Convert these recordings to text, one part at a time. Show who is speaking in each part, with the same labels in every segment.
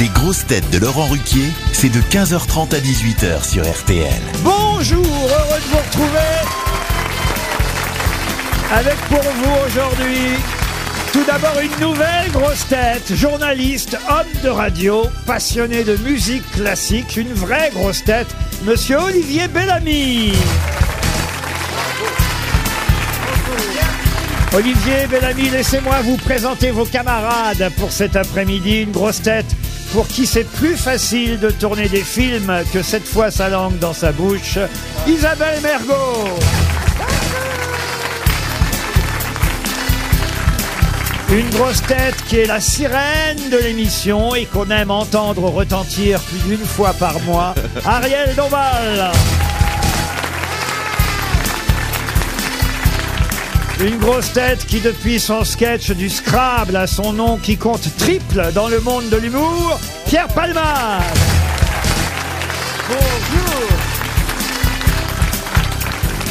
Speaker 1: Les grosses têtes de Laurent Ruquier, c'est de 15h30 à 18h sur RTL.
Speaker 2: Bonjour, heureux de vous retrouver avec pour vous aujourd'hui tout d'abord une nouvelle grosse tête, journaliste, homme de radio, passionné de musique classique, une vraie grosse tête, monsieur Olivier Bellamy. Olivier Bellamy, laissez-moi vous présenter vos camarades pour cet après-midi. Une grosse tête pour qui c'est plus facile de tourner des films que cette fois sa langue dans sa bouche. Isabelle Mergot. Une grosse tête qui est la sirène de l'émission et qu'on aime entendre retentir plus d'une fois par mois. Ariel Dombal. Une grosse tête qui, depuis son sketch du Scrabble, a son nom qui compte triple dans le monde de l'humour, Pierre Palmade.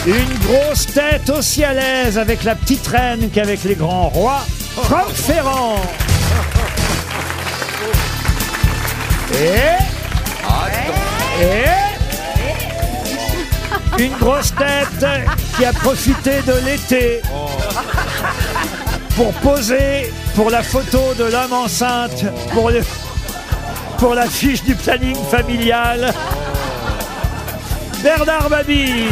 Speaker 2: Bonjour. Une grosse tête aussi à l'aise avec la petite reine qu'avec les grands rois, Franck Ferrand. Et... Et... Une grosse tête qui a profité de l'été pour poser pour la photo de l'âme enceinte pour, le, pour la fiche du planning familial. Bernard Mabille.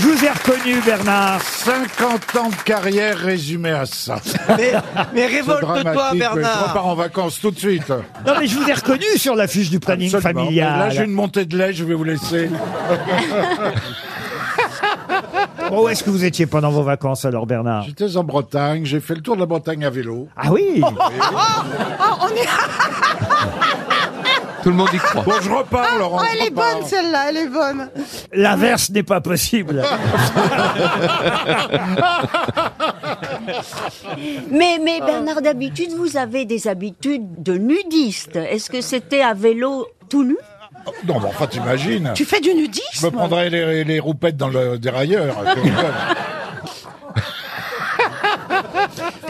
Speaker 2: Je vous ai reconnu, Bernard.
Speaker 3: 50 ans de carrière résumée à ça.
Speaker 4: Mais, mais
Speaker 3: C'est
Speaker 4: révolte-toi,
Speaker 3: dramatique, mais Je
Speaker 4: Bernard.
Speaker 3: repars en vacances tout de suite.
Speaker 2: Non, mais je vous ai reconnu sur la fiche du planning
Speaker 3: Absolument. Là, j'ai
Speaker 2: familial.
Speaker 3: une montée de lait, je vais vous laisser.
Speaker 2: Oh, Où est-ce que vous étiez pendant vos vacances, alors, Bernard
Speaker 3: J'étais en Bretagne, j'ai fait le tour de la Bretagne à vélo. Oh,
Speaker 2: Ah oui
Speaker 5: Oh,
Speaker 4: Ah,
Speaker 6: Tout le monde y croit.
Speaker 3: Bon, je repars, Laurent.
Speaker 4: Oh,
Speaker 3: je
Speaker 4: elle est
Speaker 3: repars.
Speaker 4: bonne celle-là, elle est bonne.
Speaker 2: L'inverse n'est pas possible.
Speaker 7: Mais, mais
Speaker 5: ben,
Speaker 6: Ah.
Speaker 7: Bernard, d'habitude, vous avez des habitudes de nudiste. Est-ce que c'était à vélo tout nu
Speaker 3: Non, mais enfin, t'imagines.
Speaker 4: Tu fais du
Speaker 3: Je me
Speaker 4: nudisme
Speaker 3: prendrai les, les roupettes dans le dérailleur.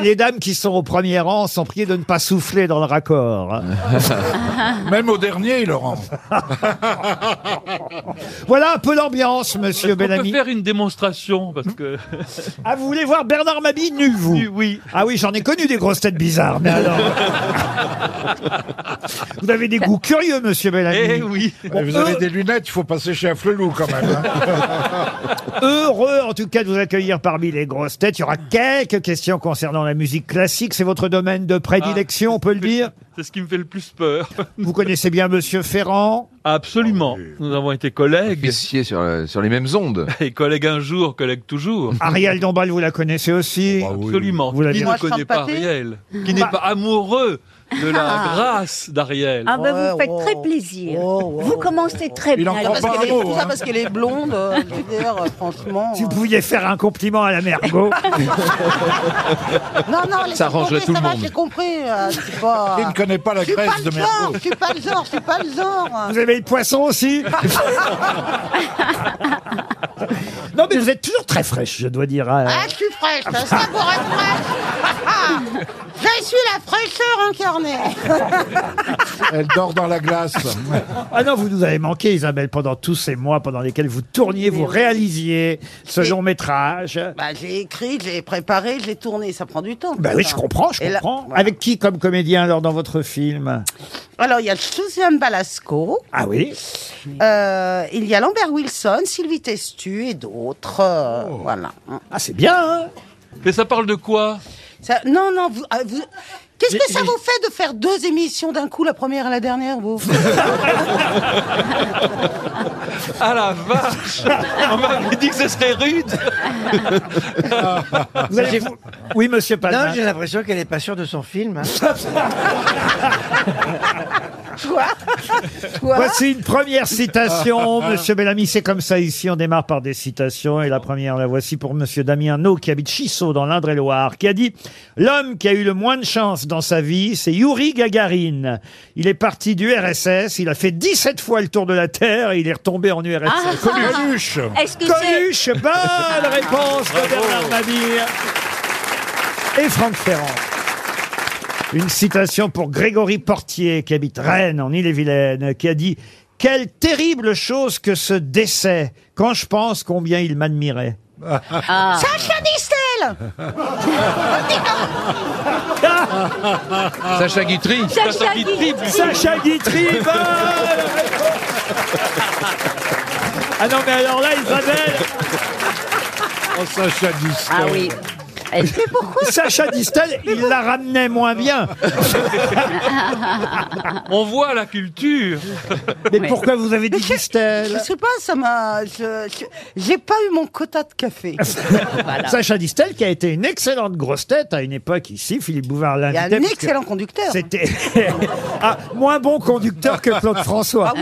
Speaker 2: Les dames qui sont au premier rang sont priées de ne pas souffler dans le raccord. hein.
Speaker 3: Même au dernier, Laurent.
Speaker 2: Voilà un peu l'ambiance, monsieur
Speaker 8: On peut
Speaker 2: Bellamy.
Speaker 8: faire une démonstration parce que
Speaker 2: Ah, vous voulez voir Bernard Mabille nu, vous
Speaker 8: oui, oui.
Speaker 2: Ah oui, j'en ai connu des grosses têtes bizarres, mais alors... vous avez des goûts curieux, monsieur
Speaker 8: Eh
Speaker 2: Bellamy. euh,
Speaker 8: oui.
Speaker 3: Et vous avez des lunettes, il faut passer chez un flelou quand même. hein.
Speaker 2: Heureux, en tout cas, de vous accueillir parmi les grosses têtes. Il y aura quelques questions concernant la musique classique. C'est votre domaine de prédilection, on peut le dire.
Speaker 8: C'est ce qui me fait le plus peur.
Speaker 2: Vous connaissez bien monsieur Ferrand.
Speaker 8: Absolument. Nous avons été collègues
Speaker 6: Officier sur, euh, sur les mêmes ondes.
Speaker 8: et collègues un jour, collègues toujours.
Speaker 2: Ariel Dombal, vous la connaissez aussi.
Speaker 8: Absolument.
Speaker 2: Vous l'avez
Speaker 8: qui
Speaker 2: Moi,
Speaker 8: ne
Speaker 4: je sens
Speaker 8: connaît
Speaker 4: pas
Speaker 8: pas
Speaker 4: tes-
Speaker 8: Ariel
Speaker 2: Bah.
Speaker 8: Qui n'est pas amoureux de la grâce d'Ariel
Speaker 7: Ah ben, vous
Speaker 4: Ouais,
Speaker 7: faites
Speaker 4: wow.
Speaker 7: très plaisir.
Speaker 4: Wow, wow.
Speaker 7: Vous commencez très
Speaker 3: oh. Il en
Speaker 7: bien.
Speaker 3: prend
Speaker 4: Parce
Speaker 3: pas
Speaker 4: qu'elle
Speaker 3: un
Speaker 4: est-
Speaker 3: mot,
Speaker 4: Tout ça
Speaker 3: hein.
Speaker 4: parce qu'elle est blonde, euh, je veux dire, euh, franchement.
Speaker 2: Si vous pouviez faire un compliment à la Mergot.
Speaker 4: euh. Non, non, laissez
Speaker 6: arrangerait
Speaker 4: tomber,
Speaker 6: tout le
Speaker 4: ça va,
Speaker 6: monde.
Speaker 4: J'ai compris, euh, je suis pas.
Speaker 3: Il ne connaît pas la
Speaker 4: Je suis pas
Speaker 3: graisse de
Speaker 4: le genre,
Speaker 3: Mergo.
Speaker 4: je suis pas le genre, je suis pas le genre.
Speaker 2: Vous aimez le poisson aussi Non, mais vous êtes toujours très fraîche, je dois dire. euh.
Speaker 4: Ah, je suis fraîche, ça pour être fraîche. Ah, Je suis la fraîcheur incarnée.
Speaker 3: Elle dort dans la glace.
Speaker 2: Ah non, vous nous avez manqué, Isabelle, pendant tous ces mois pendant lesquels vous tourniez, vous réalisiez ce
Speaker 4: Et-
Speaker 2: long métrage.
Speaker 4: Bah, j'ai écrit, j'ai préparé, j'ai tourné, ça prend du temps.
Speaker 2: Ben oui, je comprends, je
Speaker 4: Ah. Et là-
Speaker 2: comprends.
Speaker 4: voilà.
Speaker 2: Avec qui comme comédien alors dans votre film
Speaker 4: Alors, il y a Suzanne Balasco.
Speaker 2: Ah oui
Speaker 4: Euh, il y a Lambert Wilson, Sylvie Testu et d'autres. euh, Voilà.
Speaker 2: Ah c'est bien, hein
Speaker 8: Mais ça parle de quoi
Speaker 4: Ça- non, non, vous. ah, vous- Qu'est-ce que
Speaker 8: J'ai-
Speaker 4: ça
Speaker 8: j'ai-
Speaker 4: vous fait de faire deux émissions d'un coup, la première et la dernière, vous
Speaker 8: Ah la vache On m'avait dit que ce serait rude
Speaker 2: Vous allez vous- Oui, monsieur Palma.
Speaker 9: Non, j'ai l'impression qu'elle n'est pas sûre de son film. hein.
Speaker 4: Quoi Quoi
Speaker 2: Voici une première citation, Monsieur Bellamy. C'est comme ça ici, on démarre par des citations. Et la première, la voici pour Monsieur Damien No, qui habite Chissot, dans l'Indre-et-Loire, qui a dit « L'homme qui a eu le moins de chance dans sa vie, c'est Yuri Gagarine. Il est parti du RSS, il a fait 17 fois le tour de la Terre et il est retombé en URSS.
Speaker 4: Ah,
Speaker 5: Ah,
Speaker 3: Coluche.
Speaker 7: Est-ce que c'est...
Speaker 2: Coluche, bonne réponse de Bernard Mabille et Franck Ferrand. Une citation pour Grégory Portier, qui habite Rennes, en Ille-et-Vilaine, qui a dit « Quelle terrible chose que ce décès, quand je pense combien il m'admirait.
Speaker 4: Ah. Sacha Distel
Speaker 6: Sacha Guitry.
Speaker 8: Sacha Guitry, plus »
Speaker 2: Sacha Guitry, bonne réponse Ah non, mais alors là, Isabelle,
Speaker 3: Oh, Sacha Distel.
Speaker 7: Ah oui. Elle-
Speaker 2: Sacha Distel, il la ramenait moins bien.
Speaker 8: on voit la culture.
Speaker 2: Mais pourquoi vous avez dit Distel
Speaker 4: Euh, Je sais pas, ça m'a. je- je- J'ai pas eu mon quota de café.
Speaker 2: Sacha Distel, qui a été une excellente grosse tête à une époque ici, Philippe Bouvard
Speaker 4: Il y a
Speaker 2: l'invitait.
Speaker 4: un
Speaker 2: parce que
Speaker 4: excellent conducteur.
Speaker 2: C'était ah, moins bon conducteur que Claude
Speaker 4: Ah
Speaker 2: François.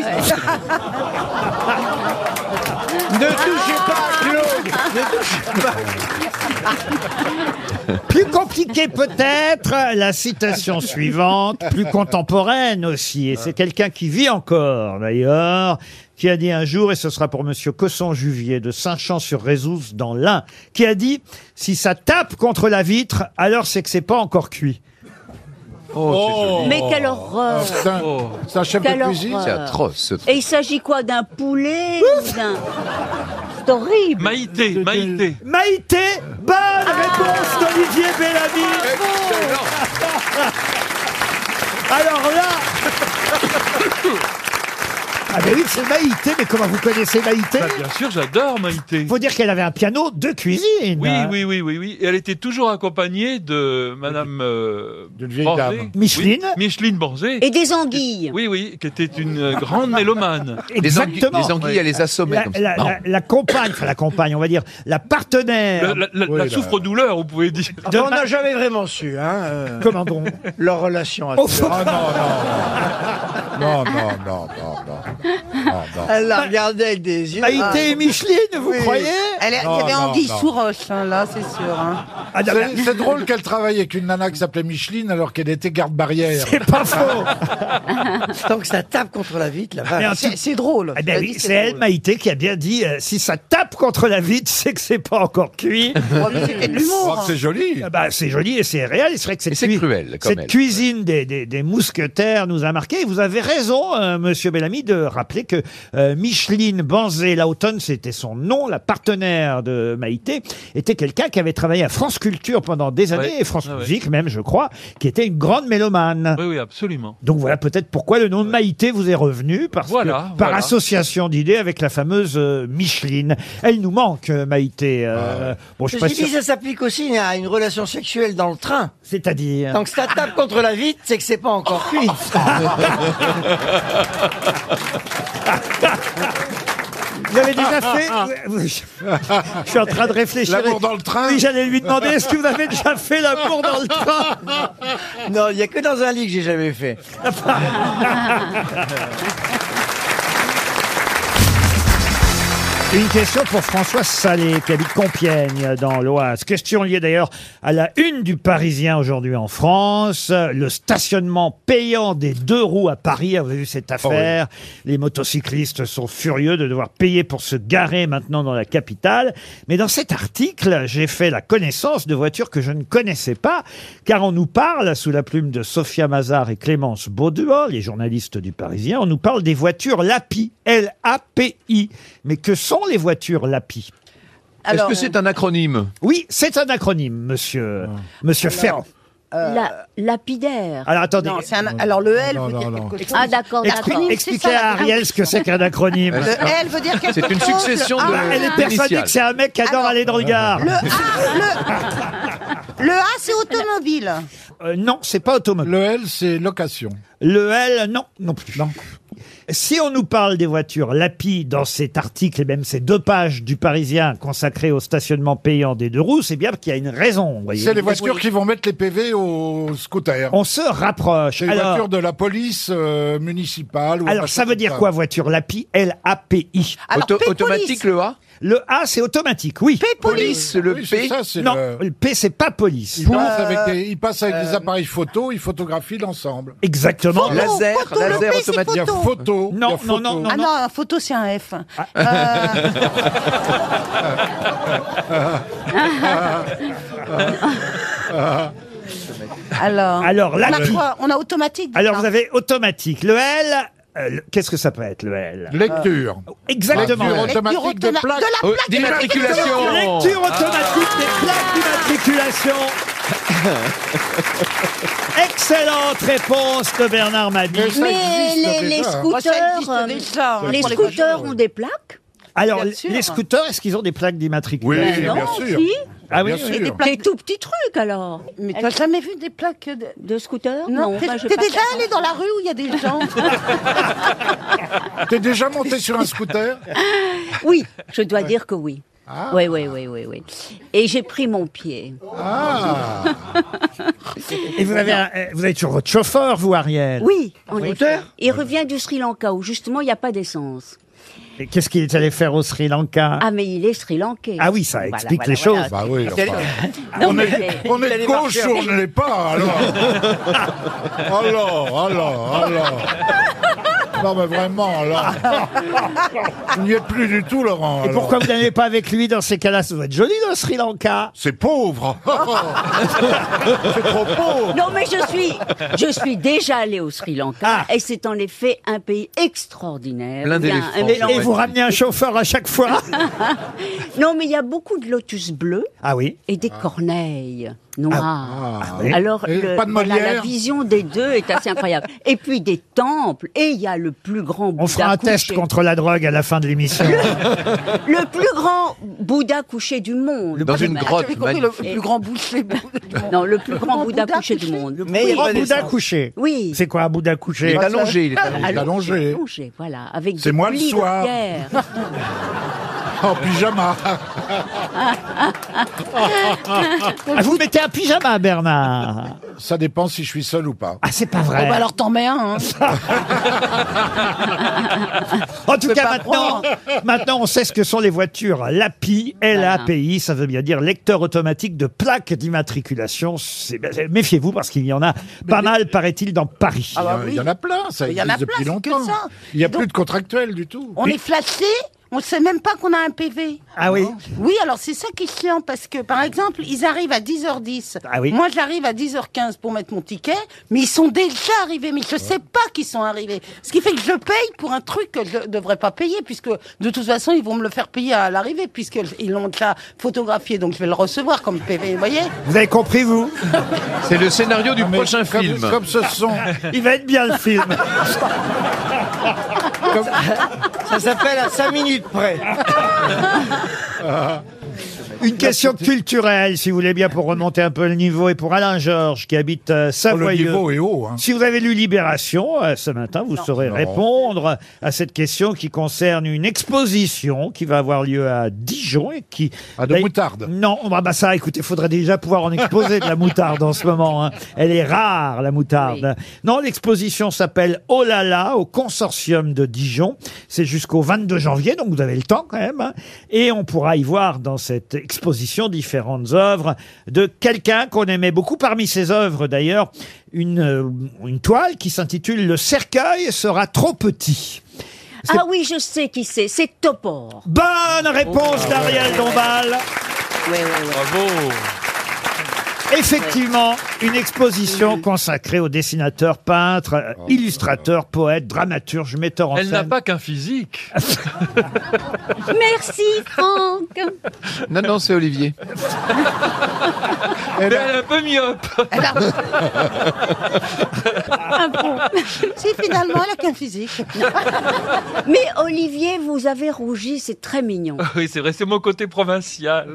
Speaker 9: Ne touchez pas à Claude Ne touchez
Speaker 2: Plus compliqué peut-être, la citation suivante, plus contemporaine aussi, et c'est quelqu'un qui vit encore d'ailleurs, qui a dit un jour, et ce sera pour Monsieur Cosson-Juvier de Saint-Champ-sur-Rézousse dans l'Ain, qui a dit « Si ça tape contre la vitre, alors c'est que c'est pas encore cuit
Speaker 3: Oh,
Speaker 7: Mais quelle horreur
Speaker 3: c'est un,
Speaker 8: Oh.
Speaker 3: c'est un chef
Speaker 7: Quelle
Speaker 3: de cuisine
Speaker 7: horreur.
Speaker 6: C'est atroce. ce truc.
Speaker 7: Et il s'agit quoi d'un poulet ou d'un... C'est horrible.
Speaker 8: Maïté, Maïté. ».
Speaker 2: Maïté, bonne
Speaker 9: Ah.
Speaker 2: réponse d'Olivier Bellamy Alors là... Ah ben oui, c'est Maïté, mais comment vous connaissez Maïté
Speaker 8: Bah, bien sûr, j'adore Maïté.
Speaker 2: faut dire qu'elle avait un piano de cuisine.
Speaker 8: Oui, oui, oui, oui, oui. Et elle était toujours accompagnée de Madame euh,
Speaker 3: D'une vieille
Speaker 8: Borzé.
Speaker 3: dame.
Speaker 2: Micheline.
Speaker 8: Oui, Micheline Borzé.
Speaker 7: Et des anguilles.
Speaker 8: Oui, oui, qui était une euh, grande mélomane.
Speaker 6: Les anguilles,
Speaker 2: Exactement.
Speaker 6: les anguilles, elle les assommait
Speaker 2: La,
Speaker 6: comme ça.
Speaker 2: la-
Speaker 6: Non.
Speaker 2: la- la compagne, enfin la compagne, on va dire, la
Speaker 8: La,
Speaker 2: partenaire.
Speaker 8: la- la-
Speaker 3: Oui,
Speaker 8: la
Speaker 3: là.
Speaker 8: souffre-douleur, vous pouvez dire.
Speaker 9: pas Ah, On n'a jamais vraiment su, hein, euh,
Speaker 2: Comment donc
Speaker 9: leur relation à
Speaker 2: Oh,
Speaker 9: tous.
Speaker 3: Ah non, non, non. Non, non, non, non. non, non.
Speaker 9: Elle
Speaker 2: Ah,
Speaker 9: la regardait avec des yeux.
Speaker 2: Maïté et Micheline, vous croyez
Speaker 4: Ah. Elle est- Il y
Speaker 3: Non,
Speaker 4: avait
Speaker 3: non,
Speaker 4: Andy
Speaker 3: non.
Speaker 4: sous roche, hein, là, c'est sûr. hein.
Speaker 2: Ah, non,
Speaker 3: C'est c'est drôle qu'elle travaille avec une nana qui s'appelait Micheline alors qu'elle était garde-barrière.
Speaker 2: C'est pas faux
Speaker 9: Tant que ça tape contre la vitre, là
Speaker 2: Mais en tout-
Speaker 4: Ah, C'est c'est drôle.
Speaker 2: Eh ben
Speaker 4: Ça
Speaker 2: oui,
Speaker 4: dit,
Speaker 2: c'est elle, Maïté, qui a bien dit euh, si ça tape contre la vitre, c'est que c'est pas encore cuit.
Speaker 4: drôle. C'était de l'humour.
Speaker 3: Oh,
Speaker 4: hein.
Speaker 3: c'est joli.
Speaker 2: Ah bah, c'est joli et c'est réel. C'est vrai que cette,
Speaker 6: Et c'est
Speaker 2: cui-
Speaker 6: cruel, comme
Speaker 2: cette
Speaker 6: elle.
Speaker 2: cuisine des, des- des mousquetaires nous a marqué. Et vous avez raison, euh, Monsieur Bellamy, de rappeler que euh, Micheline Banzé Lauton, c'était son nom, la partenaire de Maïté, était quelqu'un qui avait travaillé à France Culture pendant des années
Speaker 8: Ouais.
Speaker 2: et France
Speaker 8: Ah ouais.
Speaker 2: Musique même, je crois, qui était une grande mélomane.
Speaker 8: Oui, oui, absolument.
Speaker 2: Donc voilà peut-être pourquoi le nom de Maïté vous est revenu, parce
Speaker 8: Voilà,
Speaker 2: que, par
Speaker 8: voilà.
Speaker 2: association d'idées avec la fameuse euh, Micheline. Elle nous manque, euh, Maïté.
Speaker 8: Ah
Speaker 2: euh, Bon, je sais pas
Speaker 9: Ceci
Speaker 2: si...
Speaker 9: dit, ça s'applique aussi à une relation sexuelle dans le train.
Speaker 2: C'est-à-dire...
Speaker 9: Tant que ça tape contre la vitre, c'est que c'est pas encore cuit.
Speaker 2: Vous avez déjà fait
Speaker 9: Ah,
Speaker 2: Je suis en train de réfléchir.
Speaker 3: L'amour dans le train.
Speaker 2: Oui, j'allais lui demander est-ce que vous avez déjà fait l'amour dans le train
Speaker 9: Non, il y a que dans un lit que j'ai jamais fait.
Speaker 2: Une question pour François Salé, qui habite Compiègne, dans l'Oise. Question liée d'ailleurs à la une du Parisien aujourd'hui en France. Le stationnement payant des deux roues à Paris. Vous avez vu cette affaire. Les motocyclistes sont furieux de devoir payer pour se garer maintenant dans la capitale. Mais dans cet article, j'ai fait la connaissance de voitures que je ne connaissais pas, car on nous parle, sous la plume de Sophia Mazar et Clémence Baudouin, les journalistes du Parisien, on nous parle des voitures LAPI. L-A-P-I. Mais que sont les voitures LAPI
Speaker 6: Est-ce
Speaker 4: Alors,
Speaker 6: que c'est un acronyme Ah.
Speaker 2: Oui, c'est un acronyme, monsieur, monsieur Ferrand.
Speaker 7: La- lapidaire.
Speaker 2: Euh. Alors attendez.
Speaker 4: non, c'est un- alors le L
Speaker 3: Non,
Speaker 4: veut
Speaker 3: non,
Speaker 4: dire
Speaker 3: non.
Speaker 4: quelque chose.
Speaker 7: Ah d'accord,
Speaker 2: Expli-
Speaker 7: d'accord.
Speaker 2: expliquez à Ariel ce que c'est qu'un acronyme.
Speaker 6: Euh,
Speaker 4: Le L veut dire quelque chose.
Speaker 6: C'est une succession
Speaker 4: le
Speaker 6: de-
Speaker 4: A-
Speaker 2: Elle est persuadée
Speaker 6: Initial.
Speaker 2: que c'est un mec qui adore
Speaker 4: Alors- euh,
Speaker 2: aller dans le Gard.
Speaker 4: Le A, le, le A c'est automobile.
Speaker 2: Euh, non, c'est pas automobile.
Speaker 3: Le L, c'est location.
Speaker 2: Le L, non, non plus. Si on nous parle des voitures LAPI dans cet article et même ces deux pages du Parisien consacrées au stationnement payant des deux roues, c'est bien qu'il y a une raison. vous voyez.
Speaker 3: C'est les voitures qui vont mettre les PV aux scooters.
Speaker 2: On se rapproche.
Speaker 3: C'est les
Speaker 2: Alors,
Speaker 3: voitures de la police euh, municipale. ou un
Speaker 2: alors
Speaker 3: machin
Speaker 2: ça veut
Speaker 3: comme
Speaker 2: dire quoi voiture LAPI L-A-P-I.
Speaker 4: Alors
Speaker 6: Auto-
Speaker 4: P-Police.
Speaker 6: Automatique le A
Speaker 2: Le A, c'est automatique, oui.
Speaker 6: Police, le
Speaker 3: Oui, c'est
Speaker 6: P
Speaker 3: ça, c'est
Speaker 2: non,
Speaker 3: le-
Speaker 2: le P, c'est pas police. Euh,
Speaker 3: Ils passent
Speaker 4: Euh,
Speaker 3: avec, des, ils passent avec des appareils photo, ils photographient l'ensemble.
Speaker 2: Exactement.
Speaker 4: Photo,
Speaker 6: Laser,
Speaker 4: photo, le
Speaker 6: laser
Speaker 4: P, c'est
Speaker 6: automatique.
Speaker 3: Il y a
Speaker 4: photo.
Speaker 3: photo.
Speaker 2: Non,
Speaker 3: il y a
Speaker 2: non,
Speaker 3: photo.
Speaker 2: non, Ah.
Speaker 4: Ah non, photo c'est un F. Euh,
Speaker 2: Ah,
Speaker 4: Euh,
Speaker 2: ah.
Speaker 4: Alors,
Speaker 2: Alors, là,
Speaker 4: on a
Speaker 2: tu-
Speaker 4: quoi On a automatique.
Speaker 2: Alors,
Speaker 4: déjà.
Speaker 2: vous avez automatique. Le L, euh, le- qu'est-ce que ça peut être, le L Euh,
Speaker 3: Lecture.
Speaker 2: Exactement.
Speaker 3: Lecture
Speaker 4: Lecture
Speaker 3: automatique des
Speaker 4: automa-
Speaker 3: plaques.
Speaker 4: de
Speaker 3: Oh, Ah.
Speaker 4: la
Speaker 6: Euh,
Speaker 4: plaque
Speaker 6: D'immatriculation.
Speaker 2: Lecture automatique des plaques d'immatriculation. Excellente réponse de Bernard Mabie.
Speaker 3: Mais ça
Speaker 7: Mais les,
Speaker 3: existe
Speaker 7: les
Speaker 3: déjà. hein.
Speaker 4: Moi, ça
Speaker 7: scooters,
Speaker 4: existe
Speaker 7: euh,
Speaker 4: déjà, hein,
Speaker 7: les
Speaker 4: pour les
Speaker 7: scooters
Speaker 4: voitures.
Speaker 7: ont des plaques.
Speaker 2: Alors,
Speaker 4: bien sûr.
Speaker 2: les scooters, est-ce qu'ils ont des plaques
Speaker 3: Oui,
Speaker 7: Ben
Speaker 2: d'immatriculation
Speaker 3: bien
Speaker 7: non,
Speaker 3: sûr.
Speaker 7: si.
Speaker 2: Ah oui,
Speaker 3: Bien
Speaker 2: oui.
Speaker 3: sûr.
Speaker 4: des
Speaker 7: Des tout petits trucs alors.
Speaker 4: Mais t'as jamais vu des plaques de...
Speaker 7: De scooters
Speaker 4: Non,
Speaker 7: moi, je
Speaker 4: t'es t'es
Speaker 7: passe-
Speaker 4: déjà allé dans la rue où il y a des gens
Speaker 3: T'es déjà monté sur un scooter
Speaker 7: Oui, je dois dire que oui. Oui, oui, oui, oui, oui. Et j'ai pris mon pied.
Speaker 3: Ah
Speaker 2: Et vous avez, un- euh, vous avez toujours votre chauffeur, vous, Ariel
Speaker 7: Oui, en effet.
Speaker 8: Scooter
Speaker 7: Il revient du Sri Lanka où justement il n'y a pas d'essence.
Speaker 2: Et Qu'est-ce qu'il est allé faire au Sri Lanka
Speaker 7: Ah, mais il est Sri Lankais.
Speaker 2: Ah oui, ça
Speaker 7: Voilà,
Speaker 2: explique
Speaker 7: voilà,
Speaker 2: les
Speaker 7: voilà.
Speaker 2: choses.
Speaker 3: Bah oui, enfin,
Speaker 7: Non, mais c'est-
Speaker 3: on est de gauche ou on ne l'est pas, alors Alors, alors,
Speaker 9: Oh,
Speaker 3: alors Non mais vraiment, alors Tu n'y es plus du tout, Laurent,
Speaker 2: Et
Speaker 3: alors.
Speaker 2: pourquoi vous n'allez pas avec lui dans ces cas-là Ça doit être joli dans le Sri Lanka.
Speaker 3: C'est pauvre C'est trop pauvre
Speaker 7: Non, mais je suis, je suis déjà allée au Sri Lanka
Speaker 2: Ah.
Speaker 7: et c'est en effet un pays extraordinaire.
Speaker 6: Plein
Speaker 7: Il y a un-
Speaker 6: d'éléphants.
Speaker 7: un
Speaker 2: Et,
Speaker 7: mélange-
Speaker 2: et vous ramenez un chauffeur à chaque fois
Speaker 7: Non, mais il y a beaucoup de lotus bleus
Speaker 2: Ah oui.
Speaker 7: et des corneilles noires.
Speaker 3: Ah,
Speaker 2: oui.
Speaker 7: Alors,
Speaker 3: Et
Speaker 7: le-
Speaker 3: pas de
Speaker 7: voilà,
Speaker 3: Molière
Speaker 7: la vision des deux est assez incroyable. Et puis des temples, et il y a le plus grand Bouddha
Speaker 2: On fera un
Speaker 7: couché.
Speaker 2: test contre la drogue à la fin de l'émission.
Speaker 7: Le plus grand Bouddha couché du monde.
Speaker 6: Dans une
Speaker 7: Voilà.
Speaker 6: grotte.
Speaker 4: J'avais compris, le plus grand boucher.
Speaker 7: Non, le plus grand
Speaker 4: grand
Speaker 7: Bouddha
Speaker 4: Bouddha
Speaker 7: couché du
Speaker 4: couché.
Speaker 7: monde.
Speaker 2: Mais
Speaker 7: Oui.
Speaker 2: Bouddha couché.
Speaker 7: Oui.
Speaker 2: C'est quoi Ah, un Bouddha
Speaker 6: Il
Speaker 2: couché
Speaker 6: est allongé, il est allongé.
Speaker 7: Allongé,
Speaker 3: allongé.
Speaker 7: allongé, voilà, avec
Speaker 3: C'est
Speaker 7: des
Speaker 3: moi le
Speaker 7: plis de
Speaker 3: soir.
Speaker 7: pierre.
Speaker 3: En pyjama
Speaker 2: Oh,
Speaker 4: bah,
Speaker 2: Ah, vous mettez un pyjama, Bernard
Speaker 3: Ça dépend si je suis seul ou pas.
Speaker 2: Ah, c'est pas vrai.
Speaker 4: bah alors t'en mets un. hein.
Speaker 2: En tout cas, maintenant, maintenant, on sait ce que sont les voitures. L'API, L-A-P-I, ça veut bien dire lecteur automatique de plaques d'immatriculation. C'est- ben, Méfiez-vous parce qu'il y en a pas mal, paraît-il, dans Paris.
Speaker 4: Ah bah
Speaker 3: Il y en-
Speaker 4: oui.
Speaker 3: il y en a plein, ça
Speaker 4: Il y en
Speaker 3: existe
Speaker 4: a plein,
Speaker 3: depuis
Speaker 4: c'est que
Speaker 3: longtemps.
Speaker 4: ça.
Speaker 3: Il n'y a
Speaker 4: Donc-
Speaker 3: plus de contractuel du tout.
Speaker 4: On est flashé, on ne sait même pas qu'on a un PV.
Speaker 2: Ah oui
Speaker 4: Oui, alors c'est ça qui est chiant parce que par exemple, ils arrivent à 10h10.
Speaker 2: Ah oui.
Speaker 4: Moi, j'arrive à 10h15 pour mettre mon ticket, mais ils sont déjà arrivés, mais je sais pas qu'ils sont arrivés. Ce qui fait que je paye pour un truc que je devrais pas payer puisque de toute façon, ils vont me le faire payer à l'arrivée puisqu'ils l'ont déjà photographié, donc je vais le recevoir comme PV, vous voyez
Speaker 2: Vous avez compris, vous
Speaker 6: C'est le scénario du
Speaker 3: Mais
Speaker 6: prochain
Speaker 3: comme-
Speaker 6: film.
Speaker 3: Comme ce sont...
Speaker 2: Il va être bien, le film.
Speaker 9: Ça s'appelle à 5 minutes près.
Speaker 2: Une question culturelle, si vous voulez bien, pour remonter un peu le niveau, et pour Alain Georges, qui habite euh,
Speaker 3: Oh, le
Speaker 2: Savoyeux.
Speaker 3: niveau est haut. hein.
Speaker 2: Si vous avez lu Libération euh, ce matin, vous saurez répondre à cette question qui concerne une exposition qui va avoir lieu à Dijon et qui...
Speaker 3: Ah, de
Speaker 2: Là,
Speaker 3: moutarde.
Speaker 2: Non, bah, bah ça, écoutez, faudrait déjà pouvoir en exposer de la moutarde en ce moment. hein. Elle est rare, la moutarde. Non, l'exposition s'appelle Oh là là au consortium de Dijon. C'est jusqu'au 22 janvier, donc vous avez le temps quand même. hein. Et on pourra y voir dans cette exposition différentes œuvres de quelqu'un qu'on aimait beaucoup parmi ses œuvres d'ailleurs, une, euh, une toile qui s'intitule Le cercueil sera trop petit.
Speaker 7: Ah oui, je sais qui c'est, c'est Topor.
Speaker 2: Bonne réponse
Speaker 8: Oh.
Speaker 2: d'Ariel Dombal.
Speaker 7: Oui, oui, oui.
Speaker 8: Bravo.
Speaker 2: Effectivement, une exposition consacrée aux dessinateurs, peintres, euh, illustrateurs, poètes, dramaturges, metteurs en
Speaker 8: Oh, Elle n'a
Speaker 2: scène.
Speaker 8: pas qu'un physique.
Speaker 7: Merci Franck.
Speaker 6: Non, non, c'est Olivier.
Speaker 8: Mais elle est un peu myope.
Speaker 4: Si finalement, elle a qu'un physique.
Speaker 7: Mais Olivier, vous avez rougi, c'est très mignon.
Speaker 8: Oui, c'est vrai, c'est mon côté provincial.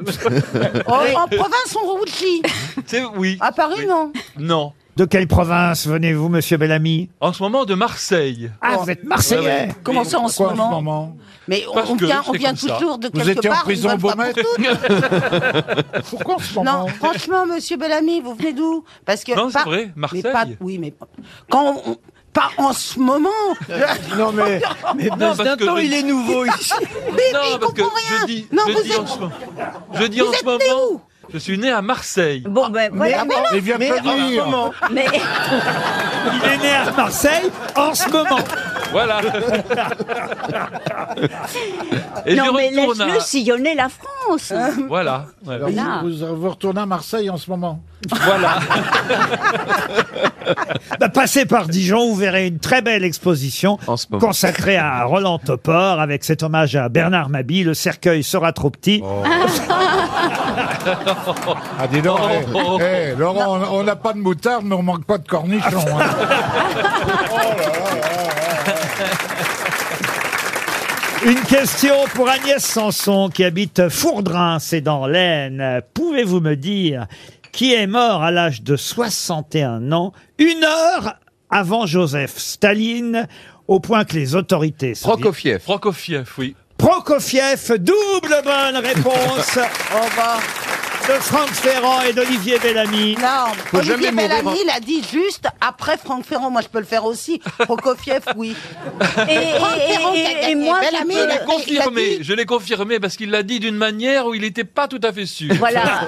Speaker 4: Oh, En- En province, on rougit.
Speaker 8: C'est oui.
Speaker 4: À Paris,
Speaker 8: Oui.
Speaker 4: non
Speaker 8: Non.
Speaker 2: De quelle province venez-vous, monsieur Bellamy
Speaker 8: En ce moment, de Marseille.
Speaker 2: Ah, vous êtes Marseillais
Speaker 8: Ouais, ouais.
Speaker 4: Comment ça en ce
Speaker 3: Pourquoi en ce
Speaker 4: moment
Speaker 3: moment
Speaker 4: Mais on,
Speaker 8: Parce
Speaker 4: on
Speaker 8: que
Speaker 4: vient, on
Speaker 8: c'est
Speaker 4: vient
Speaker 8: comme ça.
Speaker 4: toujours de
Speaker 3: Vous
Speaker 4: quelque
Speaker 3: étiez en
Speaker 4: part.
Speaker 3: prison
Speaker 4: ils veulent pas
Speaker 3: Beaumaître
Speaker 4: pour toutes.
Speaker 3: Pourquoi en ce moment
Speaker 4: Non, franchement, monsieur Bellamy, vous venez d'où Parce que
Speaker 8: Non, c'est
Speaker 4: pas-
Speaker 8: vrai,
Speaker 4: mais
Speaker 8: Marseille.
Speaker 4: pas- oui, mais quand on- pas en ce moment.
Speaker 9: Non, mais, mais
Speaker 8: Non, parce
Speaker 9: Besançon,
Speaker 8: que-
Speaker 9: il est nouveau ici.
Speaker 4: Mais
Speaker 8: non,
Speaker 4: il
Speaker 8: parce que
Speaker 4: comprend rien.
Speaker 8: je dis,
Speaker 4: non,
Speaker 8: je
Speaker 4: vous
Speaker 8: dis
Speaker 4: êtes-
Speaker 8: en ce moment. Je dis
Speaker 4: vous
Speaker 8: en ce
Speaker 4: êtes né où
Speaker 8: moment. Je suis né à Marseille.
Speaker 7: Bon, ben voilà.
Speaker 4: mais
Speaker 3: Il vient
Speaker 9: Mais
Speaker 3: pas
Speaker 9: en
Speaker 3: de
Speaker 9: ce
Speaker 3: dire.
Speaker 9: moment,
Speaker 7: Mais
Speaker 2: Il est né à Marseille en ce moment.
Speaker 8: Voilà. Et
Speaker 7: non, mais
Speaker 8: je retourne à...
Speaker 7: laisse-le sillonner la France.
Speaker 8: Voilà. voilà.
Speaker 7: Voilà.
Speaker 3: Vous, vous retournez à Marseille en ce moment
Speaker 8: Voilà.
Speaker 2: Bah, passez par Dijon, vous verrez une très belle exposition
Speaker 6: En ce moment.
Speaker 2: consacrée à Roland Topor avec cet hommage à Bernard Mabie. Le cercueil sera trop petit.
Speaker 4: Oh.
Speaker 3: Ah, dis donc, eh,
Speaker 8: Oh.
Speaker 3: eh, Laurent, on- on n'a pas de moutarde, mais on manque pas de cornichons. hein.
Speaker 2: Une question pour Agnès Sanson qui habite Fourdrin, c'est dans l'Aisne. Pouvez-vous me dire qui est mort à l'âge de 61 ans, une heure avant Joseph Staline, au point que les autorités... soviétiques-
Speaker 6: Prokofiev.
Speaker 8: Prokofiev, oui.
Speaker 2: Prokofiev, double bonne réponse de Franck Ferrand et d'Olivier Bellamy.
Speaker 4: Non,
Speaker 6: Faut
Speaker 4: Olivier
Speaker 6: jamais mourir,
Speaker 4: Bellamy,
Speaker 6: hein.
Speaker 4: il a dit juste après Franck Ferrand. Moi, je peux le faire aussi. Prokofiev, oui.
Speaker 7: Et, et- et- et- et moi, je
Speaker 4: Bellamy,
Speaker 7: peux-
Speaker 4: Ah, il
Speaker 8: Je
Speaker 4: a-
Speaker 8: l'ai confirmé, je l'ai confirmé parce qu'il l'a dit d'une manière où il n'était pas tout à fait sûr.
Speaker 7: Voilà.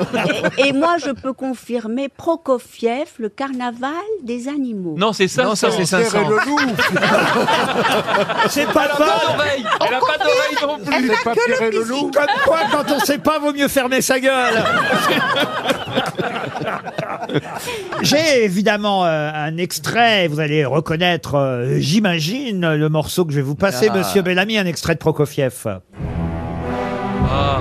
Speaker 7: Et, et moi, je peux confirmer Prokofiev, le carnaval des animaux.
Speaker 8: Non, c'est ça.
Speaker 6: Non, ça, c'est
Speaker 3: Pierre et
Speaker 6: 500.
Speaker 3: le loup
Speaker 2: C'est pas
Speaker 8: Pas
Speaker 2: mal.
Speaker 8: d'oreille. Elle n'a pas d'oreille non plus.
Speaker 3: C'est pas Pierre et le loup
Speaker 2: Comme quoi, quand on sait pas, vaut mieux fermer sa gueule. J'ai évidemment euh, un extrait, vous allez reconnaître, euh, j'imagine, le morceau que je vais vous passer,
Speaker 6: Ah.
Speaker 2: monsieur Bellamy, un extrait de Prokofiev.
Speaker 8: Ah.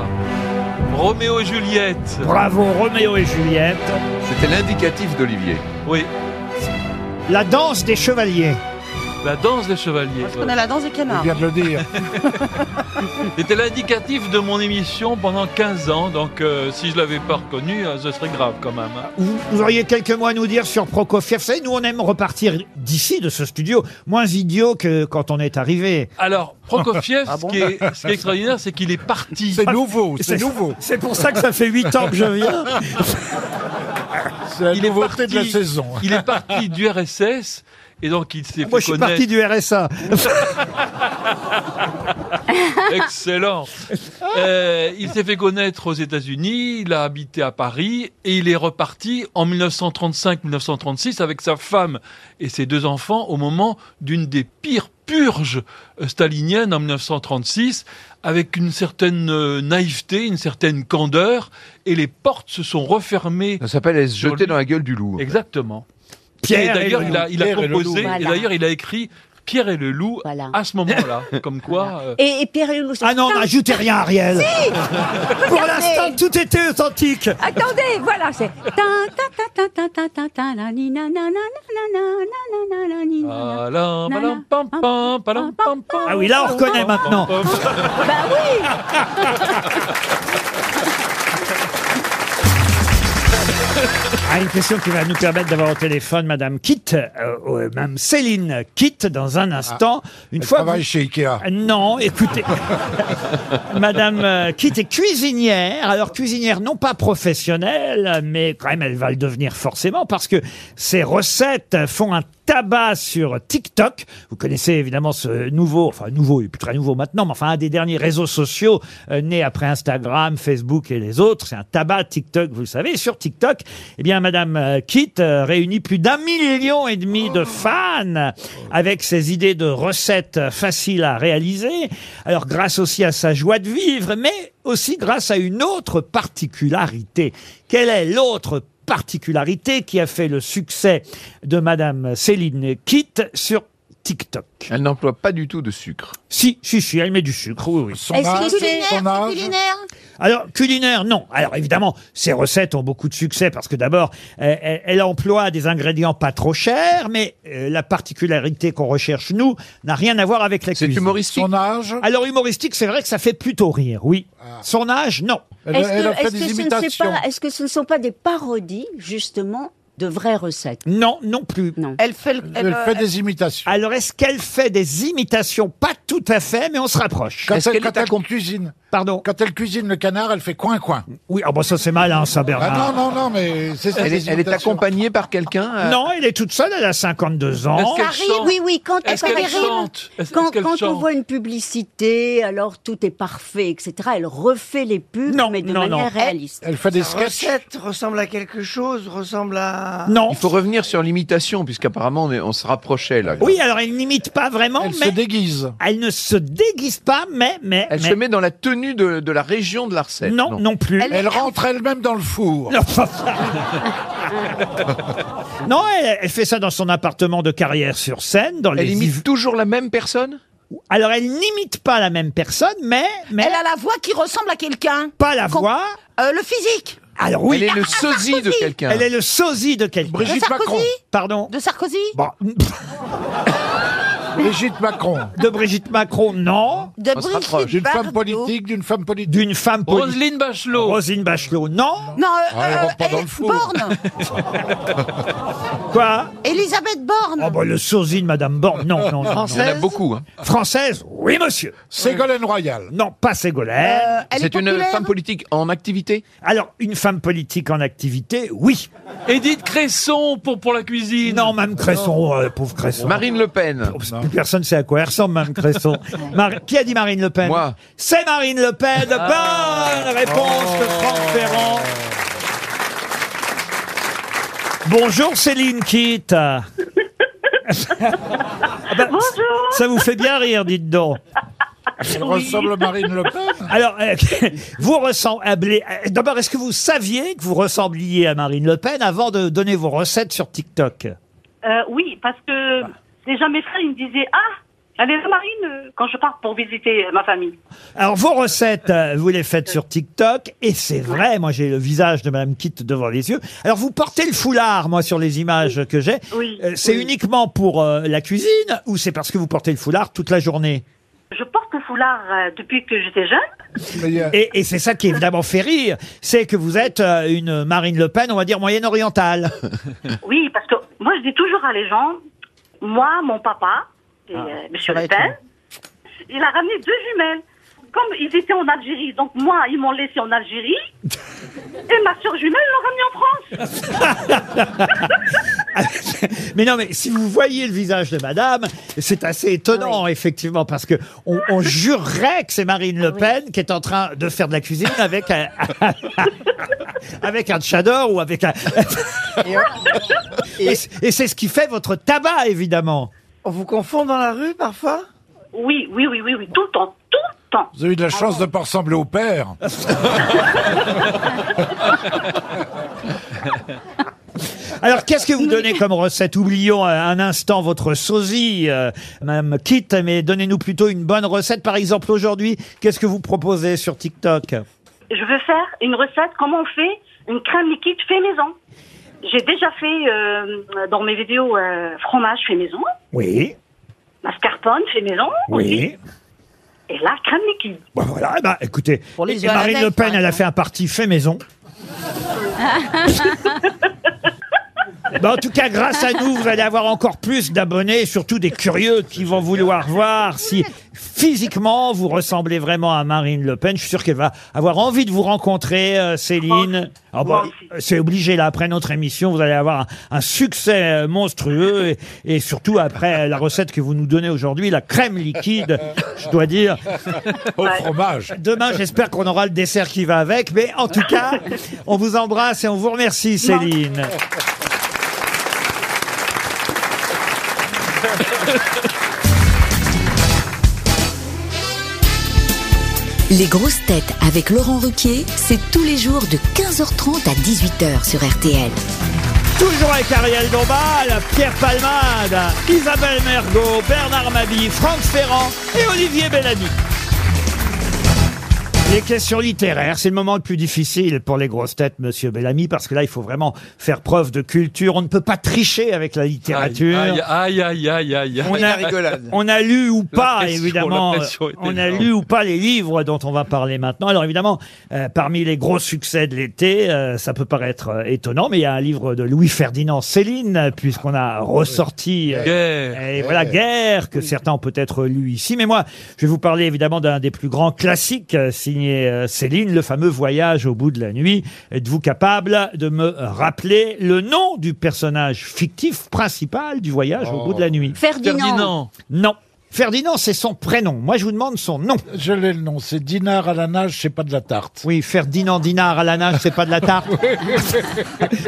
Speaker 8: Roméo et Juliette.
Speaker 2: Bravo, Roméo et Juliette.
Speaker 6: C'était l'indicatif d'Olivier.
Speaker 8: Oui,
Speaker 2: La danse des chevaliers.
Speaker 8: la danse des chevaliers.
Speaker 4: Je connais la danse des
Speaker 3: Il
Speaker 4: canards.
Speaker 3: vient de le dire.
Speaker 8: C'était l'indicatif de mon émission pendant 15 ans, donc euh, si je l'avais pas reconnu, euh, ce serait grave quand même. hein.
Speaker 2: Vous, vous auriez quelques mots à nous dire sur Prokofiev. Vous savez, nous, on aime repartir d'ici, de ce studio, moins idiot que quand on est arrivé.
Speaker 8: Alors, Prokofiev, ce, qui est, ce qui est extraordinaire, c'est qu'il est parti.
Speaker 3: Ah C'est nouveau, c'est
Speaker 2: C'est-
Speaker 3: nouveau.
Speaker 2: C'est pour ça que ça fait huit ans que je viens.
Speaker 3: C'est la
Speaker 8: Il est
Speaker 3: nouveauté de la
Speaker 8: parti.
Speaker 3: saison.
Speaker 8: Il est parti du RSS et donc il s'est
Speaker 2: Moi,
Speaker 8: fait
Speaker 2: je suis parti
Speaker 8: connaître.
Speaker 2: du RSA.
Speaker 8: Excellent. Euh, il s'est fait connaître aux États-Unis, il a habité à Paris et il est reparti en 1935-1936 avec sa femme et ses deux enfants au moment d'une des pires purges euh, staliniennes en 1936 avec une certaine euh, naïveté, une certaine candeur et les portes se sont refermées.
Speaker 6: Ça s'appelle Elle se
Speaker 8: Sur
Speaker 6: jeter
Speaker 8: lui.
Speaker 6: dans la gueule du loup.
Speaker 8: Exactement.
Speaker 2: Pierre
Speaker 8: et d'ailleurs,
Speaker 2: et le
Speaker 8: il a, il a
Speaker 3: Pierre et le loup.
Speaker 8: composé, et
Speaker 7: Voilà.
Speaker 8: d'ailleurs, il a écrit Pierre et le loup
Speaker 7: Voilà.
Speaker 8: à ce moment-là. Comme quoi. euh,
Speaker 7: Et, et Pierre Hugo.
Speaker 2: Ah non, n'ajoutez rien, Ariel. Pour l'instant, tout était authentique.
Speaker 7: Attendez, voilà, c'est. Tin, tin, tin, tin, tin, tin, tin, tin, la ni, na, na, na, na, na, na, na, na, na, na, ni, na, na.
Speaker 8: Ah là, palam, pam, pam, palam, pam, pam.
Speaker 2: Ah oui, là, on reconnaît
Speaker 3: Oh.
Speaker 2: maintenant.
Speaker 8: Pam, pam.
Speaker 7: Bah oui
Speaker 2: Ah, une question qui va nous permettre d'avoir au téléphone Madame Kitt, euh, euh, Madame Céline Kitt, dans un instant. Une
Speaker 3: Ah. Elle
Speaker 2: fois. que
Speaker 3: travaille
Speaker 2: vous-
Speaker 3: chez Ikea.
Speaker 2: Ah, Non, écoutez. Madame euh, Kitt est cuisinière. Alors, cuisinière non pas professionnelle, mais quand même, elle va le devenir forcément parce que ses recettes font un tabac sur TikTok. Vous connaissez évidemment ce nouveau, enfin nouveau, il est plus très nouveau maintenant, mais enfin un des derniers réseaux sociaux euh, nés après Instagram, Facebook et les autres. C'est un tabac TikTok, vous le savez. Sur TikTok, eh bien, Madame euh, Kitt euh, réunit plus d'un million et demi de fans avec ses idées de recettes euh, faciles à réaliser. Alors, grâce aussi à sa joie de vivre, mais aussi grâce à une autre particularité. Quelle est l'autre particularité qui a fait le succès de Madame Céline Kitt sur TikTok
Speaker 6: Elle n'emploie pas du tout de sucre.
Speaker 2: Si, si, si, elle met du sucre, oui, oui.
Speaker 3: Son
Speaker 7: Est-ce que
Speaker 3: âge,
Speaker 7: c'est
Speaker 3: son âge.
Speaker 2: Alors, culinaire, non. Alors, évidemment, ces recettes ont beaucoup de succès parce que d'abord, euh, elle, elle emploie des ingrédients pas trop chers, mais euh, la particularité qu'on recherche, nous, n'a rien à voir avec la
Speaker 6: C'est
Speaker 2: cuisine.
Speaker 6: humoristique.
Speaker 3: Son âge. Ah.
Speaker 2: Alors, humoristique, c'est vrai que ça fait plutôt rire, oui. Son âge, non.
Speaker 3: Elle,
Speaker 7: Est-ce
Speaker 3: elle a
Speaker 7: que,
Speaker 3: fait
Speaker 7: est-ce que
Speaker 3: des
Speaker 7: ce ne c'est
Speaker 3: imitations.
Speaker 7: pas- est-ce que ce ne sont pas des parodies, justement, de vraies recettes
Speaker 2: Non, non plus.
Speaker 7: Non.
Speaker 4: Elle fait, le- elle,
Speaker 3: Elle
Speaker 4: euh,
Speaker 3: fait des imitations.
Speaker 2: Alors, est-ce qu'elle fait des imitations Pas tout à fait, mais on se rapproche.
Speaker 3: Quand
Speaker 6: Est-ce
Speaker 3: elle,
Speaker 6: qu'elle
Speaker 3: quand
Speaker 6: est à
Speaker 3: elle cuisine,
Speaker 2: Pardon.
Speaker 3: quand elle cuisine le canard, elle fait coin coin.
Speaker 2: Oui, ah bon, ça c'est malin, ça, Bernard.
Speaker 3: Ah non non non, mais c'est ça.
Speaker 6: Elle
Speaker 3: des
Speaker 6: est, elle est
Speaker 3: imitations.
Speaker 6: accompagnée par quelqu'un euh, à-
Speaker 2: Non, elle est toute seule, elle a 52 ans.
Speaker 8: Est-ce qu'elle
Speaker 7: Paris,
Speaker 8: chante
Speaker 7: oui, oui, quand,
Speaker 8: Est-ce
Speaker 7: quand
Speaker 8: qu'elle
Speaker 7: elle arrive,
Speaker 8: chante Est-ce
Speaker 7: quand,
Speaker 8: qu'elle
Speaker 7: quand on
Speaker 8: chante
Speaker 7: voit une publicité, alors tout est parfait, etc., elle refait les pubs,
Speaker 2: Non,
Speaker 7: mais de
Speaker 2: non, non.
Speaker 7: manière réaliste.
Speaker 3: Elle fait des sketchs.
Speaker 9: Recette ressemble à quelque chose, ressemble à
Speaker 10: à...
Speaker 2: Non.
Speaker 6: Il faut revenir sur l'imitation, puisqu'apparemment on, est- on se rapprochait là.
Speaker 2: Oui, alors elle n'imite pas vraiment,
Speaker 3: Elle
Speaker 2: mais
Speaker 3: se déguise.
Speaker 2: elle ne se déguise pas, mais mais
Speaker 6: Elle
Speaker 2: mais-
Speaker 6: se met dans la tenue de, de la région de la recette.
Speaker 2: non, non plus.
Speaker 3: Elle, rentre elle-même dans le four.
Speaker 2: Non, Non, elle, elle fait ça dans son appartement de carrière sur scène, dans
Speaker 6: Elle
Speaker 2: les.
Speaker 6: imite toujours la même personne
Speaker 2: Alors elle n'imite pas la même personne, mais mais
Speaker 4: Elle a la voix qui ressemble à quelqu'un.
Speaker 2: pas la voix.
Speaker 4: Euh, le physique.
Speaker 2: Alors oui,
Speaker 6: Elle est le
Speaker 4: Ah,
Speaker 6: sosie de
Speaker 4: Sarkozy
Speaker 6: quelqu'un.
Speaker 2: elle est le sosie de quelqu'un.
Speaker 4: De
Speaker 3: Brigitte Macron.
Speaker 4: Sarkozy
Speaker 2: Pardon.
Speaker 4: De Sarkozy
Speaker 2: Bon,
Speaker 3: Brigitte Macron. Ah,
Speaker 2: de Brigitte Macron, non.
Speaker 4: De
Speaker 6: On se
Speaker 4: Brigitte
Speaker 6: rapproche.
Speaker 3: D'une femme
Speaker 4: Bardot.
Speaker 3: politique, d'une femme politique.
Speaker 2: D'une femme politique.
Speaker 8: Roselyne Bachelot.
Speaker 2: Rosine Bachelot, non.
Speaker 4: Non, euh,
Speaker 3: Ah, elle
Speaker 4: euh,
Speaker 3: rentre pas dans
Speaker 4: elle-
Speaker 3: le four.
Speaker 4: Borne.
Speaker 2: Quoi
Speaker 4: Elisabeth Borne.
Speaker 3: Ah,
Speaker 2: Oh, bah, le sosie de Madame Borne, non, non, non, non.
Speaker 6: Il y en a beaucoup. hein.
Speaker 2: Française Oui, monsieur.
Speaker 3: Ségolène Royal.
Speaker 2: Non, pas Ségolène.
Speaker 4: Euh, elle est
Speaker 6: C'est une
Speaker 4: populaire
Speaker 6: femme politique en activité
Speaker 2: Alors, une femme politique en activité, oui.
Speaker 8: Edith Cresson pour, pour la cuisine.
Speaker 2: Non, Mme Cresson, euh, pauvre Cresson.
Speaker 6: Marine Le Pen.
Speaker 2: Plus personne sait à quoi elle ressemble, Mme Cresson. Mar- Qui a dit Marine Le Pen
Speaker 6: Moi. Ah.
Speaker 2: C'est Marine Le Pen. Bonne réponse de Franck Ferrand. Bonjour Céline Kitt. Ah bah, Ça vous fait bien rire, dites donc.
Speaker 3: Elle ressemble à Marine Le Pen.
Speaker 2: Alors, euh, vous ressemblez. euh, D'abord, est-ce que vous saviez que vous ressembliez à Marine Le Pen avant de donner vos recettes sur TikTok
Speaker 11: Euh, oui, parce que déjà mes frères, ils me disaient Ah, elle est là, Marine, euh, quand je pars pour visiter euh, ma famille.
Speaker 2: Alors, vos recettes, euh, vous les faites sur TikTok, et c'est vrai, moi j'ai le visage de Madame Kitt devant les yeux. Alors, vous portez le foulard, moi, sur les images que j'ai.
Speaker 11: Oui.
Speaker 2: Euh, C'est
Speaker 11: Oui.
Speaker 2: uniquement pour euh, la cuisine ou c'est parce que vous portez le foulard toute la journée
Speaker 11: Je porte le foulard euh, depuis que j'étais jeune.
Speaker 3: Mais il y a-
Speaker 2: Et, et c'est ça qui évidemment fait rire, c'est que vous êtes euh, une Marine Le Pen, on va dire moyenne-orientale.
Speaker 11: Oui, parce que moi, je dis toujours à les gens Moi, mon papa, et, euh, Monsieur
Speaker 4: ça va
Speaker 11: Le
Speaker 4: être
Speaker 11: Pen, il a ramené deux jumelles. Comme ils étaient en Algérie, donc moi, ils m'ont laissé en Algérie. et ma soeur jumelle l'ont ramenée en France.
Speaker 2: mais non, mais si vous voyez le visage de madame, c'est assez étonnant, effectivement, parce que on, on jurerait que c'est Marine Le Pen qui est en train de faire de la cuisine avec un, avec un tchador ou avec un...
Speaker 10: euh,
Speaker 2: et c- et c'est ce qui fait votre tabac, évidemment.
Speaker 10: On vous confond dans la rue parfois
Speaker 11: Oui, oui, oui, oui, oui, tout le temps, tout le temps.
Speaker 3: Vous avez eu de la chance de ne pas ressembler au père.
Speaker 2: Alors, qu'est-ce que vous donnez comme recette Oublions euh, un instant votre sosie, euh, Madame Kit, mais donnez-nous plutôt une bonne recette. Par exemple, aujourd'hui, qu'est-ce que vous proposez sur TikTok
Speaker 11: je veux faire une recette, comment on fait une crème liquide fait maison. J'ai déjà fait euh, dans mes vidéos euh, fromage fait maison,
Speaker 2: Oui,
Speaker 11: mascarpone fait maison, aussi,
Speaker 2: oui.
Speaker 11: et là crème liquide.
Speaker 2: Bon, voilà, eh ben, écoutez,
Speaker 4: Pour les
Speaker 2: et-
Speaker 4: yeux à la
Speaker 2: Marine
Speaker 4: neige,
Speaker 2: Le
Speaker 4: par
Speaker 2: Pen, elle a
Speaker 4: exemple.
Speaker 2: fait un parti fait maison.
Speaker 7: Hein?
Speaker 2: Bah, en tout cas, grâce à nous, vous allez avoir encore plus d'abonnés, surtout des curieux qui vont vouloir voir si physiquement vous ressemblez vraiment à Marine Le Pen. Je suis sûr qu'elle va avoir envie de vous rencontrer, euh, Céline. Ah bah,
Speaker 11: Moi aussi.
Speaker 2: C'est obligé, là, après notre émission, vous allez avoir un, un succès euh, monstrueux et, et surtout après euh, la recette que vous nous donnez aujourd'hui, la crème liquide, je dois dire.
Speaker 3: Au fromage.
Speaker 2: Demain, j'espère qu'on aura le dessert qui va avec. Mais en tout cas, on vous embrasse et on vous remercie, Céline.
Speaker 12: Les grosses têtes avec Laurent Ruquier, c'est tous les jours de 15h30 à 18h sur RTL.
Speaker 2: Toujours avec Ariel Dombal, Pierre Palmade, Isabelle Mergot, Bernard Mabie, Franck Ferrand et Olivier Bellamy. Les questions littéraires, c'est le moment le plus difficile pour les grosses têtes, monsieur Bellamy, parce que là, il faut vraiment faire preuve de culture. On ne peut pas tricher avec la littérature.
Speaker 8: Aïe, aïe, aïe, aïe, aïe. aïe.
Speaker 6: On a rigolade.
Speaker 2: On a lu ou pas,
Speaker 8: pression,
Speaker 2: évidemment.
Speaker 8: la pression est
Speaker 2: On a
Speaker 8: énorme.
Speaker 2: lu ou pas les livres dont on va parler maintenant. Alors évidemment, euh, parmi les gros succès de l'été, euh, ça peut paraître euh, étonnant, mais il y a un livre de Louis Ferdinand Céline, euh, puisqu'on a ressorti. euh,
Speaker 8: Guerre.
Speaker 2: et voilà, guerre, que certains ont peut-être lu ici. Mais moi, je vais vous parler évidemment d'un des plus grands classiques euh, signé euh, Céline, le fameux voyage au bout de la nuit. Êtes-vous capable de me rappeler le nom du personnage fictif principal du voyage au bout de la nuit
Speaker 7: Ferdinand.
Speaker 8: Ferdinand.
Speaker 2: Non. Ferdinand, c'est son prénom. Moi, je vous demande son nom.
Speaker 3: Je l'ai le nom. C'est Dinard à la nage, c'est pas de la tarte.
Speaker 2: Oui, Ferdinand Dinard à la nage, c'est pas de la tarte.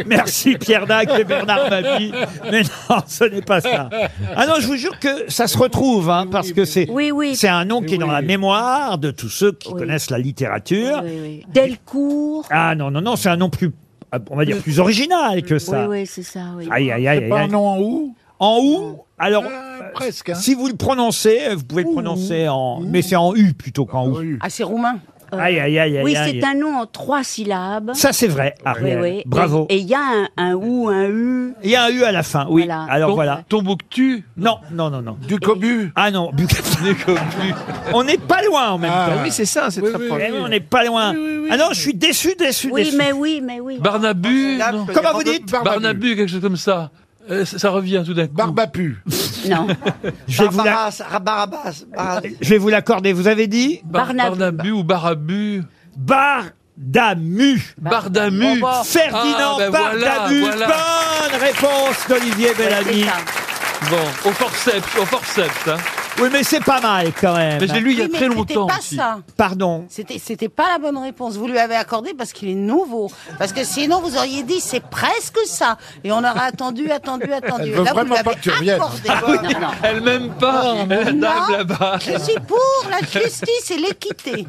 Speaker 2: Merci Pierre Dac et Bernard Mabie. Mais non, Oh, ce n'est pas ça. Ah non, je vous jure que ça se retrouve, hein, parce que c'est
Speaker 7: Oui, oui.
Speaker 2: c'est un nom qui est dans la mémoire de tous ceux qui connaissent la littérature.
Speaker 7: Delcourt.
Speaker 2: Ah non, non, non, c'est un nom plus, on va dire, plus original que ça.
Speaker 7: Oui, oui, c'est ça. Oui.
Speaker 2: Aïe, aïe, aïe,
Speaker 7: C'est
Speaker 2: aïe,
Speaker 7: pas
Speaker 2: aïe.
Speaker 7: un nom
Speaker 3: en ou
Speaker 2: En ou Alors, presque, si vous le prononcez, euh, vous pouvez le prononcer en... Mais c'est en U plutôt qu'en ou.
Speaker 4: Ah, c'est roumain.
Speaker 2: Aïe, aïe, aïe, aïe,
Speaker 7: Euh, Oui,
Speaker 2: aïe.
Speaker 7: c'est un nom hein. en trois syllabes.
Speaker 2: Ça, c'est vrai, Ariel. Bravo.
Speaker 7: Et et il y a un, un ou, un u.
Speaker 2: Il y a un U à la fin, oui.
Speaker 7: Voilà.
Speaker 2: Alors
Speaker 7: Tom-
Speaker 2: voilà.
Speaker 8: Tombouctu
Speaker 2: Non, non, non, non.
Speaker 3: Du cobu
Speaker 2: Ah non, du
Speaker 8: cobu.
Speaker 2: On n'est pas loin en même
Speaker 8: Ah.
Speaker 2: temps.
Speaker 8: Oui, c'est ça, c'est Oui, très oui, proche.
Speaker 2: Eh oui, on n'est pas loin. Ah non, je suis déçu, déçu,
Speaker 7: Oui,
Speaker 2: déçu.
Speaker 7: mais oui, mais oui.
Speaker 8: Barnabu non.
Speaker 2: Comment vous dites
Speaker 8: Barnabu. quelque chose comme ça. Euh, ça ça revient tout d'un coup.
Speaker 3: Barbapu.
Speaker 7: Non.
Speaker 2: Je vais vous la-
Speaker 10: Barbaras, Rabarabas, Barras.
Speaker 2: Je vais vous l'accorder. Vous avez dit
Speaker 8: Bar- Barnabu. Barnabu ou Barabu
Speaker 2: Bardamu.
Speaker 8: Bardamu.
Speaker 2: Ferdinand
Speaker 8: Ah, ben voilà,
Speaker 2: Bardamu.
Speaker 8: voilà.
Speaker 2: Bonne réponse d'Olivier Bellamy.
Speaker 8: Bon, au forceps, au forceps. Hein.
Speaker 2: Oui, mais c'est pas mal quand même.
Speaker 8: Mais je l'ai lu il y a
Speaker 4: Oui, mais
Speaker 8: très
Speaker 4: c'était
Speaker 8: longtemps.
Speaker 4: pas
Speaker 8: aussi.
Speaker 4: ça.
Speaker 2: Pardon.
Speaker 4: C'était, c'était pas la bonne réponse. Vous lui avez accordé parce qu'il est nouveau. Parce que sinon, vous auriez dit c'est presque ça. Et on aurait attendu, attendu, attendu.
Speaker 3: Elle veut
Speaker 4: Là, vous
Speaker 3: vraiment
Speaker 4: l'avez
Speaker 3: pas que tu reviennes. Ah
Speaker 4: accordé.
Speaker 8: Ah
Speaker 4: Non, non.
Speaker 8: Elle m'aime pas, la dame
Speaker 4: Non,
Speaker 8: là-bas.
Speaker 4: Je suis pour la justice et l'équité.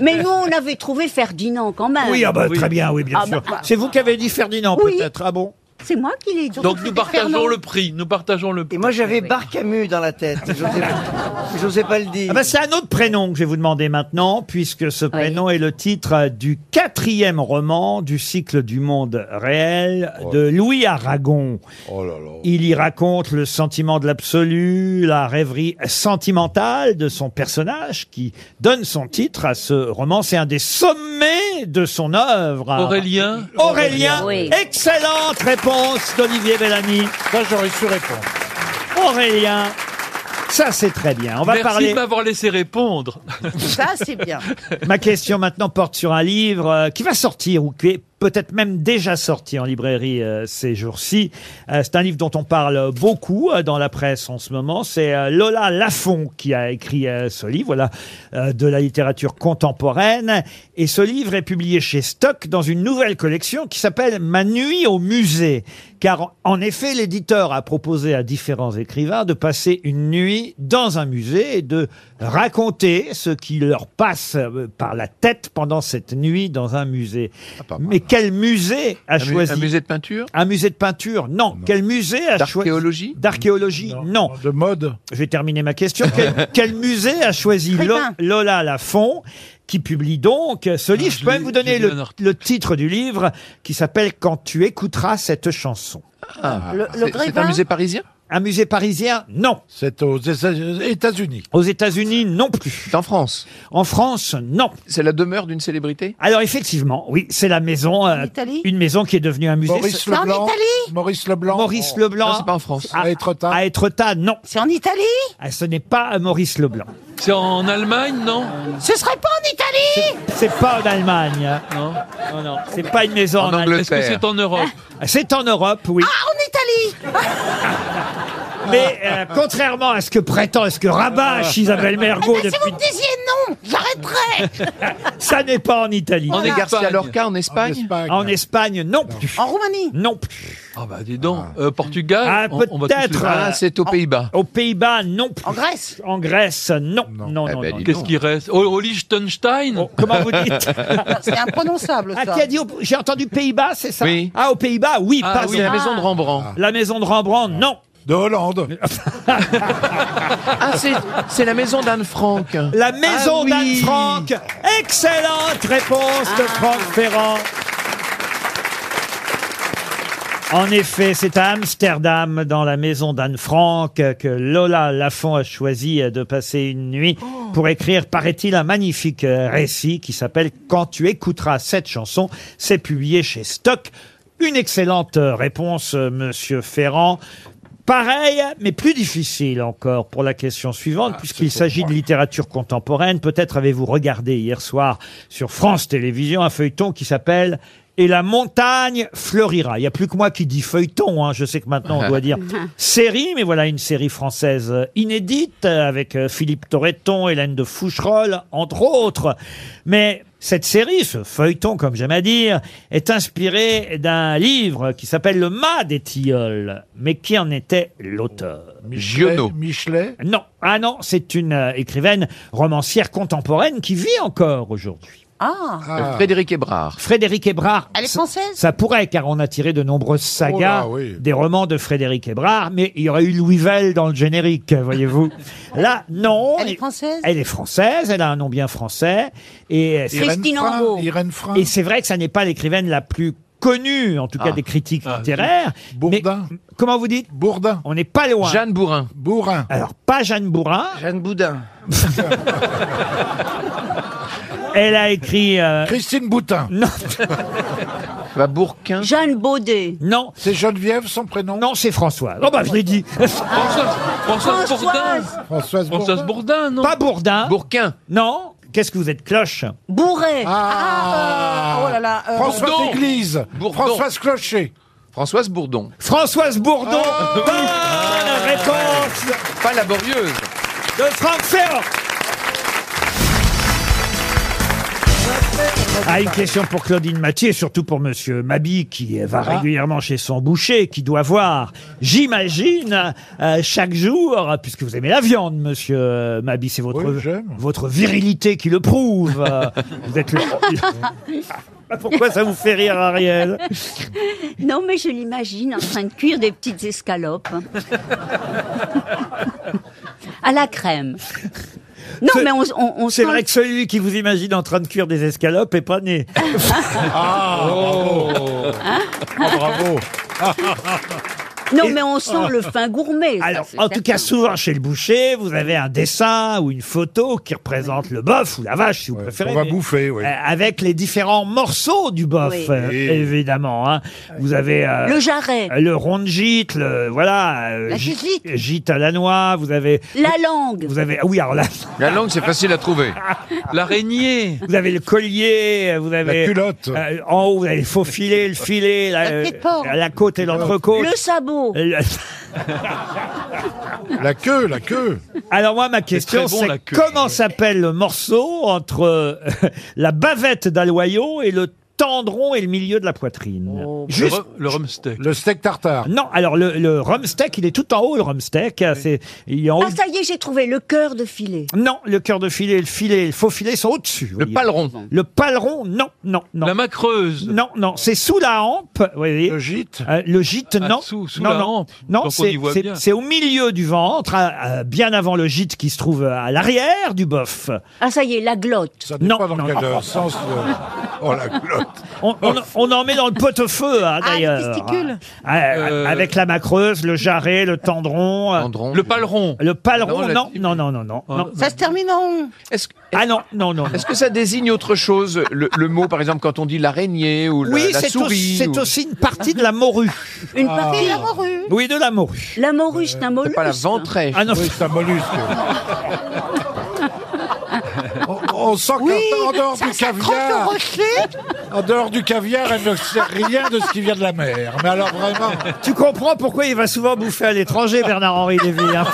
Speaker 7: Mais nous, on avait trouvé Ferdinand quand même.
Speaker 2: Oui, ah bah, très bien, oui, bien
Speaker 7: Ah
Speaker 2: sûr.
Speaker 7: bah, bah.
Speaker 2: C'est vous qui avez dit Ferdinand,
Speaker 7: Oui.
Speaker 2: peut-être. Ah bon
Speaker 7: C'est moi qui l'ai dit.
Speaker 8: Donc nous partageons le prix, nous partageons le prix.
Speaker 10: Et moi j'avais Barcamu dans la tête. J'osais pas- J'osais pas le dire.
Speaker 2: Ah bah, c'est un autre prénom que je vais vous demander maintenant, puisque ce prénom est le titre euh, du quatrième roman du cycle du monde réel de Louis Aragon. Il y raconte le sentiment de l'absolu, la rêverie sentimentale de son personnage qui donne son titre à ce roman. C'est un des sommets de son œuvre.
Speaker 8: Ah. Aurélien
Speaker 2: Aurélien,
Speaker 7: Oui.
Speaker 2: excellente réponse d'Olivier Bellamy.
Speaker 3: Ça, j'aurais su répondre.
Speaker 2: Aurélien, ça c'est très bien. On va
Speaker 8: Merci
Speaker 2: parler.
Speaker 8: de m'avoir laissé répondre.
Speaker 4: Ça, c'est bien.
Speaker 2: Ma question maintenant porte sur un livre euh, qui va sortir ou qui est peut-être même déjà sorti en librairie euh, ces jours-ci. Euh, c'est un livre dont on parle beaucoup euh, dans la presse en ce moment. C'est euh, Lola Lafont qui a écrit euh, ce livre, voilà, euh, de la littérature contemporaine. Et ce livre est publié chez Stock dans une nouvelle collection qui s'appelle Ma nuit au musée. Car en effet, l'éditeur a proposé à différents écrivains de passer une nuit dans un musée et de raconter ce qui leur passe euh, par la tête pendant cette nuit dans un musée.
Speaker 6: Ah,
Speaker 2: Mais quel musée a
Speaker 6: hein. Un, mu-
Speaker 2: choisi
Speaker 6: un musée de peinture
Speaker 2: Un musée de peinture Non. Quel musée a choisi
Speaker 6: D'archéologie
Speaker 2: D'archéologie Non.
Speaker 3: De mode
Speaker 2: Je vais terminer ma question. Quel, quel musée a choisi
Speaker 4: Très
Speaker 2: Lo-
Speaker 4: bien.
Speaker 2: Lola Lafont qui publie donc ce livre. Je
Speaker 8: je
Speaker 2: peux
Speaker 8: l'ai-
Speaker 2: même vous donner
Speaker 8: j'ai lu
Speaker 2: le-
Speaker 8: un article.
Speaker 2: le titre du livre qui s'appelle Quand tu écouteras cette chanson.
Speaker 4: Le, le
Speaker 6: Ah. C'est- C'est
Speaker 4: Grévin,
Speaker 6: un musée parisien
Speaker 2: Un musée parisien Non.
Speaker 3: C'est aux États-Unis.
Speaker 2: Aux États-Unis, non plus.
Speaker 6: C'est en France.
Speaker 2: En France, non.
Speaker 6: C'est la demeure d'une célébrité
Speaker 2: Alors effectivement, oui, c'est la maison, euh,
Speaker 4: Italie
Speaker 2: une maison qui est devenue un musée.
Speaker 3: Maurice
Speaker 4: C'est en
Speaker 3: Leblanc.
Speaker 4: Italie
Speaker 3: Maurice Leblanc.
Speaker 2: Maurice
Speaker 3: Oh.
Speaker 2: Leblanc
Speaker 6: Non, c'est pas en France.
Speaker 2: à,
Speaker 3: À Étretat.
Speaker 2: à Étretat, non.
Speaker 4: c'est en Italie
Speaker 2: Ah, Ce n'est pas euh, Maurice Leblanc.
Speaker 8: C'est en Allemagne, non
Speaker 4: Ce serait pas en Italie
Speaker 2: C'est pas en Allemagne.
Speaker 8: Non.
Speaker 2: Non, non. C'est pas une maison en,
Speaker 6: En
Speaker 2: Allemagne. Ah,
Speaker 8: Est-ce que c'est en Europe
Speaker 2: C'est en Europe, oui.
Speaker 4: Ah, en Italie
Speaker 2: Mais euh, contrairement à ce que prétend, est ce que
Speaker 8: Ah.
Speaker 2: rabâche Isabelle Mergot
Speaker 5: Ah,
Speaker 4: Ah, Mais si vous
Speaker 2: depuis,
Speaker 4: me disiez non, j'arrêterais
Speaker 2: ça n'est pas en Italie.
Speaker 8: En
Speaker 6: On est Garcia
Speaker 8: Espagne.
Speaker 6: Lorca en Espagne,
Speaker 2: En Espagne, non plus.
Speaker 4: En Roumanie
Speaker 2: Non plus.
Speaker 8: Ah bah dis donc, Euh, Portugal,
Speaker 2: Ah,
Speaker 8: on- on va tous les-
Speaker 2: peut-être,
Speaker 6: Ah,
Speaker 2: euh,
Speaker 6: c'est aux
Speaker 2: en-
Speaker 6: Pays-Bas.
Speaker 2: Aux Pays-Bas, non plus.
Speaker 4: En Grèce
Speaker 2: En Grèce, Euh, non. Non, non,
Speaker 6: Eh
Speaker 2: non.
Speaker 6: ben,
Speaker 2: non.
Speaker 6: dis
Speaker 8: Qu'est-ce qui reste Au, au Liechtenstein
Speaker 2: Oh, comment vous dites
Speaker 4: Ah, C'est imprononçable,
Speaker 2: Ah,
Speaker 4: ça.
Speaker 2: qui a dit au- J'ai entendu Pays-Bas, c'est ça
Speaker 6: Oui.
Speaker 2: Ah, aux Pays-Bas, oui,
Speaker 8: Ah,
Speaker 2: pas
Speaker 6: C'est la
Speaker 2: au-
Speaker 6: maison de Rembrandt.
Speaker 2: La maison de Rembrandt, non.
Speaker 3: De Hollande.
Speaker 6: Ah, c'est- c'est la maison d'Anne Frank.
Speaker 2: La maison
Speaker 6: Ah oui.
Speaker 2: d'Anne Frank. Excellente réponse de Franck Ferrand. En effet, c'est à Amsterdam, dans la maison d'Anne Frank, que Lola Lafont a choisi de passer une nuit pour écrire, paraît-il, un magnifique euh, récit qui s'appelle Quand tu écouteras cette chanson. C'est publié chez Stock. Une excellente euh, réponse, euh, monsieur Ferrand. Pareil, mais plus difficile encore pour la question suivante, puisqu'il s'agit de littérature contemporaine. Peut-être avez-vous regardé hier soir sur France Télévisions un feuilleton qui s'appelle et la montagne fleurira. Il n'y a plus que moi qui dis feuilleton, hein. je sais que maintenant on doit dire série, mais voilà une série française inédite euh, avec euh, Philippe Torreton, Hélène de Foucherolles, entre autres. Mais cette série, ce feuilleton comme j'aime à dire, est inspirée d'un livre qui s'appelle Le mât des tilleuls, mais qui en était l'auteur
Speaker 3: Giono. Michelet
Speaker 2: Non, ah non, c'est une euh, écrivaine romancière contemporaine qui vit encore aujourd'hui.
Speaker 4: Ah.
Speaker 6: Frédéric Hébrard.
Speaker 2: Frédéric Hébrard.
Speaker 4: Elle est française
Speaker 2: Ça pourrait, car on a tiré de nombreuses sagas
Speaker 3: Oh là, oui.
Speaker 2: des romans de Frédéric Hébrard, mais il y aurait eu Louis Vell dans le générique, voyez-vous. Là, non.
Speaker 4: Elle est française
Speaker 2: Elle est française, elle a un nom bien français. Et euh, c'est-
Speaker 7: Christine Angot.
Speaker 3: Irène Frein.
Speaker 2: et c'est vrai que ça n'est pas l'écrivaine la plus connue, en tout cas
Speaker 6: Ah.
Speaker 2: des critiques
Speaker 8: Ah,
Speaker 2: littéraires.
Speaker 3: Bourdin.
Speaker 2: Mais, comment vous dites
Speaker 3: Bourdin.
Speaker 2: On n'est pas loin.
Speaker 6: Jeanne Bourrin.
Speaker 3: Bourrin.
Speaker 2: Alors, pas Jeanne Bourrin.
Speaker 10: Jeanne Boudin.
Speaker 2: Elle a écrit... euh,
Speaker 3: Christine Boutin.
Speaker 2: Non,
Speaker 6: Va Bourquin.
Speaker 7: Jeanne Baudet.
Speaker 2: non,
Speaker 3: Ah. C'est Geneviève, son prénom
Speaker 2: non, c'est François. Non, bah, je l'ai dit.
Speaker 8: Françoise, Françoise Bourdin.
Speaker 7: Ah. Françoise
Speaker 3: Françoise Bourdin.
Speaker 8: Françoise Bourdin, non
Speaker 2: Pas Bourdin.
Speaker 6: Bourquin.
Speaker 2: Non. Qu'est-ce que vous êtes, cloche
Speaker 7: Bourret.
Speaker 3: Ah,
Speaker 4: Ah, euh, oh là là, euh,
Speaker 3: Françoise
Speaker 6: Bourdon.
Speaker 3: Église.
Speaker 6: Bourdon.
Speaker 3: Françoise Clocher.
Speaker 6: Françoise Bourdon. Ah,
Speaker 2: Françoise Bourdon.
Speaker 3: Oh
Speaker 2: Bonne réponse
Speaker 6: Pas laborieuse.
Speaker 2: de Franck Ferrand. Ah, une question pour Claudine Mathieu, surtout pour Monsieur Mabi, qui va régulièrement chez son boucher, qui doit voir, j'imagine, euh, chaque jour, puisque vous aimez la viande, Monsieur euh, Mabi, c'est votre,
Speaker 3: Oui, j'aime.
Speaker 2: votre virilité qui le prouve. Euh, vous êtes le... Ah, Pourquoi ça vous fait rire, Ariel
Speaker 7: Non, mais je l'imagine en train de cuire des petites escalopes. à la crème. Non,
Speaker 2: C'est-
Speaker 7: mais on, on, on
Speaker 2: C'est
Speaker 7: sent
Speaker 2: vrai que celui qui vous imagine en train de cuire des escalopes est pas né.
Speaker 7: Ah,
Speaker 3: Ah,
Speaker 2: Oh.
Speaker 3: bravo.
Speaker 7: Hein Non, mais on sent le fin gourmet. ça,
Speaker 2: Alors,
Speaker 7: c'est
Speaker 2: en tout
Speaker 7: certain.
Speaker 2: cas, souvent chez le boucher, vous avez un dessin ou une photo qui représente le bœuf ou la vache, si vous préférez.
Speaker 3: On va
Speaker 2: mais,
Speaker 3: bouffer, oui.
Speaker 2: euh, Avec les différents morceaux du bœuf,
Speaker 7: Oui.
Speaker 2: euh,
Speaker 3: Oui.
Speaker 2: évidemment. hein. Vous avez euh,
Speaker 7: Le jarret,
Speaker 2: le rond de gîte, le voilà, euh,
Speaker 4: La
Speaker 2: gi-
Speaker 4: gigite.
Speaker 2: gîte à la noix. Vous avez,
Speaker 7: la langue,
Speaker 2: vous avez, ah oui, alors là,
Speaker 6: La langue, c'est facile à trouver.
Speaker 8: L'araignée.
Speaker 2: vous avez le collier, vous avez
Speaker 3: La culotte.
Speaker 2: euh, en haut, vous avez le faux filet, le filet, la,
Speaker 4: La
Speaker 2: euh,
Speaker 4: clé de porc.
Speaker 2: la côte et l'entrecôte.
Speaker 7: le sabot.
Speaker 2: Le-
Speaker 3: La queue, la queue.
Speaker 2: Alors moi, ma question,
Speaker 8: très bon,
Speaker 2: c'est
Speaker 8: la queue.
Speaker 2: comment s'appelle le morceau entre euh, la bavette d'Aloyau et le tendron et le milieu de la poitrine
Speaker 8: Oh, Le,
Speaker 2: Juste...
Speaker 8: rum- le rumsteak.
Speaker 3: Le steak tartare.
Speaker 2: Non, alors le, le rumsteak, il est tout en haut, le rumsteak. C'est, il est en haut.
Speaker 7: Ah, ça y est, j'ai trouvé le cœur de filet.
Speaker 2: Non, le cœur de filet, le filet, et le faux filet sont au-dessus. vous
Speaker 6: Le
Speaker 2: voyez.
Speaker 6: paleron.
Speaker 2: Le paleron, non, non, non.
Speaker 8: La macreuse.
Speaker 2: Non, non, c'est sous la hampe, vous voyez.
Speaker 3: Le gîte.
Speaker 2: Euh, le gîte,
Speaker 8: Ah,
Speaker 2: non.
Speaker 8: sous- sous
Speaker 2: non,
Speaker 8: la
Speaker 2: non.
Speaker 8: hampe.
Speaker 2: Non,
Speaker 8: Donc on
Speaker 2: c'est-
Speaker 8: y voit
Speaker 2: c'est
Speaker 8: bien.
Speaker 2: c'est au milieu du ventre, à- à- bien avant le gîte qui se trouve à l'arrière du bœuf.
Speaker 7: Ah, ça y est, la glotte.
Speaker 3: Ça dépend
Speaker 2: non,
Speaker 3: dans
Speaker 2: non.
Speaker 3: quel euh, sens. euh, Oh, la glotte.
Speaker 2: On, on- on en met dans le pot-au-feu, hein,
Speaker 4: Ah, les
Speaker 2: d'ailleurs.
Speaker 4: testicules.
Speaker 2: Ah, ah,
Speaker 8: Euh,
Speaker 2: Avec la macreuse, le jarret, le tendron, euh,
Speaker 6: Andron.
Speaker 8: Le paleron.
Speaker 2: le paleron.
Speaker 6: Non, la-
Speaker 2: Non, non, non, non, non.
Speaker 8: Ah,
Speaker 2: non.
Speaker 4: Ça se termine en.
Speaker 6: Est-ce que-
Speaker 2: Ah non, non, non. non.
Speaker 6: est-ce que ça désigne autre chose le, le mot, par exemple, quand on dit l'araignée ou la,
Speaker 2: Oui,
Speaker 6: la
Speaker 2: c'est aussi,
Speaker 6: souris
Speaker 2: c'est
Speaker 6: ou-
Speaker 2: aussi une partie de la morue. Ah.
Speaker 7: Une partie.
Speaker 4: La morue.
Speaker 2: Oui, de la morue.
Speaker 7: La morue, c'est un
Speaker 6: Ah. C'est
Speaker 7: mollusque.
Speaker 6: pas la ventrèche.
Speaker 2: Ah non,
Speaker 3: Oui, c'est un mollusque. on, Oh, on sent qu'en en dehors
Speaker 4: ça
Speaker 3: du
Speaker 4: s'accroche au
Speaker 3: caviar,
Speaker 4: rocher.
Speaker 3: en dehors du caviar, elle ne sait rien de ce qui vient de la mer. Mais alors vraiment,
Speaker 2: tu comprends pourquoi il va souvent bouffer à l'étranger, Bernard-Henri Lévy. hein.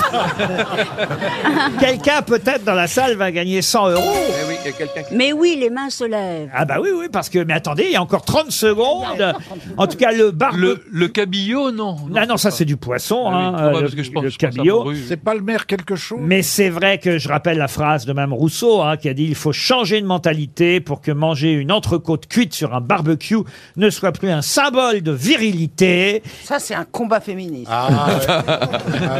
Speaker 2: Quelqu'un, peut-être, dans la salle, va gagner 100 euros.
Speaker 6: Eh oui, il y a quelqu'un qui-
Speaker 7: Mais oui, les mains se lèvent.
Speaker 2: Ah bah oui, oui, parce que... Mais attendez, il y a encore 30 secondes. En tout cas, le barbe...
Speaker 8: Le, le cabillaud, non.
Speaker 2: Ah non, ça c'est du poisson,
Speaker 8: Ah
Speaker 2: hein,
Speaker 8: oui,
Speaker 2: euh,
Speaker 8: parce
Speaker 2: le,
Speaker 8: que je pense-
Speaker 2: le
Speaker 8: je pense à
Speaker 2: cabillaud.
Speaker 8: morue.
Speaker 3: c'est pas le maire quelque chose
Speaker 2: Mais c'est vrai que je rappelle la phrase de Mme Rousseau hein, qui a dit il faut changer de mentalité pour que manger une entrecôte cuite sur un barbecue ne soit plus un symbole de virilité.
Speaker 4: Ça, c'est un combat féministe.
Speaker 3: Ah, ouais. Ah,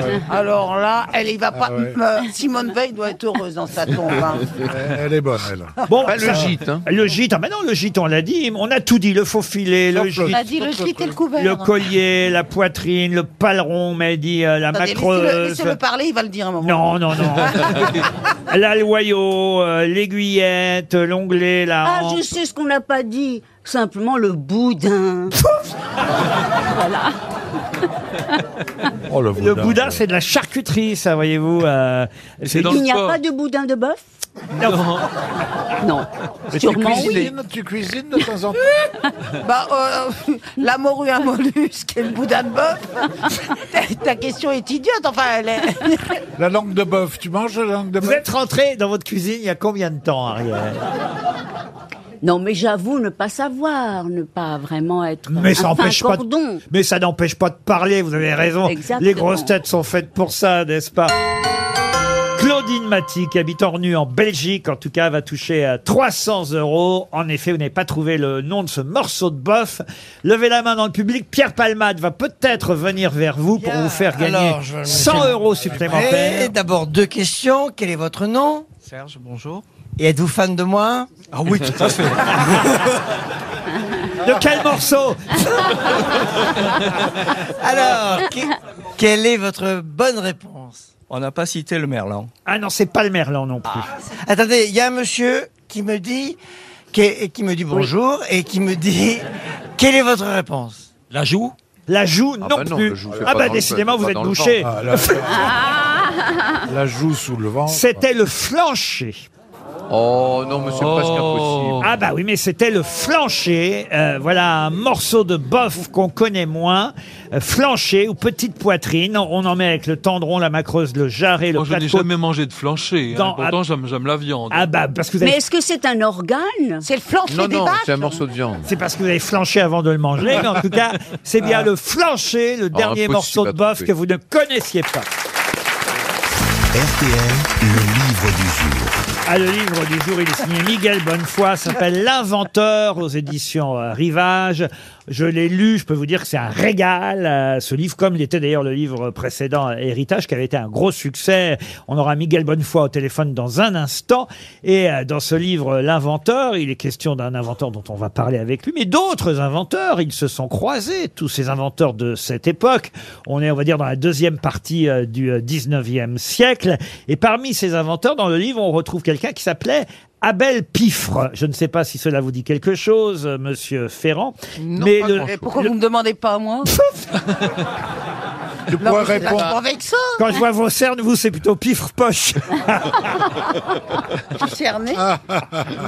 Speaker 3: ouais. Ah
Speaker 4: Alors là, elle y va pas.
Speaker 3: ouais.
Speaker 4: Euh, Simone Veil doit être heureuse dans sa tombe. hein.
Speaker 3: Elle elle est bonne, elle.
Speaker 2: Bon,
Speaker 6: Pas le
Speaker 2: ça-
Speaker 6: gîte. hein.
Speaker 2: Le gîte, ah ben non, le gîte, on l'a dit, on a tout dit, le faux filet, le
Speaker 3: Sauf le-
Speaker 2: gîte,
Speaker 4: On a dit le gîte et le couvert.
Speaker 2: le collier, la poitrine, le paleron, on m'a dit euh, la
Speaker 4: Attendez, Laissez-le
Speaker 2: macreuse.
Speaker 4: laissez-le parler, il va le dire à un moment. Ah,
Speaker 2: Non, non, non. la loyau, euh, l'aiguillette, l'onglet, la
Speaker 7: Ah,
Speaker 2: hampe.
Speaker 7: je sais ce qu'on n'a pas dit. Simplement le boudin.
Speaker 3: Oh,
Speaker 2: le boudin, c'est de la charcuterie, ça, voyez-vous. euh, c'est-
Speaker 7: Il n'y a pas de boudin de bœuf
Speaker 2: Non.
Speaker 4: non.
Speaker 2: Mais
Speaker 4: Sûrement
Speaker 2: tu
Speaker 4: oui.
Speaker 2: cuisines-
Speaker 3: Tu cuisines de temps en temps
Speaker 4: Bah, euh, la morue à mollusque et le boudin de bœuf. Ta- Ta question est idiote, enfin, elle est.
Speaker 3: La langue de bœuf, tu manges la langue de bœuf
Speaker 2: Vous êtes rentré dans votre cuisine il y a combien de temps, Ariel
Speaker 7: Non, mais j'avoue ne pas savoir, ne pas vraiment être
Speaker 2: Mais ça
Speaker 7: un fin
Speaker 2: n'empêche pas. de-
Speaker 7: cordon.
Speaker 2: mais ça n'empêche pas de parler. Vous avez raison.
Speaker 7: Exactement.
Speaker 2: Les grosses têtes sont faites pour ça, n'est-ce pas Claudine Maty, qui habite Ornu en Belgique, en tout cas, va toucher à 300 euros. En effet, vous n'avez pas trouvé le nom de ce morceau de bœuf. Levez la main dans le public. Pierre Palmade va peut-être venir vers vous pour vous faire gagner
Speaker 10: Alors, je vais me
Speaker 2: 100
Speaker 10: mettre-
Speaker 2: euros supplémentaires.
Speaker 10: Et D'abord, deux questions. Quel est votre nom
Speaker 13: Serge, bonjour.
Speaker 10: Et êtes-vous fan de moi
Speaker 13: Ah oui, tout à fait.
Speaker 2: De quel morceau
Speaker 10: Alors, que- quelle est votre bonne réponse
Speaker 13: On n'a pas cité le Merlan.
Speaker 2: Ah non, c'est pas le Merlan non plus.
Speaker 10: Ah. Attendez, il y a un monsieur qui me dit, qui, qui me dit bonjour et qui me dit quelle est votre réponse
Speaker 13: La joue
Speaker 2: La joue,
Speaker 10: Ah
Speaker 2: non
Speaker 10: bah non,
Speaker 2: plus.
Speaker 10: la joue, c'est
Speaker 2: ah
Speaker 10: pas
Speaker 2: bah
Speaker 10: dans le-
Speaker 2: décidément,
Speaker 10: c'est
Speaker 2: vous
Speaker 10: pas
Speaker 2: êtes
Speaker 10: dans le
Speaker 2: bouché.
Speaker 10: ventre. Ah,
Speaker 2: Ah.
Speaker 3: La joue sous le ventre.
Speaker 2: C'était le flancher.
Speaker 6: Oh non, mais c'est presque impossible.
Speaker 2: Ah bah oui, mais c'était le flancher. Euh, voilà un morceau de bœuf qu'on connaît moins. Euh, flancher ou petite poitrine. On en met avec le tendron, la macreuse, le jarret, le
Speaker 8: Moi, Oh, je
Speaker 2: plat de
Speaker 8: n'ai
Speaker 2: côte.
Speaker 8: jamais mangé de flancher. hein.
Speaker 2: Dans-
Speaker 8: Pourtant, j'aime j'aime la viande.
Speaker 2: Ah bah parce que vous avez...
Speaker 7: Mais est-ce que c'est un organe Ah,
Speaker 4: C'est le flancher
Speaker 6: de viande.
Speaker 2: C'est parce que vous avez flanché avant de le manger, mais en tout cas, c'est bien le flancher, le dernier
Speaker 6: Ah. impossible
Speaker 2: morceau de
Speaker 6: à
Speaker 2: bœuf
Speaker 6: trouver.
Speaker 2: que vous ne connaissiez pas.
Speaker 1: RTL, le livre du jour.
Speaker 2: Ah, le livre du jour, il est signé Miguel Bonnefoy, s'appelle L'inventeur aux éditions euh, Rivage. Je l'ai lu, je peux vous dire que c'est un régal, euh, ce livre, comme l'était d'ailleurs le livre précédent, euh, Héritage, qui avait été un gros succès. On aura Miguel Bonnefoy au téléphone dans un instant. Et euh, dans ce livre, euh, L'inventeur, il est question d'un inventeur dont on va parler avec lui, mais d'autres inventeurs, ils se sont croisés, tous ces inventeurs de cette époque. On est, on va dire, dans la deuxième partie euh, du euh, 19e siècle. Et parmi ces inventeurs, dans le livre, on retrouve quelqu'un qui s'appelait Abel Pifre. Je ne sais pas si cela vous dit quelque chose, euh, monsieur Ferrand. mais le-
Speaker 4: Et pourquoi
Speaker 2: le-
Speaker 4: vous me demandez pas à moi
Speaker 3: Tu
Speaker 4: Non,
Speaker 3: pourrais
Speaker 4: mais c'est
Speaker 3: répondre.
Speaker 4: vachement vexant.
Speaker 2: Quand je vois vos cernes, vous, c'est plutôt Pifre Poche.
Speaker 4: Cerné Ah,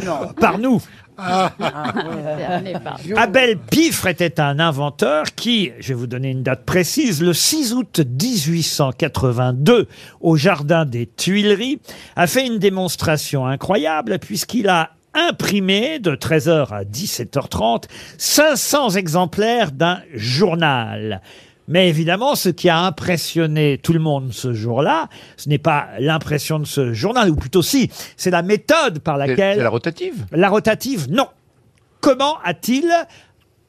Speaker 4: Non.
Speaker 2: Par nous.
Speaker 4: Abel.
Speaker 2: Abel Pifre était un inventeur qui, je vais vous donner une date précise, le 6 août 1882, au Jardin des Tuileries, a fait une démonstration incroyable puisqu'il a imprimé de 13h à 17h30 500 exemplaires d'un journal. Mais évidemment, ce qui a impressionné tout le monde ce jour-là, ce n'est pas l'impression de ce journal, ou plutôt si, c'est la méthode par laquelle...
Speaker 6: c'est la rotative
Speaker 2: La rotative, non. Comment a-t-il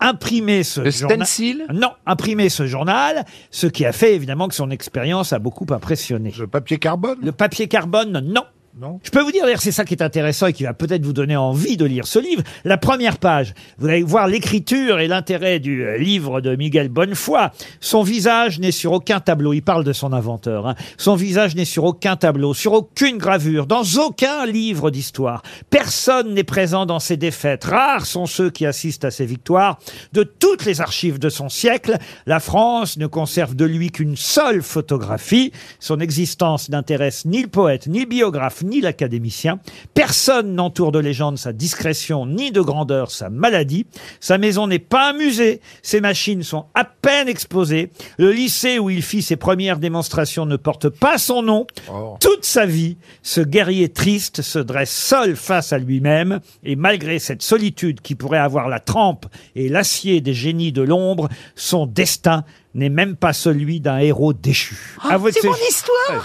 Speaker 2: imprimé ce
Speaker 6: Le
Speaker 2: journal
Speaker 6: stencil
Speaker 2: Non, imprimé ce journal, ce qui a fait évidemment que son expérience a beaucoup impressionné. Le
Speaker 3: papier carbone
Speaker 2: Le papier carbone, non.
Speaker 3: Non.
Speaker 2: Je peux vous dire, d'ailleurs, c'est ça qui est intéressant et qui va peut-être vous donner envie de lire ce livre. La première page, vous allez voir l'écriture et l'intérêt du euh, livre de Miguel Bonnefoy. Son visage n'est sur aucun tableau. Il parle de son inventeur. hein. Son visage n'est sur aucun tableau, sur aucune gravure, dans aucun livre d'histoire. Personne n'est présent dans ses défaites. Rares sont ceux qui assistent à ses victoires. De toutes les archives de son siècle, la France ne conserve de lui qu'une seule photographie. Son existence n'intéresse ni le poète, ni le biographe, ni l'académicien. Personne n'entoure de légende sa discrétion, ni de grandeur sa maladie. Sa maison n'est pas un musée. Ses machines sont à peine exposées. Le lycée où il fit ses premières démonstrations ne porte pas son nom. Toute sa vie, ce guerrier triste se dresse seul face à lui-même, et malgré cette solitude qui pourrait avoir la trempe et l'acier des génies de l'ombre, son destin n'est même pas celui d'un héros déchu.
Speaker 6: Ah,
Speaker 2: Avouez que
Speaker 4: Ah, C'est mon
Speaker 2: c'est-
Speaker 4: histoire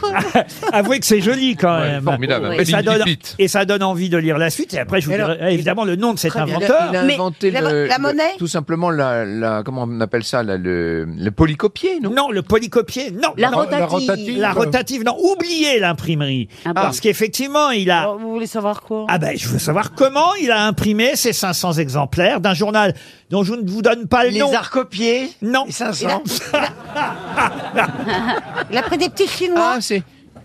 Speaker 2: Avouez que c'est joli quand
Speaker 6: Ouais,
Speaker 2: même.
Speaker 6: formidable,
Speaker 2: Et
Speaker 6: un
Speaker 2: ça,
Speaker 6: bel
Speaker 2: donne,
Speaker 6: hippite.
Speaker 2: et ça donne envie de lire la suite. Et après, je vous
Speaker 6: Mais alors,
Speaker 2: dirai évidemment le nom de cet
Speaker 6: Très bien.
Speaker 2: inventeur.
Speaker 6: Il a, il a inventé
Speaker 4: la-
Speaker 6: le-
Speaker 4: la
Speaker 6: le-
Speaker 4: monnaie
Speaker 6: Tout simplement la, la- comment on appelle ça, là, le, le polycopier, non
Speaker 2: Non, le polycopier, non.
Speaker 6: La La- la rotative. rotative. Ah
Speaker 2: La rotative, non. Oubliez l'imprimerie. Parce qu'effectivement, il a...
Speaker 4: Vous voulez savoir quoi
Speaker 2: Ah ben, je veux savoir comment il a imprimé ces 500 exemplaires d'un journal dont je ne vous donne pas le
Speaker 10: Les
Speaker 2: nom.
Speaker 10: a recopiés
Speaker 2: Non.
Speaker 10: les 500.
Speaker 4: Il a pris des petits chinois.
Speaker 2: Ah,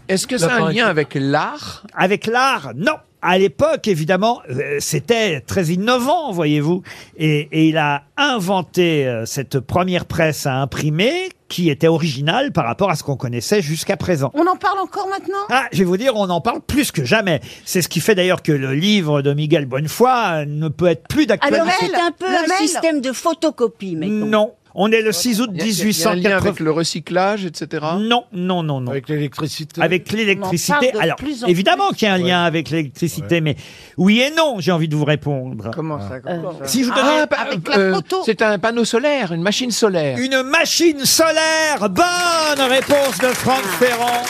Speaker 6: Est-ce que ça a un lien avec l'art
Speaker 2: Avec l'art, non. à l'époque, évidemment, euh, c'était très innovant, voyez-vous. Et, et il a inventé euh, cette première presse à imprimer qui était originale par rapport à ce qu'on connaissait jusqu'à présent.
Speaker 4: On en parle encore maintenant
Speaker 2: Ah, je vais vous dire, on en parle plus que jamais. C'est ce qui fait d'ailleurs que le livre de Miguel Bonnefoy euh, ne peut être plus d'actualité.
Speaker 7: Alors c'est un peu un système de photocopie maintenant.
Speaker 2: Non. On est le 6 août
Speaker 6: Il y a- il y a- il y a un lien
Speaker 2: 1880.
Speaker 6: avec le recyclage, etc.
Speaker 2: Non, non, non, non.
Speaker 6: Avec l'électricité.
Speaker 2: Avec l'électricité. Alors, évidemment qu'il y a un lien avec l'électricité, mais oui et non, j'ai envie de vous répondre.
Speaker 6: Comment ça,
Speaker 2: Si je vous donne
Speaker 6: Ah, pa- euh, C'est un panneau solaire, une machine solaire.
Speaker 2: une machine solaire, bonne réponse de Franck
Speaker 4: Ah.
Speaker 2: Ferrand.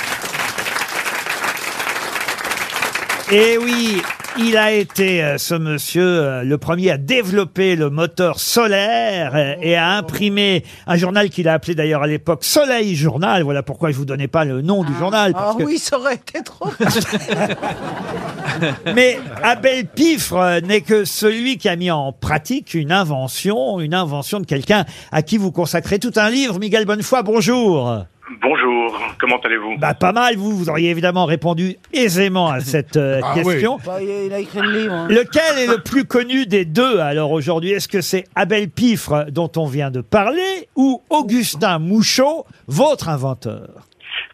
Speaker 2: Et Eh oui, il a été, euh, ce monsieur, euh, le premier à développer le moteur solaire euh, et à imprimer un journal qu'il a appelé d'ailleurs à l'époque Soleil Journal. Voilà pourquoi je vous donnais pas le nom du journal.
Speaker 4: Ah
Speaker 2: parce que-
Speaker 4: oui, ça aurait été trop.
Speaker 2: Mais Abel Pifre euh, n'est que celui qui a mis en pratique une invention, une invention de quelqu'un à qui vous consacrez tout un livre. Miguel Bonnefoy, bonjour.
Speaker 14: Bonjour, comment allez-vous
Speaker 2: Bah pas mal, vous, vous auriez évidemment répondu aisément à cette euh, question.
Speaker 4: Bah, il il a écrit le livre. hein.
Speaker 2: Lequel est le plus connu des deux alors aujourd'hui Est-ce que c'est Abel Pifre dont on vient de parler ou Augustin Mouchot, votre inventeur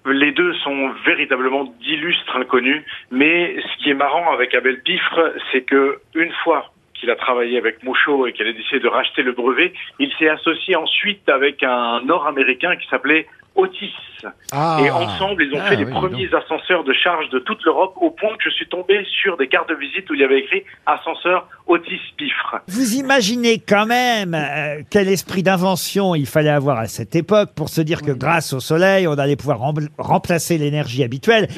Speaker 14: Les deux sont véritablement d'illustres inconnus, mais ce qui est marrant avec Abel Pifre, c'est que une fois qu'il a travaillé avec Mouchot et qu'elle a décidé de racheter le brevet, il s'est associé ensuite avec un Nord-Américain qui s'appelait Otis.
Speaker 3: Ah.
Speaker 14: et ensemble, ils ont
Speaker 3: Ah,
Speaker 14: fait les
Speaker 3: oui, dis donc.
Speaker 14: premiers ascenseurs de charge de toute l'Europe, au point que je suis tombé sur des cartes de visite où il y avait écrit ascenseur Otis Pifre.
Speaker 2: Vous imaginez quand même euh, quel esprit d'invention il fallait avoir à cette époque pour se dire que grâce au soleil, on allait pouvoir rem- remplacer l'énergie habituelle.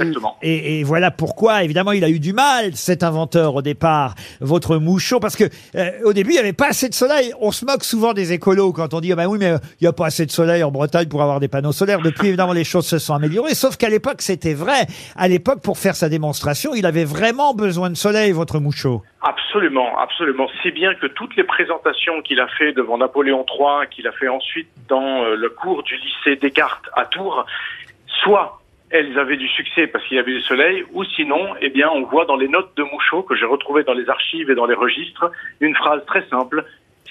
Speaker 2: Et, et voilà pourquoi, évidemment, il a eu du mal, cet inventeur au départ, votre mouchon, parce que euh, au début, il n'y avait pas assez de soleil. On se moque souvent des écolos quand on dit, ah ben oui, mais euh, il n'y a pas assez de soleil en Bretagne pour avoir des panneaux solaires. Depuis, évidemment, les choses se sont améliorées. Sauf qu'à l'époque, c'était vrai. À l'époque, pour faire sa démonstration, il avait vraiment besoin de soleil, votre mouchot.
Speaker 14: Absolument, absolument. Si bien que toutes les présentations qu'il a fait devant Napoléon III, qu'il a fait ensuite dans euh, le cours du lycée Descartes à Tours, soit elles avaient du succès parce qu'il y avait du soleil, ou sinon, eh bien, on voit dans les notes de Mouchot que j'ai retrouvées dans les archives et dans les registres une phrase très simple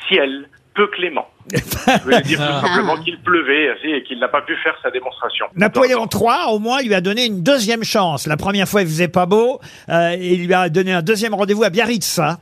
Speaker 14: ciel peu clément. Je voulais dire tout simplement qu'il pleuvait assez, et qu'il n'a pas pu faire sa démonstration.
Speaker 2: Napoléon III, au moins, lui a donné une deuxième chance. La première fois, il faisait pas beau. euh, et il lui a donné un deuxième rendez-vous à Biarritz. hein.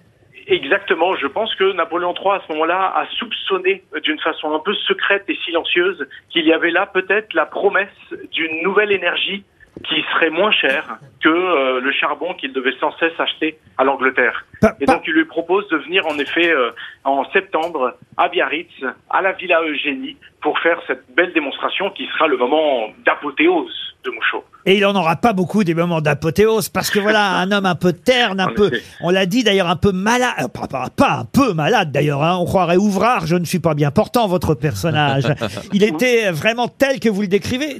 Speaker 14: Exactement. Je pense que Napoléon III, à ce moment-là, a soupçonné euh, d'une façon un peu secrète et silencieuse qu'il y avait là peut-être la promesse d'une nouvelle énergie qui serait moins chère que euh, le charbon qu'il devait sans cesse acheter à l'Angleterre. Et donc, il lui propose de venir, en effet, euh, en septembre, à Biarritz, à la Villa Eugénie, pour faire cette belle démonstration qui sera le moment d'apothéose de Mouchot.
Speaker 2: Et il en aura pas beaucoup des moments d'apothéose parce que voilà un homme un peu terne, un peu, on l'a dit d'ailleurs un peu malade, euh, pas, pas- pas un peu malade d'ailleurs, hein, on croirait Ouvrard. Je ne suis pas bien portant votre personnage. Il était vraiment tel que vous le décrivez.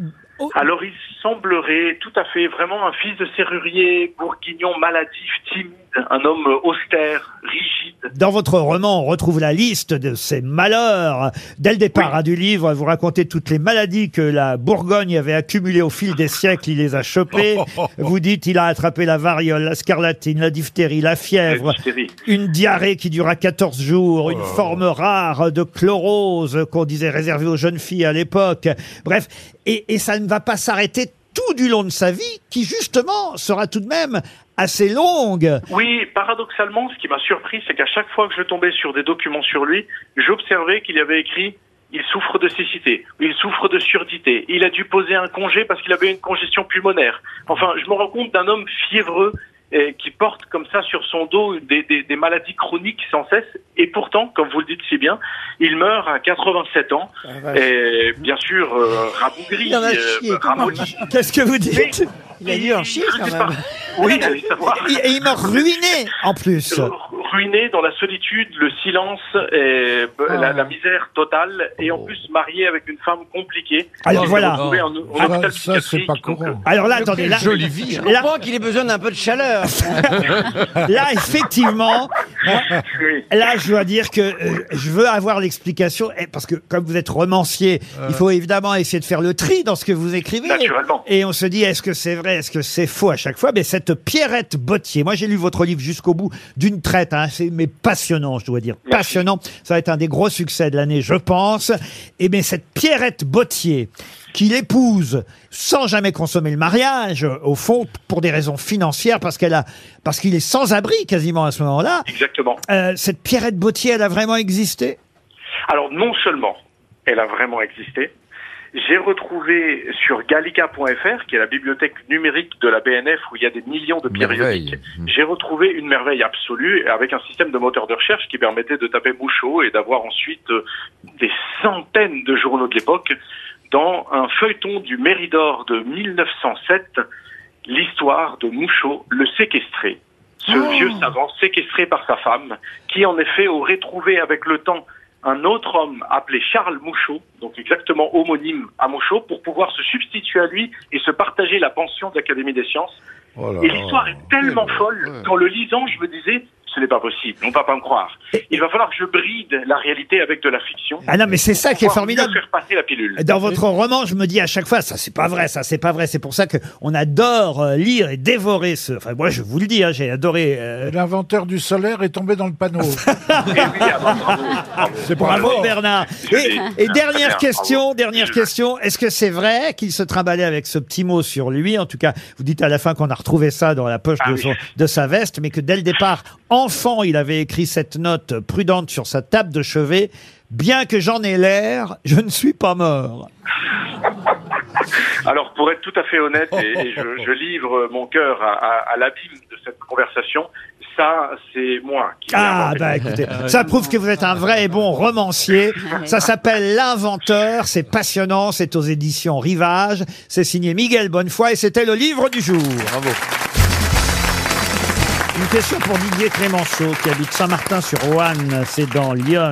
Speaker 14: Alors il semblerait tout à fait vraiment un fils de serrurier, bourguignon, maladif, timide, un homme austère, rigide.
Speaker 2: Dans votre roman, on retrouve la liste de ses malheurs. Dès le départ hein, du livre, vous racontez toutes les maladies que la Bourgogne avait accumulées au fil des siècles. Il les a chopées. vous dites, il a attrapé la variole, la scarlatine, la diphtérie, Oh. la fièvre, une diarrhée qui dura 14 jours, une forme rare de chlorose qu'on disait réservée aux jeunes filles à l'époque. Bref, et, et ça ne va pas s'arrêter tout du long de sa vie, qui justement sera tout de même assez longue.
Speaker 14: Oui, paradoxalement, ce qui m'a surpris, c'est qu'à chaque fois que je tombais sur des documents sur lui, j'observais qu'il y avait écrit il souffre de cécité, il souffre de surdité, il a dû poser un congé parce qu'il avait une congestion pulmonaire. Enfin, je me rends compte d'un homme fiévreux eh, qui porte comme ça sur son dos des, des- des maladies chroniques sans cesse. Et pourtant, comme vous le dites si bien, il meurt à 87 ans. et bien sûr, euh, rabougri,
Speaker 9: Il en a
Speaker 14: euh,
Speaker 9: chié,
Speaker 2: bah,
Speaker 9: tout
Speaker 14: ramolli.
Speaker 2: Qu'est-ce que vous dites
Speaker 14: Il a eu un chier quand même. Oui, j'allais savoir.
Speaker 2: Et, et il meurt ruiné en plus.
Speaker 14: ruiné dans la solitude, le silence et b-
Speaker 2: Ah.
Speaker 14: la, la misère totale, et en plus marié avec une femme compliquée.
Speaker 2: Alors
Speaker 3: Oh,
Speaker 14: Il s'est
Speaker 2: voilà.
Speaker 14: retrouvé en- en
Speaker 2: Ah, euh,
Speaker 14: hôpital
Speaker 2: ça, c'est
Speaker 14: psychiatrique,
Speaker 2: pas
Speaker 14: donc,
Speaker 2: courant. Alors là,
Speaker 14: Mais
Speaker 2: attendez,
Speaker 14: quelle
Speaker 2: là-
Speaker 14: jolie vie.
Speaker 10: Je comprends qu'il ait besoin d'un peu de chaleur.
Speaker 2: Là, effectivement, là, je dois dire que euh, je veux avoir l'explication, eh, parce que comme vous êtes romancier, il faut évidemment essayer de faire le tri dans ce que vous écrivez.
Speaker 14: Naturellement.
Speaker 2: Et on se dit, est-ce que c'est vrai, est-ce que c'est faux à chaque fois Mais cette Pierrette Bottier, moi j'ai lu votre livre jusqu'au bout d'une traite, hein, c'est mais passionnant, je dois dire, passionnant. Ça va être un des gros succès de l'année, je pense. Et bien cette Pierrette Bottier, qu'il épouse sans jamais consommer le mariage, euh, au fond, pour des raisons financières, parce qu'elle a, parce qu'il est sans abri quasiment à ce moment-là.
Speaker 14: Exactement.
Speaker 2: Euh, cette Pierrette Bottier, elle a vraiment existé
Speaker 14: Alors non seulement elle a vraiment existé, j'ai retrouvé sur gallica.fr, qui est la bibliothèque numérique de la BNF où il y a des millions de périodiques, j'ai retrouvé une merveille absolue avec un système de moteur de recherche qui permettait de taper Mouchot et d'avoir ensuite euh, des centaines de journaux de l'époque dans un feuilleton du Méridor de 1907, l'histoire de Mouchot, le séquestré. Ce
Speaker 15: Oh.
Speaker 14: vieux savant séquestré par sa femme, qui en effet aurait trouvé avec le temps un autre homme appelé Charles Mouchot, donc exactement homonyme à Mouchot, pour pouvoir se substituer à lui et se partager la pension de l'Académie des sciences.
Speaker 3: Oh là
Speaker 14: et
Speaker 3: là.
Speaker 14: l'histoire est tellement folle qu'en le lisant, je me disais, ce n'est pas possible, on ne va pas me croire. Il va falloir que je bride la réalité avec de la fiction.
Speaker 2: Ah non, mais c'est ça
Speaker 14: pour
Speaker 2: qui est
Speaker 14: pouvoir
Speaker 2: formidable.
Speaker 14: mieux faire passer la pilule.
Speaker 2: Dans votre roman, je me dis à chaque fois, ça c'est pas vrai, ça c'est pas vrai. C'est pour ça que on adore euh, lire et dévorer ce. Enfin, moi je vous le dis, hein, j'ai adoré. euh,
Speaker 3: L'inventeur du solaire est tombé dans le panneau. C'est pas
Speaker 2: Bravo
Speaker 3: fort.
Speaker 2: Bernard. Et, et dernière question, dernière question. Est-ce que c'est vrai qu'il se trimballait avec ce petit mot sur lui En tout cas, vous dites à la fin qu'on a retrouvé ça dans la poche
Speaker 14: Ah
Speaker 2: de,
Speaker 14: oui.
Speaker 2: son- de sa veste, mais que dès le départ, enfant, il avait écrit cette note prudente sur sa table de chevet. Bien que j'en ai l'air, je ne suis pas mort.
Speaker 14: Alors, pour être tout à fait honnête, et, et je, je livre mon cœur à, à- à l'abîme de cette conversation, ça, c'est moi qui. l'ai
Speaker 2: Ah
Speaker 14: inventé.
Speaker 2: bah écoutez, ça prouve que vous êtes un vrai et bon romancier. Ça s'appelle L'inventeur, c'est passionnant, c'est aux éditions Rivage, c'est signé Miguel Bonnefoy et c'était le livre du jour. Bravo. Une question pour Didier Clémenceau qui habite Saint-Martin-sur-Ouane, c'est dans Lyon.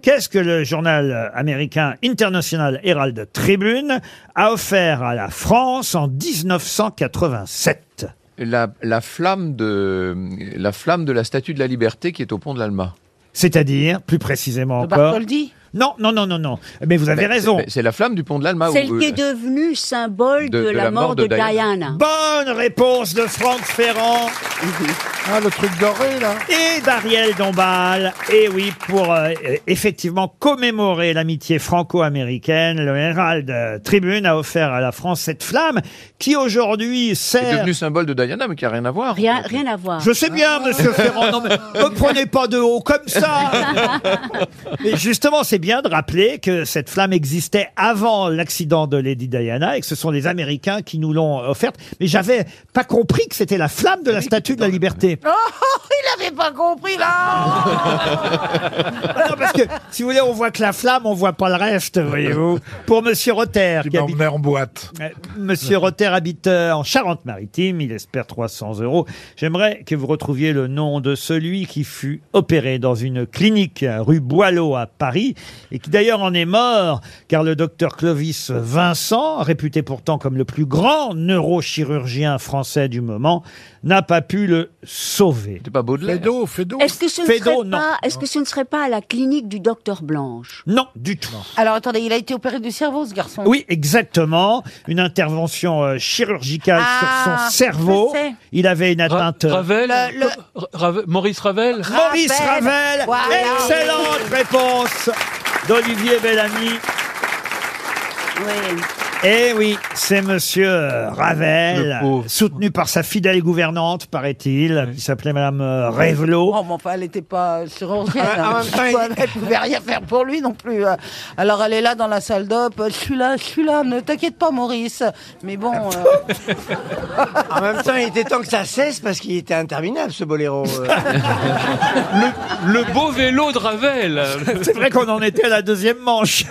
Speaker 2: Qu'est-ce que le journal américain International Herald Tribune a offert à la France en 1987
Speaker 6: La, la flamme de, la flamme de la statue de la liberté qui est au pont de l'Alma.
Speaker 2: C'est-à-dire, plus précisément encore.
Speaker 6: Bartholdi
Speaker 2: Non, non, non, non, non. Mais vous avez
Speaker 6: Ben,
Speaker 2: raison.
Speaker 6: ben, C'est la flamme du pont de
Speaker 2: Ah,
Speaker 6: l'Alma. où-
Speaker 7: Celle qui
Speaker 6: euh,
Speaker 7: est devenue symbole de, la, mort, de, Diana.
Speaker 2: Bah, Bonne réponse de Franck Ferrand.
Speaker 3: Ah, le truc doré, là.
Speaker 2: Et d'Ariel Dombal. Et oui, pour euh, euh, effectivement commémorer l'amitié franco-américaine, le Herald euh, Tribune a offert à la France cette flamme qui aujourd'hui
Speaker 6: est
Speaker 2: sert...
Speaker 6: devenu symbole de Diana, mais qui n'a rien à voir.
Speaker 7: Rien, rien à voir.
Speaker 2: Je sais bien, monsieur Ferrand, non, mais ne prenez pas de haut comme ça. Mais justement, c'est bien de rappeler que cette flamme existait avant l'accident de Lady Diana et que ce sont les Américains qui nous l'ont offerte. Mais j'avais pas compris que c'était la flamme de la statue de la liberté.
Speaker 4: Oh, il avait pas compris là.
Speaker 2: Non, parce que si vous voulez, on voit que la flamme, on voit pas le reste, voyez-vous. Pour Monsieur Rotter, qui habite Euh,
Speaker 3: en boîte.
Speaker 2: Monsieur Rotter habite euh, en Charente-Maritime, il espère 300 euros. J'aimerais que vous retrouviez le nom de celui qui fut opéré dans une clinique euh, rue Boileau à Paris et qui d'ailleurs en est mort car le docteur Clovis Vincent, réputé pourtant comme le plus grand neurochirurgien français du moment, n'a pas pu le sauver. C'est
Speaker 6: pas Baudelaire
Speaker 3: Fédo, Fédo.
Speaker 7: Est-ce que, ce ne
Speaker 2: Fédot,
Speaker 7: serait
Speaker 2: non.
Speaker 7: pas- est-ce que ce ne serait pas à la clinique du docteur Blanche
Speaker 2: Non, du tout.
Speaker 4: Alors attendez, il a été opéré du cerveau ce garçon.
Speaker 2: Oui, exactement. Une intervention euh, chirurgicale sur son cerveau.
Speaker 4: Ah, je sais.
Speaker 2: Il avait une atteinte. euh,
Speaker 8: Ravel, Ra- Ravel- Maurice Ravel
Speaker 2: Maurice Ravel, excellente réponse d'Olivier Bellamy. Eh oui, c'est monsieur euh, Ravel,
Speaker 8: Le pauvre.
Speaker 2: soutenu par sa fidèle gouvernante, paraît-il, qui s'appelait madame euh, Révelot.
Speaker 4: Oh, mais enfin, elle n'était pas chirurgienne. hein.
Speaker 2: Ouais, en même temps,
Speaker 4: elle ne pouvait rien faire pour lui non plus. euh. Alors, elle est là dans la salle d'op. Je suis là, je suis là, ne t'inquiète pas, Maurice. Mais bon. euh,
Speaker 10: En même temps, il était temps que ça cesse parce qu'il était interminable ce boléro. euh.
Speaker 8: Le beau vélo de Ravel
Speaker 2: C'est vrai qu'on en était à la deuxième manche.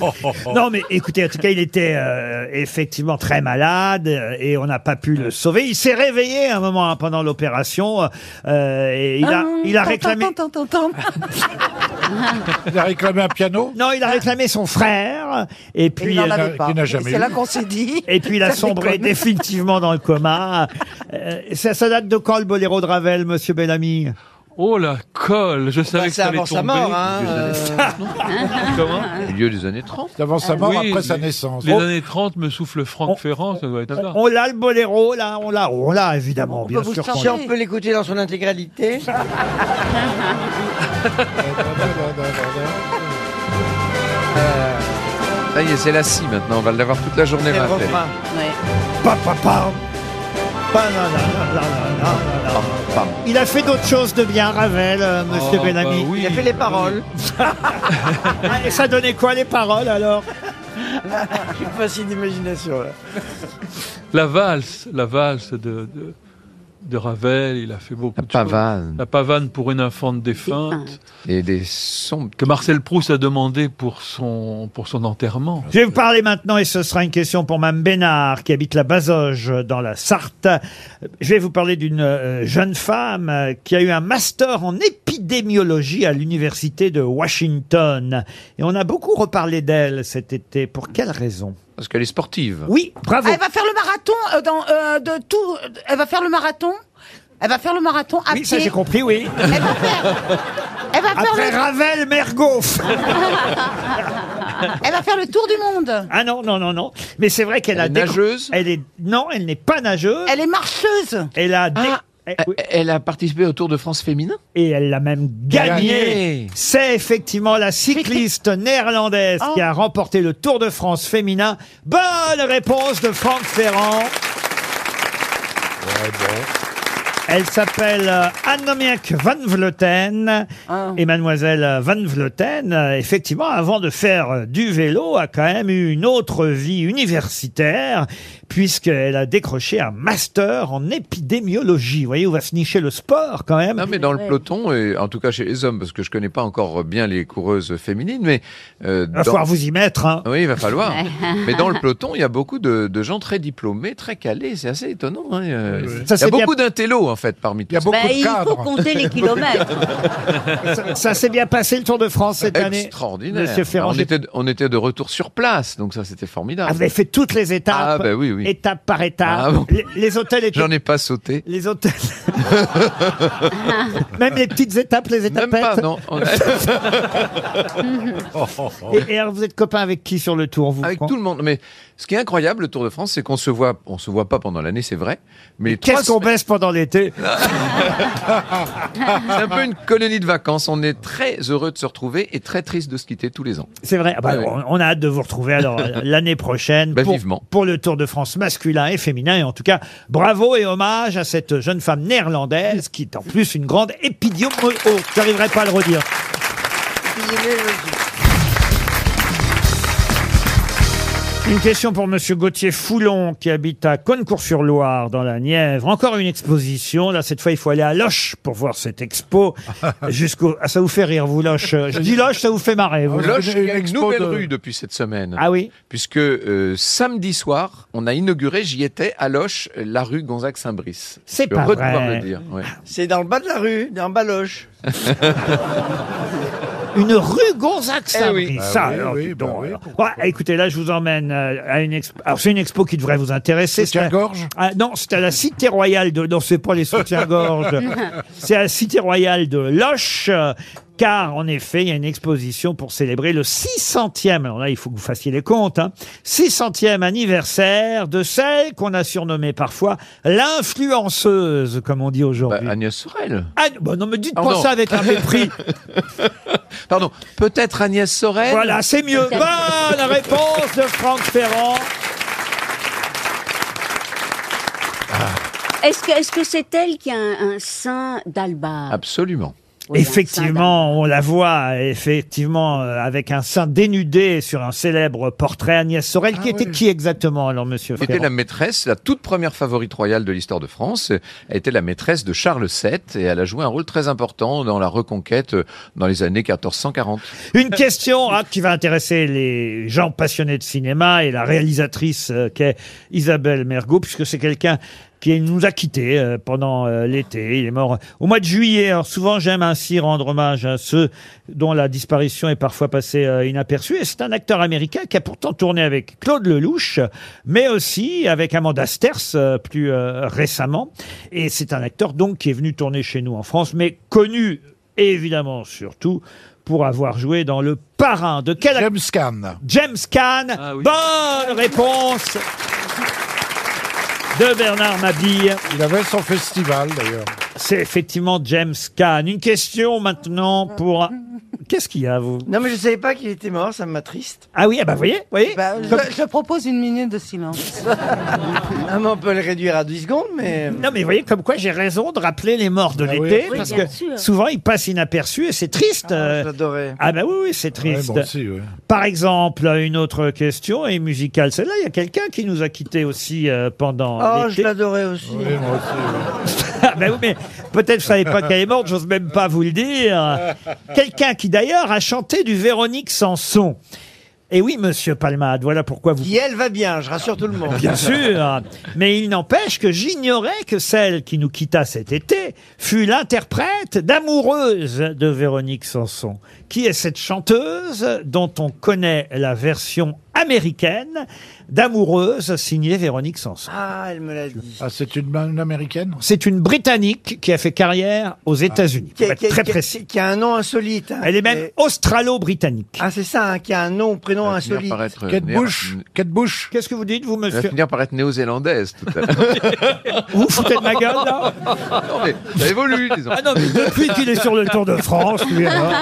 Speaker 5: Oh.
Speaker 2: Non, mais écoutez, en tout cas, il était euh, effectivement très malade euh, et on n'a pas pu le sauver. Il s'est réveillé à un moment hein, pendant l'opération euh, et il a,
Speaker 4: Hum,
Speaker 2: il a
Speaker 4: tant,
Speaker 2: réclamé. Ah,
Speaker 4: tant, tant, tant, tant.
Speaker 2: Il a réclamé un piano Non, il a réclamé son frère. Et puis,
Speaker 4: il n'en avait pas. C'est là qu'on s'est dit.
Speaker 2: Et puis il a
Speaker 4: ça
Speaker 2: sombré
Speaker 4: déconne.
Speaker 2: définitivement dans le coma. Euh, ça, ça date de quand le boléro de Ravel, monsieur Bellamy
Speaker 8: Oh la colle, je savais
Speaker 2: Bah,
Speaker 8: que
Speaker 2: c'est
Speaker 8: ça allait
Speaker 2: avant
Speaker 8: tomber.
Speaker 2: sa mort, hein,
Speaker 8: Comment
Speaker 6: Milieu des années 30.
Speaker 3: Avant sa mort,
Speaker 8: Oui,
Speaker 3: après sa
Speaker 8: les-
Speaker 3: naissance.
Speaker 8: Les
Speaker 3: Oh.
Speaker 8: années 30 me souffle Franck Ferrand, ça doit être ça.
Speaker 2: On l'a le boléro, là, on l'a, on l'a évidemment, bien sûr qu'on
Speaker 10: Si
Speaker 2: l'a.
Speaker 10: on peut l'écouter dans son intégralité.
Speaker 6: Euh, Ça y est, c'est la scie maintenant, on va l'avoir toute la journée. ma fête.
Speaker 2: Pa, pa, pa. Pa, na, na, na, na, na, na, na. Il a fait d'autres choses de bien, Ravel, euh, monsieur
Speaker 10: Oh,
Speaker 2: Bellamy.
Speaker 10: bah oui, Il a fait les paroles.
Speaker 2: Ah, Et ça donnait quoi les paroles alors
Speaker 10: J'ai pas si d'imagination. là.
Speaker 8: La valse, la valse de, de, de Ravel, il a fait beaucoup de
Speaker 6: pavane.
Speaker 8: choses. La pavane pour une infante défunte.
Speaker 6: Et des sombres.
Speaker 8: Que Marcel Proust a demandé pour son, pour son enterrement.
Speaker 2: Je vais vous parler maintenant, et ce sera une question pour Mme Bénard, qui habite la Bazoge, dans la Sarthe. Je vais vous parler d'une euh, jeune femme euh, qui a eu un master en épidémiologie à l'université de Washington. Et on a beaucoup reparlé d'elle cet été. Pour quelle raison
Speaker 6: Parce qu'elle est sportive.
Speaker 2: Oui, bravo.
Speaker 4: Ah, Elle va faire le marathon euh, dans, euh, de tout. Elle va faire le marathon. Elle va faire le marathon à
Speaker 2: Oui, ça
Speaker 4: pied.
Speaker 2: j'ai compris, oui.
Speaker 4: Elle va faire
Speaker 2: Après
Speaker 4: le...
Speaker 2: Ravel, Mergoff.
Speaker 4: Elle va faire le tour du monde.
Speaker 2: Ah non, non, non, non. Mais c'est vrai qu'elle a...
Speaker 6: est
Speaker 2: décou-
Speaker 6: nageuse
Speaker 2: Elle est... Non, elle n'est pas nageuse.
Speaker 4: Elle est marcheuse.
Speaker 2: Elle a... dé-
Speaker 6: Ah,
Speaker 2: Eh,
Speaker 6: Elle a participé au Tour de France féminin
Speaker 2: Et elle l'a même gagné. C'est effectivement la cycliste néerlandaise
Speaker 4: Oh.
Speaker 2: qui a remporté le Tour de France féminin. Bonne réponse de Franck Ferrand. Elle s'appelle euh, Annemiek van Vleuten. Et mademoiselle van Vleuten, euh, effectivement, avant de faire euh, du vélo, a quand même eu une autre vie universitaire, puisqu'elle a décroché un master en épidémiologie. Vous voyez où va se nicher le sport quand même.
Speaker 6: Non, mais dans le peloton, et en tout cas chez les hommes, parce que je connais pas encore bien les coureuses féminines, mais. euh,
Speaker 2: Il va
Speaker 6: dans-
Speaker 2: falloir vous y mettre. hein.
Speaker 6: Oui, il va falloir.
Speaker 2: Ouais.
Speaker 6: mais dans le peloton, il y a beaucoup de, de gens très diplômés, très calés. C'est assez étonnant. hein,
Speaker 2: Ça,
Speaker 6: euh, il y a
Speaker 2: c'est bien-
Speaker 6: beaucoup d'intellos, en fait, parmi tous.
Speaker 2: y a beaucoup Bah, de il faut cadres. compter les kilomètres.
Speaker 6: ça,
Speaker 2: Ça s'est bien passé le Tour de France cette année.
Speaker 6: Extraordinaire.
Speaker 2: Monsieur Ferrand,
Speaker 6: on,
Speaker 2: j'ai-
Speaker 6: était, on était de retour sur place, donc ça, c'était formidable.
Speaker 2: Ah, vous avez fait toutes les étapes,
Speaker 6: Ah, bah oui, oui.
Speaker 2: étape par étape.
Speaker 6: Ah, bon.
Speaker 2: les, les hôtels étaient.
Speaker 6: J'en ai pas sauté.
Speaker 2: Les hôtels. Même les petites étapes, les étapettes.
Speaker 4: Ah,
Speaker 6: pas, non.
Speaker 8: Ah,
Speaker 6: On-
Speaker 2: et, et alors, vous êtes copain avec qui sur le tour, vous
Speaker 6: Avec
Speaker 2: Franck
Speaker 6: tout le monde. Mais ce qui est incroyable, le Tour de France, c'est qu'on se voit, on se voit pas pendant l'année, c'est vrai. Mais les trois
Speaker 2: Qu'est-ce qu'on
Speaker 6: semaines-
Speaker 2: baisse pendant l'été
Speaker 6: C'est un peu une colonie de vacances. On est très heureux de se retrouver et très triste de se quitter tous les ans.
Speaker 2: C'est vrai. Ah bah,
Speaker 6: Ah oui.
Speaker 2: on- On a hâte de vous retrouver alors euh, l'année prochaine
Speaker 6: Bah,
Speaker 2: pour,
Speaker 6: vivement.
Speaker 2: pour le Tour de France masculin et féminin. Et en tout cas, bravo et hommage à cette jeune femme néerlandaise qui est en plus une grande épidémiologie. Oh, j'arriverai pas à le redire. Une question pour Monsieur Gauthier Foulon qui habite à Cônecourt-sur-Loire dans la Nièvre. Encore une exposition. Là, cette fois, il faut aller à Loche pour voir cette expo. Jusqu'au. Ah, ça vous fait rire, vous Loche. Je dis Loche, ça vous fait marrer. Vous.
Speaker 6: Loche, il y a une
Speaker 2: expo
Speaker 6: nouvelle
Speaker 2: de-
Speaker 6: rue depuis cette semaine.
Speaker 2: Ah oui
Speaker 6: Puisque euh, samedi soir, on a inauguré, j'y étais, à Loche, la rue Gonzague-Saint-Brice.
Speaker 10: C'est
Speaker 6: Je suis
Speaker 10: pas
Speaker 6: heureux de pouvoir
Speaker 10: vrai.
Speaker 6: le dire. ouais.
Speaker 2: Ah,
Speaker 10: C'est dans le bas de la rue, dans Baloche.
Speaker 2: Une rue Gonzague
Speaker 10: Eh oui.
Speaker 2: Saint-Brice.
Speaker 10: Bah
Speaker 2: Ça,
Speaker 10: oui,
Speaker 2: alors,
Speaker 10: oui,
Speaker 2: dites
Speaker 10: bah
Speaker 2: donc,
Speaker 10: oui,
Speaker 2: alors. Ouais, écoutez, là, je vous emmène euh, à une expo. Alors, c'est une expo qui devrait vous intéresser. C'est à gorge ah, Non, c'est à la Cité Royale de. Non, c'est pas les soutiens-gorge. c'est à la Cité Royale de Loche. euh, Car, en effet, il y a une exposition pour célébrer le 600e, alors là, il faut que vous fassiez les comptes, hein, 600e anniversaire de celle qu'on a surnommée parfois l'influenceuse, comme on dit aujourd'hui.
Speaker 6: Agnès Sorel.
Speaker 2: Ah, bah non, mais dites
Speaker 6: Ah,
Speaker 2: pas
Speaker 6: non.
Speaker 2: ça avec un mépris.
Speaker 6: Pardon, peut-être Agnès Sorel
Speaker 2: Voilà, c'est mieux. Bonne réponse de Franck Ferrand.
Speaker 7: Est-ce que est-ce que c'est elle qui a un, un sein d'Albar Ah.
Speaker 6: Absolument.
Speaker 2: Effectivement, on la voit, effectivement, euh, avec un sein dénudé sur un célèbre portrait Agnès Sorel, qui était qui exactement, alors, monsieur
Speaker 6: C'était
Speaker 2: Ferrand
Speaker 6: la maîtresse, la toute première favorite royale de l'histoire de France. Elle était la maîtresse de Charles VII et elle a joué un rôle très important dans la reconquête euh, dans les années 1440.
Speaker 2: Une question ah, qui va intéresser les gens passionnés de cinéma et la réalisatrice euh, qu'est Isabelle Mergot, puisque c'est quelqu'un qui nous a quittés euh, pendant euh, l'été. Il est mort au mois de juillet. Alors souvent, j'aime ainsi rendre hommage à ceux dont la disparition est parfois passée euh, inaperçue. Et c'est un acteur américain qui a pourtant tourné avec Claude Lelouch, mais aussi avec Amanda Sters euh, plus euh, récemment. Et c'est un acteur donc qui est venu tourner chez nous en France, mais connu évidemment surtout pour avoir joué dans le parrain de quel James Caan. James Caan. Bonne réponse de Bernard Mabille. Il avait son festival d'ailleurs. C'est effectivement James Caan. Une question maintenant pour qu'est-ce qu'il y a vous
Speaker 10: Non, mais je savais pas qu'il était mort, ça m'attriste.
Speaker 2: Ah oui, ah bah voyez, voyez.
Speaker 4: Bah, je,
Speaker 2: Comme-
Speaker 4: je propose une minute de silence.
Speaker 10: Ah, mais on peut le réduire à 10 secondes, mais.
Speaker 2: Non, mais vous voyez comme quoi j'ai raison de rappeler les morts de
Speaker 10: Ah oui,
Speaker 2: l'été,
Speaker 10: oui,
Speaker 2: parce
Speaker 10: bien
Speaker 2: que
Speaker 10: sûr.
Speaker 2: souvent ils passent inaperçus et c'est triste. euh.
Speaker 10: J'adorais.
Speaker 2: Ah bah oui, oui, c'est triste.
Speaker 3: Ouais, moi aussi, ouais.
Speaker 2: Par exemple, une autre question et musicale. Celle-là, il y a quelqu'un qui nous a quittés aussi euh, pendant
Speaker 10: Oh,
Speaker 2: l'été.
Speaker 10: je l'adorais aussi.
Speaker 2: Ah ben oui, mais peut-être vous savez pas qu'elle est morte, j'ose même pas vous le dire. Quelqu'un qui d'ailleurs a chanté du Véronique Sanson. Et oui, monsieur Palmade, voilà pourquoi vous...
Speaker 10: Qui, elle, va bien, je rassure tout le monde.
Speaker 2: Bien sûr, mais il n'empêche que j'ignorais que celle qui nous quitta cet été fut l'interprète d'amoureuse de Véronique Sanson. Qui est cette chanteuse dont on connaît la version américaine d'amoureuse signée Véronique Sanson
Speaker 10: Ah, elle me l'a dit.
Speaker 2: ah, c'est une, américaine Ah. C'est une britannique qui a fait carrière aux États-Unis.
Speaker 10: Qui
Speaker 2: Pour
Speaker 10: a, qui
Speaker 2: être
Speaker 10: a-
Speaker 2: très
Speaker 10: qui a-
Speaker 2: précis.
Speaker 10: qui a un nom insolite. hein.
Speaker 2: Elle est même australo-britannique.
Speaker 10: Ah, c'est ça, hein, qui a un nom, prénom
Speaker 6: va finir
Speaker 10: insolite.
Speaker 6: par être euh, Kate né- Bush.
Speaker 2: Kate Bush. Qu'est-ce que vous dites, vous,
Speaker 6: Elle va
Speaker 2: monsieur
Speaker 6: finir par être néo-zélandaise tout à l'heure.
Speaker 2: Vous vous foutez de ma gueule, là
Speaker 6: Non, mais ça évolue, disons.
Speaker 2: Ah non, mais depuis qu'il est sur le Tour de France, lui, alors.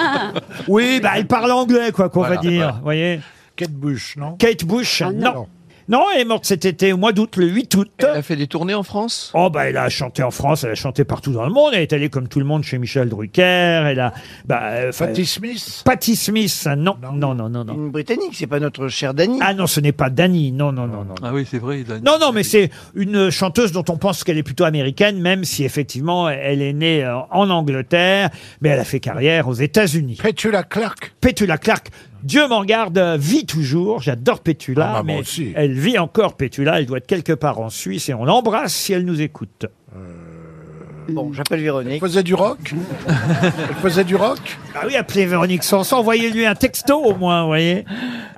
Speaker 2: Oui, bah, elle parle anglais, quoi, qu'on va
Speaker 3: Voilà,
Speaker 2: dire,
Speaker 3: voilà.
Speaker 2: vous voyez
Speaker 3: Kate Bush, non
Speaker 2: Kate Bush,
Speaker 3: Ah,
Speaker 2: non.
Speaker 3: non.
Speaker 2: non. elle est morte cet été, au mois d'août, le 8 août. Elle a
Speaker 6: fait des tournées en France
Speaker 2: Oh, bah, elle a chanté en France, elle a chanté partout dans le monde. Elle est allée, comme tout le monde, chez Michel Drucker. Elle a. Bah, euh,
Speaker 10: Patti
Speaker 2: euh,
Speaker 10: Smith
Speaker 2: Patti Smith, non. Non, non, non, non.
Speaker 10: Une britannique, c'est pas notre chère Dani.
Speaker 2: Ah non, ce n'est pas Dani. Non, non, non, non.
Speaker 8: Ah oui, c'est vrai. Dani.
Speaker 2: Non, non, mais c'est une chanteuse dont on pense qu'elle est plutôt américaine, même si effectivement elle est née euh, en Angleterre, mais elle a fait carrière aux États-Unis. Petula Clark. Petula Clark. Dieu m'en garde, euh, vit toujours. J'adore Petula,
Speaker 3: Ah, bah, moi
Speaker 2: mais
Speaker 3: aussi.
Speaker 2: elle vit encore. Petula, elle doit être quelque part en Suisse et on l'embrasse si elle nous écoute.
Speaker 10: Bon, j'appelle Véronique.
Speaker 3: Elle faisait du rock Elle faisait du rock
Speaker 2: Ah oui, appelez Véronique Sanson, envoyez-lui un texto au moins, vous voyez.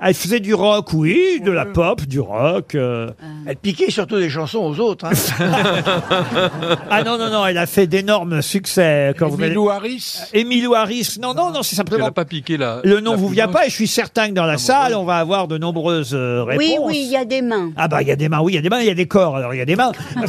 Speaker 2: Ah, Elle faisait du rock, oui, de la pop, du rock. euh.
Speaker 10: Ah. Elle piquait surtout des chansons aux autres. hein.
Speaker 2: Ah non, non, non, elle a fait d'énormes succès. Quand
Speaker 10: Emmylou
Speaker 2: Harris Emilou Harris, non, non, non, c'est
Speaker 8: Elle
Speaker 2: simplement...
Speaker 8: n'a pas piqué la.
Speaker 2: Le nom
Speaker 8: la
Speaker 2: vous vient
Speaker 8: poudre.
Speaker 2: pas et je suis certain que dans
Speaker 3: Ah
Speaker 2: la salle, on va avoir de nombreuses euh, réponses.
Speaker 7: Oui, oui, il y a des mains.
Speaker 2: Ah bah il y a des mains, oui, il y a des mains, il y a des corps, alors il y a des mains. mais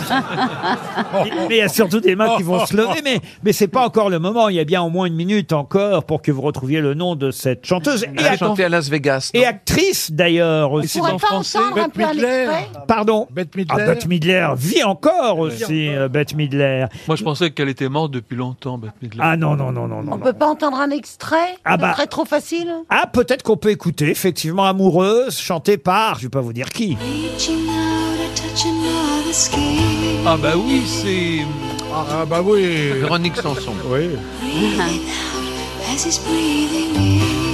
Speaker 2: mais il y a surtout des mains qui vont se lever, mais, mais c'est pas encore le moment, il y a bien au moins une minute encore pour que vous retrouviez le nom de cette chanteuse.
Speaker 6: Elle a chanté à Las Vegas.
Speaker 2: et actrice d'ailleurs aussi.
Speaker 6: c'est Pourrait en pas français. entendre un Bette peu un Midler. extrait
Speaker 2: Pardon
Speaker 3: Bette
Speaker 2: Midler. Ah, Bette Midler vit encore aussi, euh, Bette Midler.
Speaker 8: Moi, je pensais qu'elle était morte depuis longtemps, Bette Midler.
Speaker 2: Ah non, non, non, non, non.
Speaker 4: On peut pas entendre un extrait
Speaker 2: Ah bah.
Speaker 4: Ce serait trop facile
Speaker 2: Ah, peut-être qu'on peut écouter, effectivement, Amoureuse, chantée par, je vais pas vous dire qui.
Speaker 8: Ah bah oui, c'est.
Speaker 3: Ah bah oui.
Speaker 6: Véronique Sanson.
Speaker 3: Oui.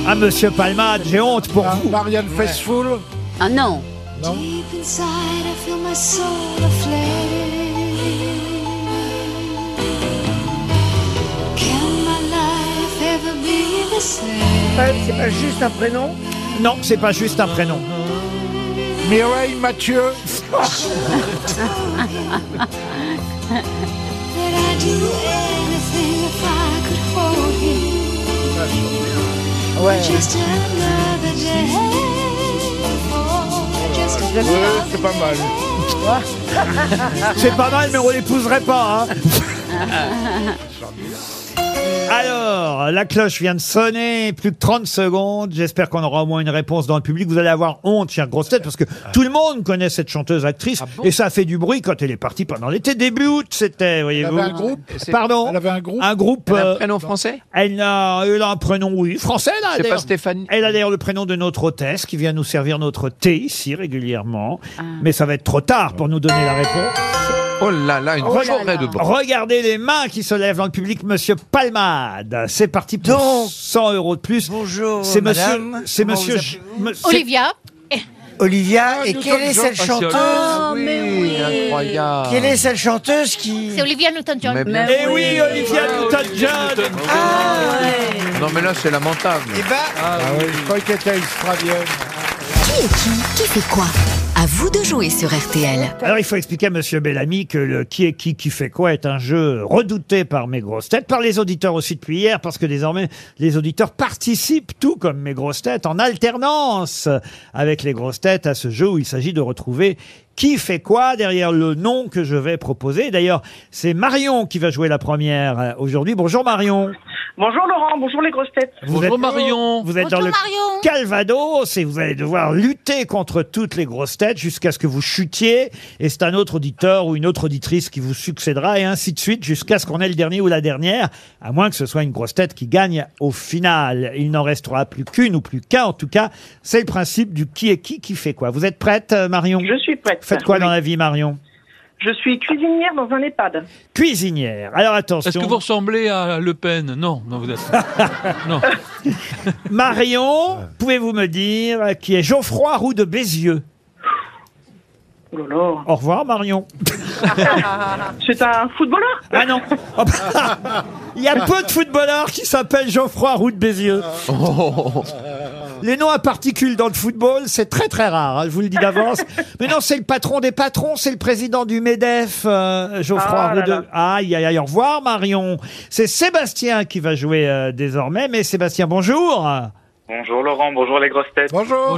Speaker 2: Ah, monsieur Palmade, j'ai honte pour vous.
Speaker 3: Marianne Faithfull
Speaker 7: Ah non.
Speaker 3: Non.
Speaker 10: Pas- C'est pas juste un prénom
Speaker 2: Non, c'est pas juste un prénom.
Speaker 3: Mireille Mathieu
Speaker 10: Ouais.
Speaker 3: Ouais, c'est pas mal.
Speaker 2: C'est pas mal, mais on l'épouserait pas, hein. Alors, la cloche vient de sonner, plus de 30 secondes. J'espère qu'on aura au moins une réponse dans le public. Vous allez avoir honte, chère grosse tête, parce que
Speaker 3: Ah.
Speaker 2: tout le monde connaît cette chanteuse-actrice et ça a fait du bruit quand elle est partie pendant l'été. Début août, c'était, voyez-vous. Euh,
Speaker 3: avait un groupe C'est-
Speaker 2: Pardon
Speaker 3: elle avait un groupe
Speaker 2: Un groupe. euh,
Speaker 3: Elle a un
Speaker 6: prénom français
Speaker 2: Elle a, elle a un prénom, oui, français, là.
Speaker 6: C'est pas
Speaker 2: d'ailleurs.
Speaker 6: Stéphanie
Speaker 2: Elle a d'ailleurs le prénom de notre hôtesse qui vient nous servir notre thé ici régulièrement.
Speaker 3: Ah.
Speaker 2: Mais ça va être trop tard pour nous donner la réponse.
Speaker 6: Oh là là, une
Speaker 2: Rega-
Speaker 6: forêt de bras.
Speaker 2: Regardez les mains qui se lèvent dans le public, Monsieur Palmade. C'est parti pour 100 euros de plus. Bonjour. C'est
Speaker 10: madame.
Speaker 2: Monsieur. C'est
Speaker 10: Comment
Speaker 2: Monsieur.
Speaker 10: vous
Speaker 2: Ch-
Speaker 10: appelez-vous
Speaker 2: me- c'est-
Speaker 15: Olivia.
Speaker 16: eh,
Speaker 2: Ah,
Speaker 10: Olivia, et
Speaker 15: nous
Speaker 10: quelle
Speaker 15: sommes
Speaker 10: est
Speaker 15: Jean
Speaker 10: cette
Speaker 15: Passionné.
Speaker 10: chanteuse
Speaker 15: Oh, mais oui.
Speaker 6: incroyable.
Speaker 10: Quelle est cette chanteuse qui
Speaker 15: C'est Olivia Newton-John.
Speaker 6: Mais bien Ah
Speaker 2: Eh oui, Olivia Newton-John.
Speaker 6: Non mais là c'est lamentable.
Speaker 3: Ah oui, je croyais qu'elle était australienne.
Speaker 12: Qui est qui Qui fait quoi À vous de jouer sur RTL.
Speaker 2: Alors, il faut expliquer à Monsieur Bellamy que le qui est qui qui fait quoi est un jeu redouté par mes grosses têtes, par les auditeurs aussi depuis hier, parce que désormais, les auditeurs participent tout comme mes grosses têtes en alternance avec les grosses têtes à ce jeu où il s'agit de retrouver qui fait quoi derrière le nom que je vais proposer. D'ailleurs, c'est Marion qui va jouer la première euh, aujourd'hui. Bonjour Marion.
Speaker 11: Bonjour Laurent, bonjour les grosses têtes.
Speaker 2: Vous êtes, Vous êtes dans le Calvados et vous allez devoir lutter contre toutes les grosses têtes jusqu'à ce que vous chutiez. Et c'est un autre auditeur ou une autre auditrice qui vous succédera et ainsi de suite jusqu'à ce qu'on ait le dernier ou la dernière, à moins que ce soit une grosse tête qui gagne au final. Il n'en restera plus qu'une ou plus qu'un en tout cas. C'est le principe du qui est qui qui fait quoi. Vous êtes prête euh, Marion Je
Speaker 11: suis prête.
Speaker 2: Faites quoi
Speaker 11: Oui.
Speaker 2: dans la vie Marion
Speaker 11: Je suis cuisinière dans un EHPAD.
Speaker 2: Cuisinière. Alors attention.
Speaker 8: Est-ce que vous ressemblez à Le Pen Non, non, vous êtes. non.
Speaker 2: Marion, pouvez-vous me dire euh, qui est Geoffroy Roux de Bézieux
Speaker 11: Oh
Speaker 2: Au revoir Marion.
Speaker 4: Ah,
Speaker 11: C'est un footballeur
Speaker 2: Ah non Oh, bah, Il y a peu de footballeurs qui s'appellent Geoffroy Roux de Bézieux. Les noms à particules dans le football, c'est très très rare, hein, je vous le dis d'avance. Mais non, c'est le patron des patrons, c'est le président du MEDEF, euh, Geoffroy
Speaker 11: Ah
Speaker 2: Roux
Speaker 11: là
Speaker 2: de...
Speaker 11: là.
Speaker 2: Aïe, aïe, aïe, au revoir Marion. C'est Sébastien qui va jouer euh, désormais, mais Sébastien, bonjour.
Speaker 14: Bonjour Laurent, bonjour les grosses têtes.
Speaker 3: Bonjour.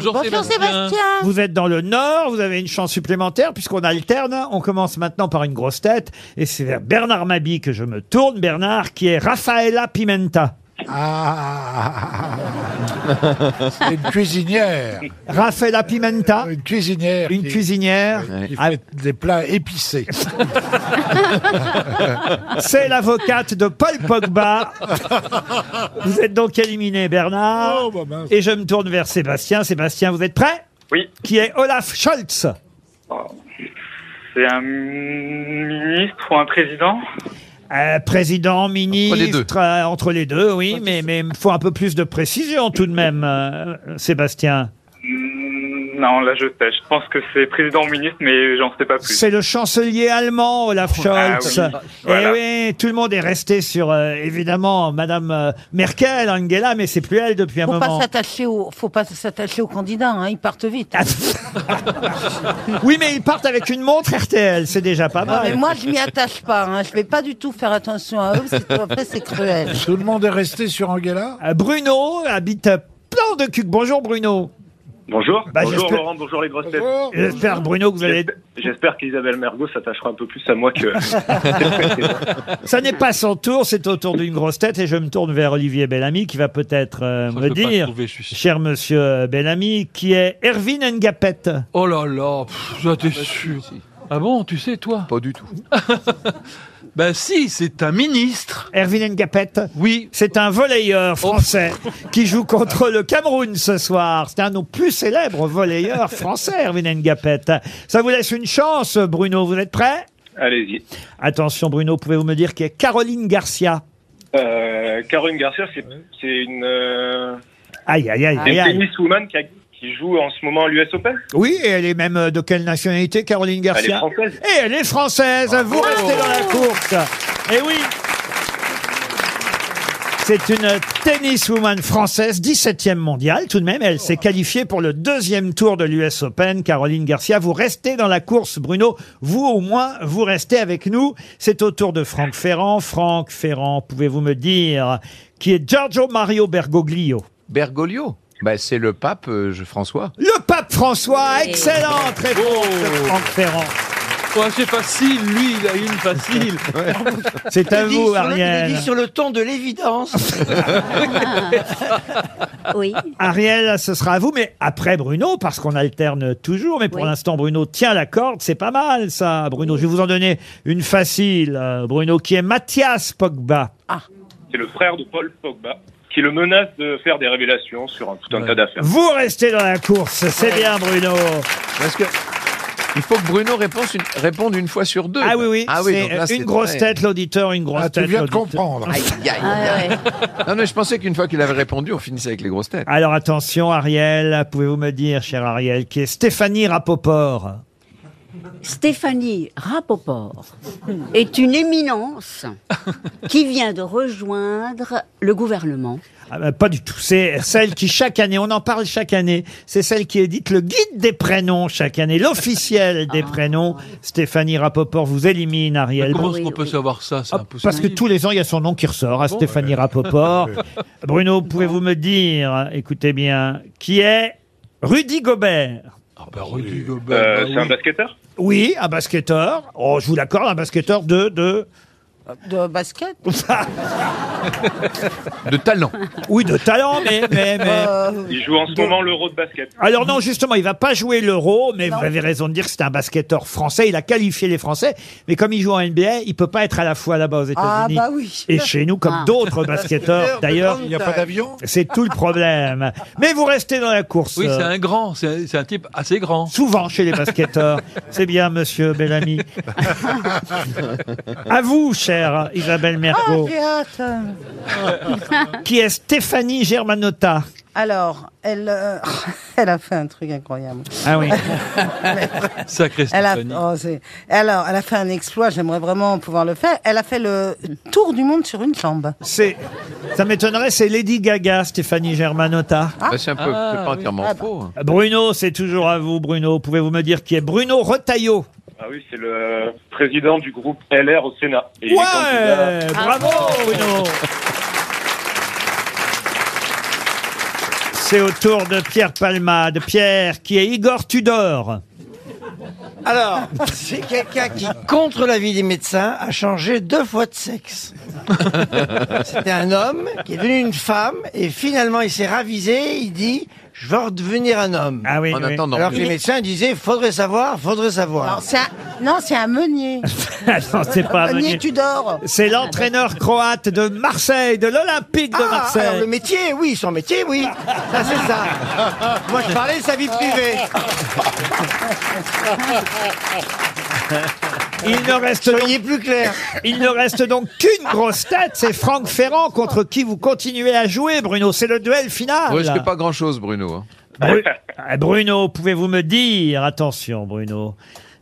Speaker 2: Vous êtes dans le Nord, vous avez une chance supplémentaire puisqu'on alterne. On commence maintenant par une grosse tête et c'est vers Bernard Mabi que je me tourne. Bernard qui est Rafaela Pimenta.
Speaker 3: Ah C'est Une cuisinière.
Speaker 2: Rafaela Pimenta.
Speaker 3: Une cuisinière.
Speaker 2: Une
Speaker 3: qui-
Speaker 2: cuisinière.
Speaker 3: Qui fait des plats épicés.
Speaker 2: C'est l'avocate de Paul Pogba. Vous êtes donc éliminé Bernard.
Speaker 3: Oh, bah mince.
Speaker 2: Et je me tourne vers Sébastien. Sébastien, vous êtes prêt
Speaker 14: Oui.
Speaker 2: Qui est Olaf Scholz.
Speaker 14: C'est un ministre ou un président
Speaker 2: Euh, président, ministre,
Speaker 14: les deux.
Speaker 2: euh, entre les deux, oui, mais mais il faut un peu plus de précision tout de même, euh, Sébastien.
Speaker 14: Mm, Non, là je sais. Je pense que c'est président ou ministre, mais j'en sais pas plus.
Speaker 2: C'est le chancelier allemand, Olaf
Speaker 14: Ah
Speaker 2: Scholz.
Speaker 14: oui, voilà.
Speaker 2: Et oui, tout le monde est resté sur, euh, évidemment, Madame euh, Merkel, Angela, mais c'est plus elle depuis un
Speaker 4: Faut pas
Speaker 2: moment.
Speaker 4: s'attacher au, faut pas s'attacher aux candidats, hein, ils partent vite.
Speaker 2: Ah, Oui, mais ils partent avec une montre RTL, c'est déjà pas
Speaker 4: Non,
Speaker 2: mal.
Speaker 4: mais moi, je m'y attache pas. Hein. Je vais pas du tout faire attention à eux. Parce que après, c'est cruel.
Speaker 3: Tout le monde est resté sur Angela
Speaker 2: Euh, Bruno habite euh, plan de cul. Bonjour Bruno.
Speaker 17: Bonjour.
Speaker 2: Bah,
Speaker 17: bonjour
Speaker 2: j'espère-
Speaker 17: Laurent, bonjour les grosses têtes. Euh,
Speaker 2: J'espère, Bruno, que vous allez-
Speaker 17: J'espère- J'espère qu'Isabelle Mergot s'attachera un peu plus à moi que.
Speaker 2: Ça n'est pas son tour, c'est au tour d'une grosse tête et je me tourne vers Olivier Bellamy qui va peut-être euh, me
Speaker 8: peux pas
Speaker 2: dire,
Speaker 8: trouver, je suis sûr.
Speaker 2: cher monsieur Bellamy, qui est Erwin Ngapet.
Speaker 8: Oh là là, pff, ça t'es sûr. Ah bon, tu sais, toi
Speaker 6: Pas du tout.
Speaker 8: ben si, c'est un ministre.
Speaker 2: Erwin Ngapet
Speaker 8: Oui. Oh.
Speaker 2: C'est un volleyeur français qui joue contre le Cameroun ce soir. C'est un de nos plus célèbres volleyeurs français, Erwin Ngapet. Ça vous laisse une chance, Bruno. Vous êtes prêts
Speaker 17: Allez-y.
Speaker 2: Attention, Bruno, pouvez-vous me dire qui est Caroline Garcia
Speaker 17: Euh, Caroline Garcia, c'est c'est une, euh,
Speaker 2: Aïe, aïe, aïe,
Speaker 17: une
Speaker 2: aïe, aïe.
Speaker 17: tenniswoman qui, a- qui joue en ce moment à l'US Open.
Speaker 2: Oui, et elle est même euh, de quelle nationalité, Caroline Garcia
Speaker 17: Elle est française. Ah. Oh.
Speaker 2: Et elle est française, vous restez dans la course. Et oui c'est une tenniswoman française, 17e mondiale tout de même. Elle s'est qualifiée pour le deuxième tour de l'US Open. Caroline Garcia, vous restez dans la course, Bruno. Vous au moins, vous restez avec nous. C'est au tour de Franck Ferrand. Franck Ferrand, pouvez-vous me dire qui est Giorgio Mario Bergoglio
Speaker 6: Bergoglio. Bah, c'est le pape euh, je- François.
Speaker 2: Le pape François, excellente réponse de Franck Ferrand.
Speaker 8: Ouais, c'est facile, lui, il a une facile.
Speaker 2: C'est à
Speaker 10: Il dit
Speaker 2: vous,
Speaker 10: sur le- Il
Speaker 2: Ariel.
Speaker 10: dit sur le ton de l'évidence.
Speaker 7: oui.
Speaker 2: Ariel, ce sera à vous, mais après Bruno, parce qu'on alterne toujours. Mais pour l'instant, Bruno tient la corde, c'est pas mal ça, Bruno. Je vais vous en donner une facile, euh, Bruno, qui est Mathias Pogba.
Speaker 17: C'est le frère de Paul Pogba qui le menace de faire des révélations sur un, tout un tas d'affaires. Euh,
Speaker 2: Vous restez dans la course, c'est bien, Bruno.
Speaker 6: Parce que il faut que Bruno réponse une- réponde une fois sur deux.
Speaker 2: Ah oui, oui,
Speaker 6: Ah
Speaker 2: c'est
Speaker 6: donc là,
Speaker 2: une grosse
Speaker 6: ouais.
Speaker 2: tête l'auditeur, une grosse
Speaker 6: Ah, tu
Speaker 2: tête
Speaker 6: viens de
Speaker 2: l'auditeur.
Speaker 6: comprendre. Aïe, aïe, aïe,
Speaker 7: Euh,
Speaker 6: aïe. Non, mais je pensais qu'une fois qu'il avait répondu, on finissait avec les grosses têtes.
Speaker 2: Alors attention, Ariel, pouvez-vous me dire, cher Ariel, qui est Stéphanie Rapoport
Speaker 7: Stéphanie Rapoport est une éminence qui vient de rejoindre le gouvernement.
Speaker 2: Ah bah, Pas du tout. C'est celle qui, chaque année, on en parle chaque année, c'est celle qui édite le guide des prénoms chaque année, l'officiel
Speaker 7: Ah.
Speaker 2: des prénoms. Stéphanie Rapoport vous élimine, Ariel.
Speaker 8: Comment est-ce qu'on peut savoir ça C'est impossible.
Speaker 2: Parce que tous les ans, il y a son nom qui ressort à Stéphanie Rapoport. Bruno, pouvez-vous me dire, écoutez bien, qui est Rudy Gobert
Speaker 6: Ah, bah,
Speaker 2: bah,
Speaker 17: Euh, c'est un basketteur
Speaker 2: Oui, un basketteur. Oh, je vous l'accorde, un basketteur de... de...
Speaker 4: De basket
Speaker 6: De talent.
Speaker 2: Oui, de talent, mais... mais, mais...
Speaker 4: Euh.
Speaker 17: Il joue en ce moment l'Euro de basket.
Speaker 2: Alors non, justement, il va pas jouer l'Euro, mais vous avez raison de dire que c'est un basketteur français. Il a qualifié les Français, mais comme il joue en NBA, il peut pas être à la fois là-bas aux
Speaker 4: Ah,
Speaker 2: États-Unis
Speaker 4: bah oui.
Speaker 2: et chez nous, comme
Speaker 4: Ah.
Speaker 2: d'autres basketteurs. D'ailleurs,
Speaker 8: Il y a pas d'avion
Speaker 2: C'est tout le problème. Mais vous restez dans la course.
Speaker 8: Oui, c'est
Speaker 2: euh,
Speaker 8: un grand, c'est un- c'est un type assez grand.
Speaker 2: Souvent chez les basketteurs. c'est bien, monsieur Bellamy. à vous, chère Isabelle
Speaker 4: Ah,
Speaker 2: Mergo.
Speaker 4: j'ai hein. hâte.
Speaker 2: qui est Stéphanie Germanotta
Speaker 4: Alors, elle, euh, elle a fait un truc incroyable.
Speaker 2: Ah oui.
Speaker 8: Sacré
Speaker 4: Elle a,
Speaker 8: Stéphanie.
Speaker 4: oh, c'est- alors, elle a fait un exploit, j'aimerais vraiment pouvoir le faire. Elle a fait le tour du monde sur une jambe.
Speaker 2: C'est, ça m'étonnerait, c'est Lady Gaga, Stéphanie Germanotta.
Speaker 6: Bah, c'est un peu,
Speaker 4: Ah,
Speaker 6: c'est pas
Speaker 4: oui.
Speaker 6: entièrement
Speaker 4: Ah bah.
Speaker 6: faux.
Speaker 2: Bruno, c'est toujours à vous, Bruno. Pouvez-vous me dire qui est Bruno Retailleau
Speaker 17: Ah oui, c'est le président du groupe LR au Sénat. Et il est
Speaker 2: Ouais,
Speaker 17: candidat-
Speaker 2: bravo Bruno. C'est au tour de Pierre Palmade. Pierre, qui est Igor Tudor.
Speaker 10: Alors, c'est quelqu'un qui, contre l'avis des médecins, a changé deux fois de sexe. C'était un homme qui est devenu une femme et finalement il s'est ravisé. Il dit Je veux redevenir un homme.
Speaker 2: Ah oui,
Speaker 6: En oui. attendant.
Speaker 10: Alors que les médecins disaient Faudrait savoir, faudrait
Speaker 4: Alors,
Speaker 10: savoir.
Speaker 4: c'est un- non, c'est un meunier.
Speaker 2: Ah non, c'est pas
Speaker 4: meunier,
Speaker 2: Meunier.
Speaker 4: tu dors.
Speaker 2: C'est l'entraîneur croate de Marseille, de l'Olympique de
Speaker 10: Ah, alors
Speaker 2: Marseille.
Speaker 10: le métier, oui, son métier, oui. Ça, c'est ça. Moi, je parlais de sa vie privée.
Speaker 2: Il ne reste donc,
Speaker 10: plus clair.
Speaker 2: Il ne reste donc qu'une grosse tête, c'est Franck Ferrand contre qui vous continuez à jouer, Bruno. C'est le duel final.
Speaker 4: bah.
Speaker 6: Vous risquez pas grand-chose, Bruno. hein.
Speaker 2: Bru- Ah, Bruno, pouvez-vous me dire, attention Bruno,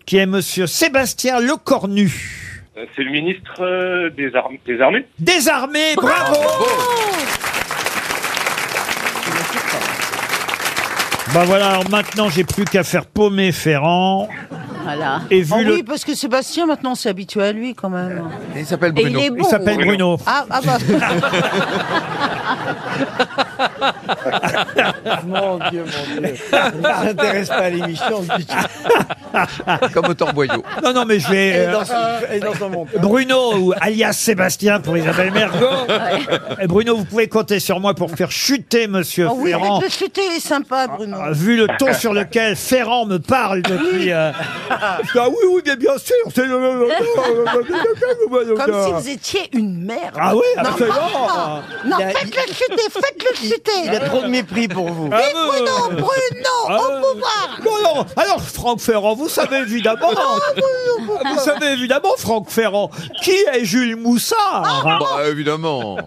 Speaker 2: qui est monsieur Sébastien Lecornu
Speaker 17: Euh, C'est le ministre euh, des, armes- des armées.
Speaker 2: Désarmé, bravo Bah voilà, alors maintenant j'ai plus qu'à faire paumer Ferrand.
Speaker 4: Voilà. Oh
Speaker 2: Et vu le-
Speaker 4: Oui, parce que Sébastien, maintenant, s'est habitué à lui quand même.
Speaker 6: Il s'appelle
Speaker 2: Et il Bruno. est bon. Il s'appelle Bruno.
Speaker 4: Ah, ah bah.
Speaker 10: Mon Dieu, mon Dieu. Ça ne s'intéresse pas à l'émission. du tout.
Speaker 2: Ah.
Speaker 6: Comme au Torboyau.
Speaker 2: Non, non, mais je
Speaker 10: Elle
Speaker 2: vais...
Speaker 10: est
Speaker 2: euh,
Speaker 10: dans son- elle est dans son monde.
Speaker 2: Bruno, ou alias Sébastien pour Isabelle Mergo. Bruno, vous pouvez compter sur moi pour faire chuter Monsieur
Speaker 4: Ah oui,
Speaker 2: Ferrand.
Speaker 4: avec le chuté, il est sympa, Bruno.
Speaker 2: Ah, Vu le ton sur lequel Ferrand me parle depuis. euh, Ah oui, oui, bien, bien sûr. c'est le- le- Oh, le- le- le- le-
Speaker 4: Comme si
Speaker 2: le-
Speaker 4: vous étiez une merde.
Speaker 2: Ah oui,
Speaker 4: Non,
Speaker 2: absolument.
Speaker 4: ah, Non,
Speaker 10: Il a-
Speaker 4: faites-le chuter, faites-le chuter.
Speaker 10: Il a trop de mépris pour vous.
Speaker 2: Ah,
Speaker 4: Et Bruno,
Speaker 2: euh,
Speaker 4: Bruno,
Speaker 2: ah,
Speaker 4: au pouvoir. Ah
Speaker 2: Non, non, alors Franck Ferrand, vous savez évidemment, vous savez évidemment Franck Ferrand, qui est Jules Moussard
Speaker 4: Ah,
Speaker 2: hein
Speaker 6: Bah, évidemment.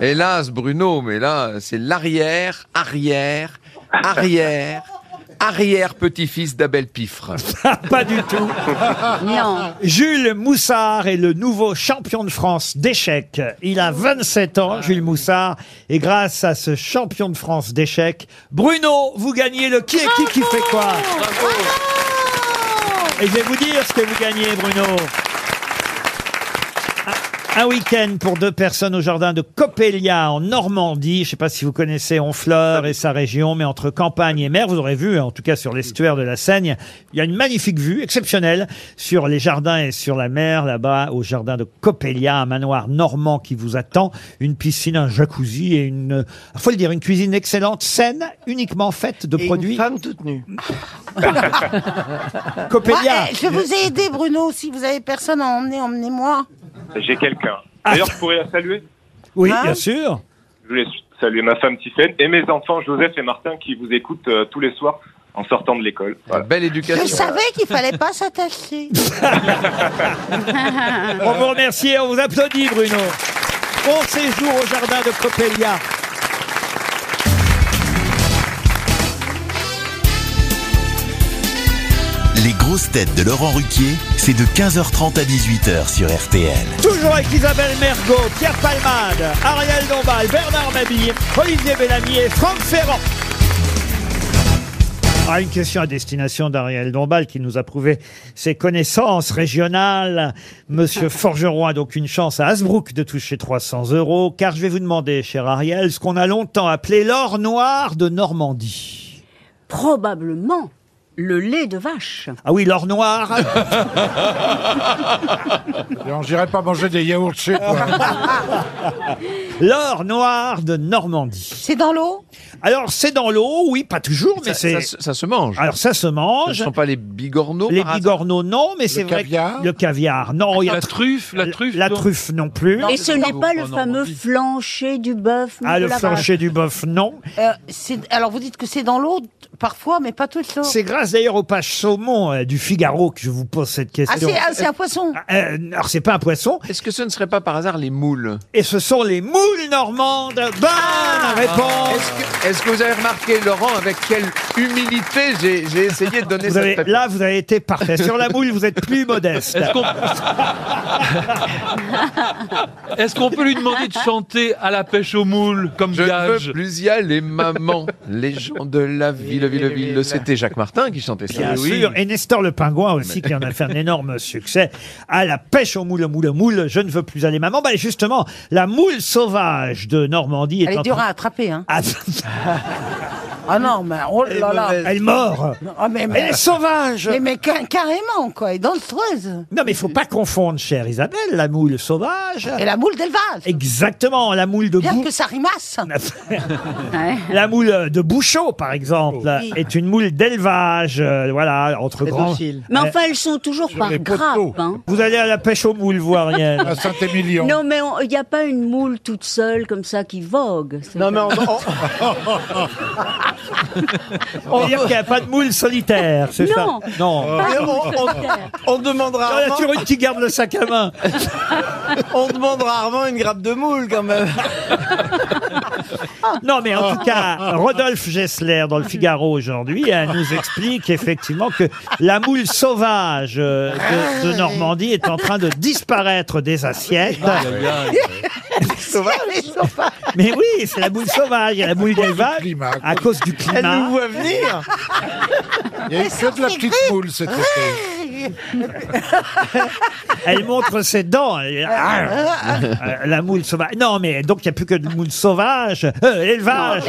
Speaker 6: Hélas, Bruno, mais là, c'est l'arrière, arrière, arrière, arrière petit-fils d'Abel Pifre.
Speaker 2: Ah, Pas du tout.
Speaker 7: Non.
Speaker 2: Jules Moussard est le nouveau champion de France d'échecs. Il a 27 ans, Jules Moussard, et grâce à ce champion de France d'échecs, Bruno, vous gagnez le qui est qui qui fait quoi. Et je vais vous dire ce que vous gagnez, Bruno. Un week-end pour deux personnes au jardin de Coppelia en Normandie. Je ne sais pas si vous connaissez Honfleur et sa région, mais entre campagne et mer, vous aurez vu, en tout cas sur l'estuaire de la Seine, il y a une magnifique vue exceptionnelle sur les jardins et sur la mer là-bas au jardin de Coppelia, un manoir normand qui vous attend, une piscine, un jacuzzi et une, euh, faut le dire, une cuisine excellente, saine, uniquement faite de produits. femme
Speaker 10: toute nue.
Speaker 2: Coppelia.
Speaker 4: Moi, eh, je vous ai aidé, Bruno. Si vous avez personne à emmener, emmenez-moi.
Speaker 17: J'ai quelqu'un. D'ailleurs, je pourrais la saluer.
Speaker 2: Ah. Oui,
Speaker 4: Hein
Speaker 2: bien sûr.
Speaker 17: Je voulais saluer ma femme Tiffaine et mes enfants Joseph et Martin qui vous écoutent euh, tous les soirs en sortant de l'école.
Speaker 6: Belle
Speaker 4: Je
Speaker 6: éducation.
Speaker 4: savais qu'il fallait pas s'attacher.
Speaker 2: On vous remercie et on vous applaudit, Bruno. Bon séjour au jardin de Coppelia.
Speaker 1: Les grosses têtes de Laurent Ruquier, c'est de 15h30 à 18h sur RTL.
Speaker 2: Toujours avec Isabelle Mergot, Pierre Palmade, Ariel Dombal, Bernard Mabille, Olivier Bellamy et Franck Ferrand. Ah, une question à destination d'Ariel Dombal qui nous a prouvé ses connaissances régionales. Monsieur Forgeron a donc une chance à Hasbrook de toucher 300 euros, car je vais vous demander, cher Ariel, ce qu'on a longtemps appelé l'or noir de Normandie.
Speaker 7: Probablement le lait de vache.
Speaker 2: Ah oui, l'or noir.
Speaker 3: On dirait pas manger des yaourts chez toi.
Speaker 2: L'or noir de Normandie.
Speaker 4: C'est dans l'eau
Speaker 2: Alors, c'est dans l'eau, oui, pas toujours, mais
Speaker 6: Ça-
Speaker 2: c'est...
Speaker 6: ça se- ça se mange.
Speaker 2: Alors, ça se mange.
Speaker 6: Ce ne sont pas les bigorneaux
Speaker 2: Les
Speaker 6: par hasard
Speaker 2: bigorneaux, non, mais c'est vrai que... Le caviar, non. il y a-
Speaker 8: La truffe, la truffe.
Speaker 2: La truffe, non plus.
Speaker 7: Et ce
Speaker 6: Ah,
Speaker 7: n'est pas le fameux flancher du bœuf. ni
Speaker 2: Ah,
Speaker 7: de
Speaker 2: le
Speaker 7: la
Speaker 2: flancher du bœuf, non.
Speaker 4: Euh, c'est- alors vous dites que c'est dans l'eau parfois, mais pas tout le temps.
Speaker 2: C'est grâce d'ailleurs aux pages saumon euh, du Figaro que je vous pose cette
Speaker 4: Ah,
Speaker 2: question.
Speaker 4: c'est ah, c'est un poisson.
Speaker 2: Euh, alors, c'est pas un poisson.
Speaker 6: Est-ce que ce ne serait pas par hasard les moules
Speaker 2: Et ce sont les moules normandes. Bonne Ah, réponse.
Speaker 6: Ah. Est-ce que, est-ce que vous avez remarqué, Laurent, avec quelle humilité j'ai j'ai essayé de donner
Speaker 2: Vous
Speaker 6: cette
Speaker 2: avez,
Speaker 6: réponse
Speaker 2: là, vous avez été parfait. Sur la moule, vous êtes plus modeste.
Speaker 8: Est-ce qu'on Est-ce qu'on peut lui demander de chanter à la pêche aux moules comme
Speaker 6: Je ne
Speaker 8: gage
Speaker 6: veux plus y aller, maman. Les gens de la ville, ville, ville. C'était Jacques Martin qui chantait ça.
Speaker 2: Bien
Speaker 6: Oui.
Speaker 2: sûr. Et Nestor le pingouin aussi, qui en a fait un énorme succès. À la pêche aux moules, moules, moules, je ne veux plus aller maman. Bah, justement, la moule sauvage de Normandie est,
Speaker 4: Elle
Speaker 2: en
Speaker 4: est dure à
Speaker 2: train-
Speaker 4: attraper, hein.
Speaker 2: Ah,
Speaker 4: Ah non, mais oh là là.
Speaker 2: Elle mord.
Speaker 4: Ah, mais, mais-
Speaker 2: Elle est sauvage.
Speaker 4: Mais, mais ca- carrément, quoi. Et dansereuse.
Speaker 2: Non, mais il faut pas confondre, chère Isabelle, la moule sauvage.
Speaker 4: Et la moule d'élevage.
Speaker 2: Exactement, la moule de
Speaker 4: Bien
Speaker 2: bou-
Speaker 4: que ça rimace. Ouais.
Speaker 2: La moule euh, de bouchot, par exemple,
Speaker 4: Oui.
Speaker 2: est une moule d'élevage, euh, voilà, entre grands.
Speaker 7: vache. Mais enfin, elles sont toujours par grappes. hein.
Speaker 2: Vous allez à la pêche aux moules, vous, Ariel.
Speaker 7: À
Speaker 3: Saint-Émilion.
Speaker 7: Non, mais on- il n'y a pas une moule toute seule comme ça qui vogue. c'est
Speaker 10: Non, mais on-
Speaker 7: pas-
Speaker 2: On va dire qu'il n'y a pas de moule solitaire, c'est ça
Speaker 7: Non.
Speaker 2: Non.
Speaker 10: Mais on, on- on demande
Speaker 2: Il y en a
Speaker 10: rarement.
Speaker 2: toujours une qui garde le sac à main.
Speaker 10: On demande rarement une grappe de moule quand même. Ah.
Speaker 2: Non, mais en tout cas, Rodolphe Gessler, dans le Figaro aujourd'hui, euh, nous explique effectivement que la moule sauvage euh,
Speaker 7: Ah,
Speaker 2: de, de Normandie est en train de disparaître des assiettes.
Speaker 10: Ah.
Speaker 2: euh, Mais oui, c'est la moule sauvage, il y a la moule d'élevage à cause du
Speaker 10: Elle nous
Speaker 2: climat.
Speaker 10: voit venir.
Speaker 3: Il y a eu que de la petite moule cet été.
Speaker 2: Elle montre ses dents. Elle- Ah, ah, ah, la moule sauvage. Non, mais donc il n'y a plus que de moule sauvage. Euh, élevage.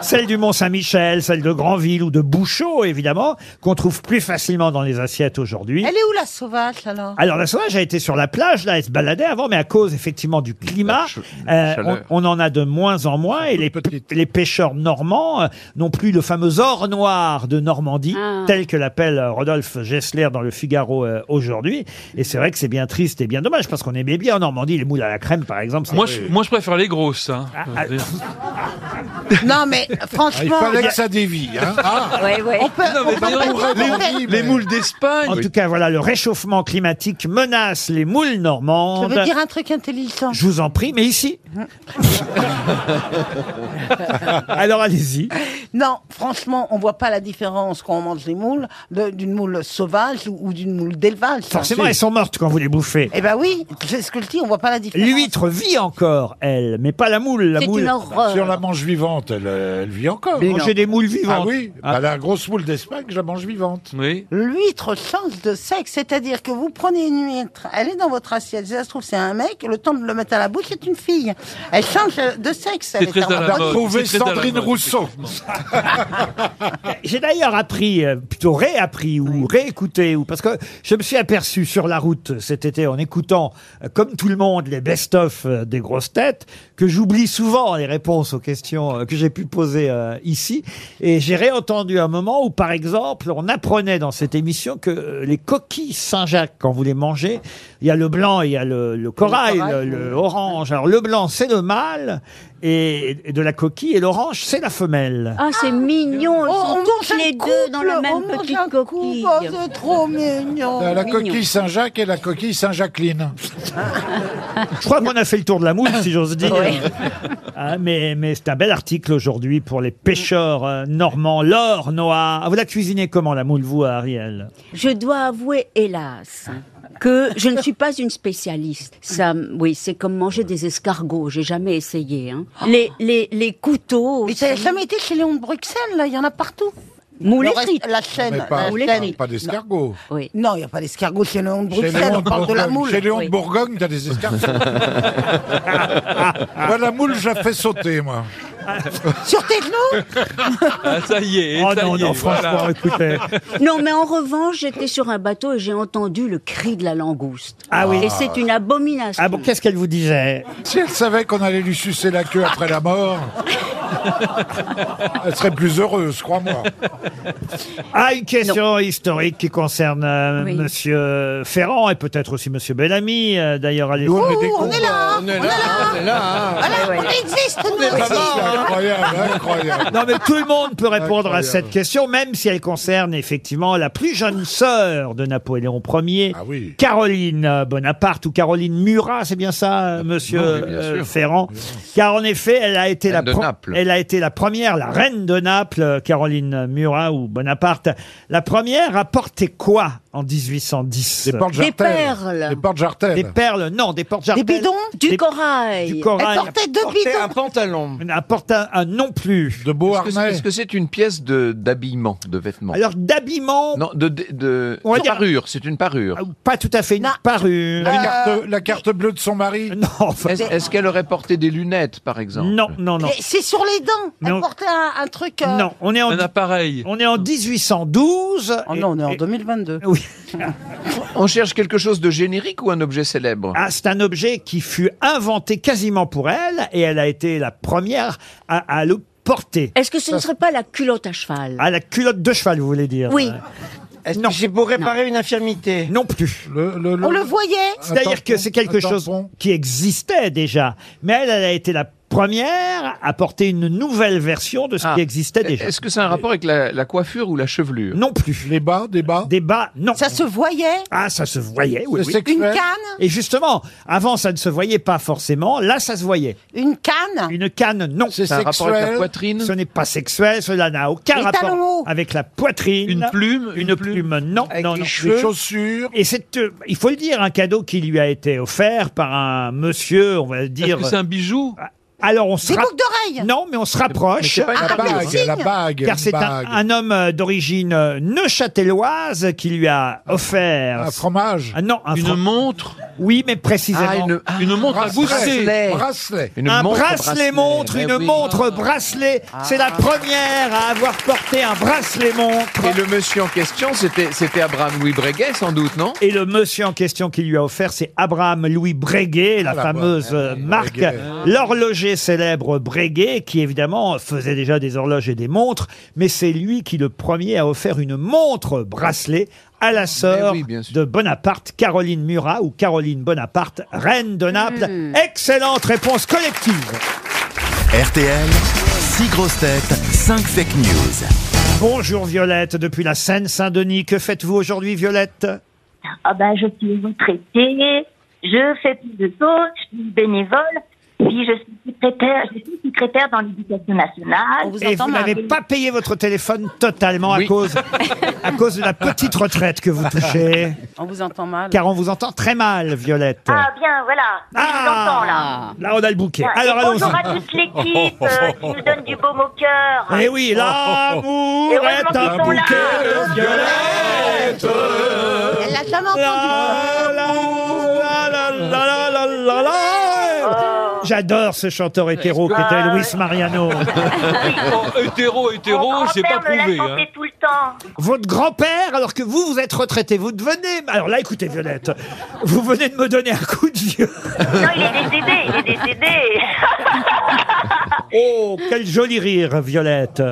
Speaker 2: celle du Mont-Saint-Michel, celle de Granville ou de Bouchot, évidemment, qu'on trouve plus facilement dans les assiettes aujourd'hui.
Speaker 4: Elle est où la sauvage alors
Speaker 2: Alors la sauvage a été sur la plage, là, elle se baladait avant, mais à cause effectivement du climat, euh,
Speaker 6: chaleur.
Speaker 2: on, on en a de moins en moins, et les, les pêcheurs normands euh, n'ont plus le fameux or noir de Normandie, tel que l'appelle euh, Rodolphe Gessler dans le Figaro euh, aujourd'hui. Et c'est vrai que c'est bien triste et bien dommage, parce qu'on aimait bien en Normandie les moules à la crème, par exemple. c'est-
Speaker 8: moi je, moi, je préfère les grosses. hein.
Speaker 2: Ah,
Speaker 4: Non, mais
Speaker 3: Ah, il
Speaker 4: franchement.
Speaker 3: fallait que ça dévie. Hein. Ah,
Speaker 7: Ouais, ouais.
Speaker 4: On peut,
Speaker 8: Non,
Speaker 4: on
Speaker 8: mais
Speaker 4: peut pas
Speaker 8: non,
Speaker 4: dire
Speaker 8: les
Speaker 4: qu'on fait-
Speaker 8: moules- les moules d'Espagne.
Speaker 2: En tout cas, voilà, le réchauffement climatique menace les moules normandes.
Speaker 4: Je veux dire un truc intelligent.
Speaker 2: Je vous en prie, mais ici. Alors allez-y.
Speaker 4: Non, franchement, on voit pas la différence quand on mange les moules de- d'une moule sauvage ou, ou d'une moule d'élevage.
Speaker 2: Forcément, elles sont mortes quand vous les bouffez.
Speaker 4: Eh ben oui, c'est ce que je dis, on voit pas la différence.
Speaker 2: L'huître vit encore, elle, mais pas la moule. La
Speaker 4: C'est
Speaker 2: moule.
Speaker 4: une horreur. Si on la
Speaker 3: mange vivante, elle, elle vit encore.
Speaker 2: Mais Manger non. des moules vivantes.
Speaker 3: Ah oui, bah, la grosse moule d'Espagne, je la mange vivante.
Speaker 8: Oui.
Speaker 4: L'huître change de sexe, c'est-à-dire que vous prenez une huître, elle est dans votre assiette, si ça se trouve c'est un mec, le temps de le mettre à la bouche c'est une fille. Elle change de sexe. elle est
Speaker 3: très à la
Speaker 4: hermaphrodite.
Speaker 3: mode, Trouver c'est très à la Sandrine mode, Rousseau.
Speaker 2: J'ai d'ailleurs appris, euh, plutôt réappris ou réécouté, ou parce que je me suis aperçu sur la route cet été en écoutant, euh, comme tout le monde, les best-of euh, des grosses têtes, que j'oublie souvent les réponses aux questions euh, que j'ai pu poser euh, ici. Et j'ai réentendu un moment où, par exemple, on apprenait dans cette émission que euh, les coquilles Saint-Jacques, quand vous les mangez, il y a le blanc, il y a le, le corail, le,
Speaker 18: corail,
Speaker 2: le orange. Alors le blanc, c'est le mâle. Et et de la coquille et l'orange, c'est la femelle.
Speaker 7: Ah, c'est mignon, ils
Speaker 4: Oh,
Speaker 7: sont
Speaker 4: on
Speaker 7: toutes
Speaker 4: mange un
Speaker 7: les deux dans la
Speaker 4: couple,
Speaker 7: même
Speaker 4: on mange
Speaker 7: petite
Speaker 4: un
Speaker 7: coquille.
Speaker 4: couple, oh, c'est trop Oh, mignon.
Speaker 3: La, la coquille Saint-Jacques et la coquille Saint-Jacqueline.
Speaker 2: Je crois qu'on a fait le tour de la moule, si j'ose dire.
Speaker 3: Oui.
Speaker 2: Ah, mais mais c'est un bel article aujourd'hui pour les pêcheurs euh, normands. L'or noir. Ah, Vous la cuisinez comment, la moule, vous, à Ariel
Speaker 7: Je dois avouer, hélas, que je ne suis pas une spécialiste. Ça, oui, c'est comme manger des escargots. J'ai jamais essayé. hein. Les, les, les couteaux.
Speaker 4: Oh. Mais ça n'a jamais été chez Léon de Bruxelles, là, il y en a partout.
Speaker 7: Moule et
Speaker 4: Le reste-
Speaker 7: frites.
Speaker 4: La chaîne.
Speaker 3: Mais pas-
Speaker 4: la
Speaker 3: pas-
Speaker 4: chaîne.
Speaker 3: pas d'escargot.
Speaker 7: Oui.
Speaker 4: Non, il n'y a pas d'escargot chez Léon de
Speaker 3: Chez
Speaker 4: Bruxelles,
Speaker 3: Léon
Speaker 4: on
Speaker 3: de
Speaker 4: parle de la
Speaker 3: Bourgogne,
Speaker 4: moule.
Speaker 3: chez Léon
Speaker 4: Oui.
Speaker 3: de Bourgogne, t'as des escargots. Moi, la moule, je la fais sauter, moi.
Speaker 4: Sur tes genoux
Speaker 8: Ah, ça y est.
Speaker 2: Oh
Speaker 8: ça
Speaker 2: non,
Speaker 8: y
Speaker 2: non,
Speaker 8: est, voilà.
Speaker 2: franchement, écoutez.
Speaker 7: Non, mais en revanche, j'étais sur un bateau et j'ai entendu le cri de la langouste.
Speaker 2: Ah oui.
Speaker 7: Et c'est une abomination.
Speaker 2: Ah bon, qu'est-ce qu'elle vous disait
Speaker 3: Si elle savait qu'on allait lui sucer la queue après la mort, elle serait plus heureuse, crois-moi.
Speaker 2: Ah, une question historique qui concerne euh, Monsieur Ferrand et peut-être aussi Monsieur Bellamy. euh, D'ailleurs, allez
Speaker 3: Nous, on est
Speaker 2: Oh,
Speaker 3: des cons.
Speaker 2: est
Speaker 5: hein,
Speaker 2: là
Speaker 10: bah, On est là, on est là. hein.
Speaker 4: Voilà, on existe, nous
Speaker 10: On est pas
Speaker 4: aussi.
Speaker 10: mort, hein.
Speaker 3: Incroyable, incroyable.
Speaker 2: Non, mais tout le monde peut répondre à
Speaker 3: Incroyable.
Speaker 2: cette question, même si elle concerne effectivement la plus jeune sœur de Napoléon Ier, Caroline Bonaparte ou Caroline Murat, c'est bien ça, euh, monsieur
Speaker 6: Oui, bien
Speaker 2: euh,
Speaker 6: sûr.
Speaker 2: Ferrand Car en effet, elle a été la
Speaker 6: Reine de
Speaker 2: pro-
Speaker 6: Naples.
Speaker 2: elle a été la première, la reine de Naples, euh, Caroline Murat ou Bonaparte, la première à porter quoi en 1810 Des
Speaker 3: portes Des jartelles. perles. Des portes jartelles.
Speaker 2: Des perles, non, des portes jartelles.
Speaker 7: Du corail.
Speaker 2: Du corail.
Speaker 7: Elle portait deux
Speaker 10: Porter
Speaker 7: bidons.
Speaker 10: un pantalon.
Speaker 2: Un porta- un non plus.
Speaker 3: De beau
Speaker 6: Est-ce que c'est- Est-ce que c'est une pièce de d'habillement, de vêtements
Speaker 2: Alors d'habillement,
Speaker 6: Non, de, de, de-
Speaker 2: On va
Speaker 6: de
Speaker 2: dire- Ah,
Speaker 6: parure, c'est une parure. Euh,
Speaker 2: pas tout à fait une parure.
Speaker 3: La carte, la carte bleue de son mari.
Speaker 2: Non, enfin-
Speaker 6: Est-ce est-ce qu'elle aurait porté des lunettes, par exemple
Speaker 2: Non, non, non.
Speaker 4: Mais C'est sur les dents. Elle
Speaker 2: Non.
Speaker 4: portait un, un truc. euh,
Speaker 2: Non, on est en,
Speaker 8: Un appareil.
Speaker 2: on est en 1812.
Speaker 4: Oh non, on est en 2022.
Speaker 2: Oui.
Speaker 6: On cherche quelque chose de générique ou un objet célèbre
Speaker 2: Ah, c'est un objet qui fut inventé quasiment pour elle et elle a été la première à, à le porter.
Speaker 7: Est-ce que ce ne serait pas la culotte à cheval
Speaker 2: À la culotte de cheval, vous voulez dire Euh,
Speaker 7: Oui.
Speaker 10: Est-ce que c'est pour réparer une infirmité
Speaker 2: Non plus.
Speaker 3: Le- le- le-
Speaker 4: On le voyait.
Speaker 2: C'est-à-dire que c'est quelque
Speaker 3: un
Speaker 2: chose
Speaker 3: tampon.
Speaker 2: qui existait déjà, mais elle, elle a été la première à porter une nouvelle version de ce
Speaker 6: Ah.
Speaker 2: qui existait déjà.
Speaker 6: Est-ce que c'est un rapport avec la, la coiffure ou la chevelure
Speaker 2: Non plus.
Speaker 3: Les bas, des bas.
Speaker 2: Des bas, non.
Speaker 4: Ça se voyait.
Speaker 2: Ah, ça se voyait, oui.
Speaker 3: Le
Speaker 2: oui.
Speaker 3: sexe-
Speaker 4: Une
Speaker 3: Ouais.
Speaker 4: canne.
Speaker 2: Et justement, avant, ça ne se voyait pas forcément. Là, ça se voyait.
Speaker 4: Une canne.
Speaker 2: Une canne, non.
Speaker 3: C'est
Speaker 6: C'est un rapport avec la
Speaker 3: sexuel.
Speaker 6: poitrine
Speaker 2: Ce n'est pas sexuel, cela n'a aucun
Speaker 4: Les
Speaker 2: rapport
Speaker 4: talons hauts.
Speaker 2: avec la poitrine.
Speaker 8: Une plume.
Speaker 2: Une plume, non,
Speaker 10: Avec
Speaker 2: non,
Speaker 10: des
Speaker 2: non.
Speaker 10: cheveux.
Speaker 3: Des chaussures.
Speaker 2: Et c'est, euh, il faut le dire, un cadeau qui lui a été offert par un monsieur, on va
Speaker 8: Est-ce
Speaker 2: dire.
Speaker 8: que c'est un bijou
Speaker 2: Ah, Alors on se
Speaker 4: Des
Speaker 2: rap-
Speaker 4: boucles d'oreilles.
Speaker 2: Non, mais on se
Speaker 6: Mais
Speaker 2: rapproche.
Speaker 6: c'est pas une
Speaker 3: La
Speaker 6: parure.
Speaker 3: bague, la bague.
Speaker 2: Car
Speaker 3: une
Speaker 2: c'est un,
Speaker 3: bague.
Speaker 2: un homme euh, d'origine euh, neuchâteloise qui lui a offert.
Speaker 3: Un fromage.
Speaker 2: Ah non, un
Speaker 8: Une
Speaker 2: fran-
Speaker 8: montre
Speaker 2: Oui, mais précisément.
Speaker 6: Ah, une, ah,
Speaker 8: Une montre à gousset
Speaker 3: Bracelet.
Speaker 6: une
Speaker 2: un
Speaker 6: montre à
Speaker 2: bracelet montre,
Speaker 6: Eh
Speaker 2: une
Speaker 6: oui.
Speaker 8: Ah.
Speaker 2: montre bracelet. C'est la première à avoir porté un bracelet montre.
Speaker 6: Et le monsieur en question, c'était c'était Abraham Louis Breguet, sans doute, non
Speaker 2: Et le monsieur en question qui lui a offert, c'est Abraham Louis Breguet, la
Speaker 3: Ah, la
Speaker 2: fameuse
Speaker 3: bonne.
Speaker 2: euh, marque,
Speaker 3: Breguet.
Speaker 2: l'horloger célèbre Breguet, qui évidemment faisait déjà des horloges et des montres, mais c'est lui qui le premier a offert une montre bracelet à la sœur
Speaker 6: oui, bien sûr.
Speaker 2: de Bonaparte, Caroline Murat, ou Caroline Bonaparte, reine de Naples. Excellente réponse collective.
Speaker 1: RTL, 6 grosses têtes, 5 fake news.
Speaker 2: Bonjour Violette, depuis la Seine-Saint-Denis, que faites-vous aujourd'hui Violette
Speaker 5: Ah ben, je suis retraitée, je fais plus de choses, je suis bénévole
Speaker 18: Oui, je suis secrétaire, je suis secrétaire dans l'éducation nationale.
Speaker 2: Et vous n'avez pas payé votre téléphone totalement à cause à cause de la petite retraite que vous touchez.
Speaker 4: On vous entend mal.
Speaker 2: Car on vous entend très mal, Violette.
Speaker 18: Ah bien, voilà. Oui,
Speaker 4: Ah.
Speaker 18: je vous entends, là.
Speaker 2: Là, on a le bouquet.
Speaker 18: Bien.
Speaker 2: Alors,
Speaker 18: Et
Speaker 2: allons-y.
Speaker 18: Bonjour à toute l'équipe euh, qui nous donne du baume au cœur.
Speaker 2: Eh oui, l'amour
Speaker 18: Et heureusement
Speaker 2: est
Speaker 18: qu'ils
Speaker 2: un
Speaker 18: sont là.
Speaker 2: bouquet de violettes.
Speaker 4: Elle l'a jamais entendu.
Speaker 2: La, la, la, la. J'adore ce chanteur hétéro qui était Luis Mariano.
Speaker 8: Oh, hétéro, hétéro, c'est pas prouvé. hein.
Speaker 18: tout le temps.
Speaker 2: Votre grand-père, alors que vous, vous êtes retraité, vous devenez... Alors là, écoutez, Violette, vous venez de me donner un coup de vieux.
Speaker 18: Non, il est décédé, il est décédé.
Speaker 2: Oh, quel joli rire, Violette.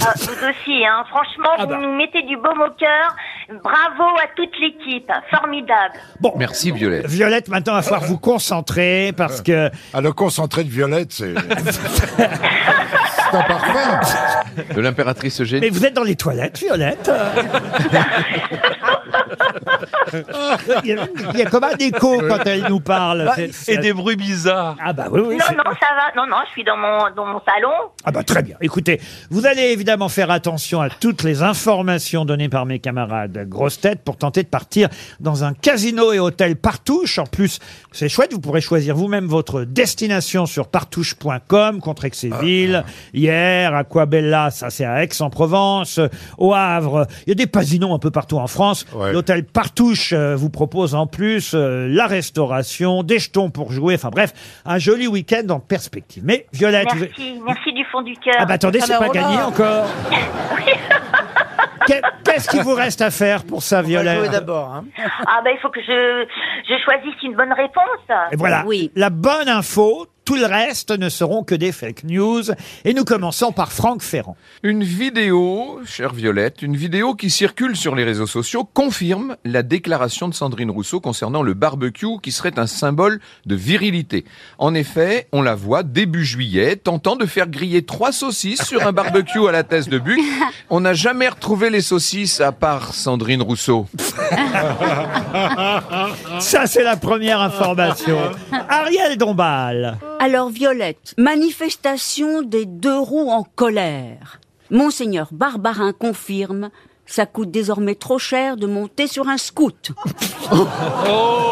Speaker 18: Ah, vous aussi, hein. franchement,
Speaker 2: Ah
Speaker 18: vous
Speaker 2: bah.
Speaker 18: nous mettez du baume au cœur. Bravo à toute l'équipe, formidable.
Speaker 2: Bon.
Speaker 6: Merci, Violette.
Speaker 2: Violette, maintenant, il va falloir vous concentrer parce que...
Speaker 3: Ah, le concentré de Violette, c'est. c'est un parfum.
Speaker 6: De l'impératrice Eugénie.
Speaker 2: Mais vous êtes dans les toilettes, Violette. il, y a, il y a comme un écho quand elle nous parle.
Speaker 8: Bah,
Speaker 2: C'est-
Speaker 8: et
Speaker 2: c'est-
Speaker 8: des bruits bizarres.
Speaker 2: Ah bah oui, oui.
Speaker 18: non,
Speaker 2: c'est-
Speaker 18: non, ça va. Non, non, je suis dans mon, dans mon salon.
Speaker 2: Ah bah très bien. Écoutez, vous allez évidemment faire attention à toutes les informations données par mes camarades grosses têtes pour tenter de partir dans un casino et hôtel Partouche. En plus, c'est chouette, vous pourrez choisir vous-même votre destination sur partouche.com, contre Exéville, hier, Aquabella, ça c'est à Aix-en-Provence, euh, au Havre. Il y a des casinos un peu partout en France. L'hôtel Partouche euh, vous propose en plus euh, la restauration, des jetons pour jouer, enfin bref, un joli week-end en perspective. Mais Violette, vous-
Speaker 18: Merci, merci du fond du cœur.
Speaker 2: ah bah attendez, c'est pas gagné encore. Qu'est- Qu'est-ce qu'il vous reste à faire pour ça,
Speaker 10: Jouez
Speaker 2: Violette
Speaker 10: d'abord. hein.
Speaker 18: Ah bah il faut que je, je choisisse une bonne réponse.
Speaker 2: Et voilà, la bonne info, tout le reste ne seront que des fake news. Et nous commençons par Franck Ferrand.
Speaker 6: Une vidéo, chère Violette, une vidéo qui circule sur les réseaux sociaux confirme la déclaration de Sandrine Rousseau concernant le barbecue qui serait un symbole de virilité. En effet, on la voit début juillet tentant de faire griller trois saucisses sur un barbecue à la thèse de Buc. On n'a jamais retrouvé les saucisses à part Sandrine Rousseau.
Speaker 2: Ça, c'est la première information. Ariel Dombal.
Speaker 7: Alors Violette, manifestation des deux roues en colère. Monseigneur Barbarin confirme, ça coûte désormais trop cher de monter sur un scout.
Speaker 8: Oh.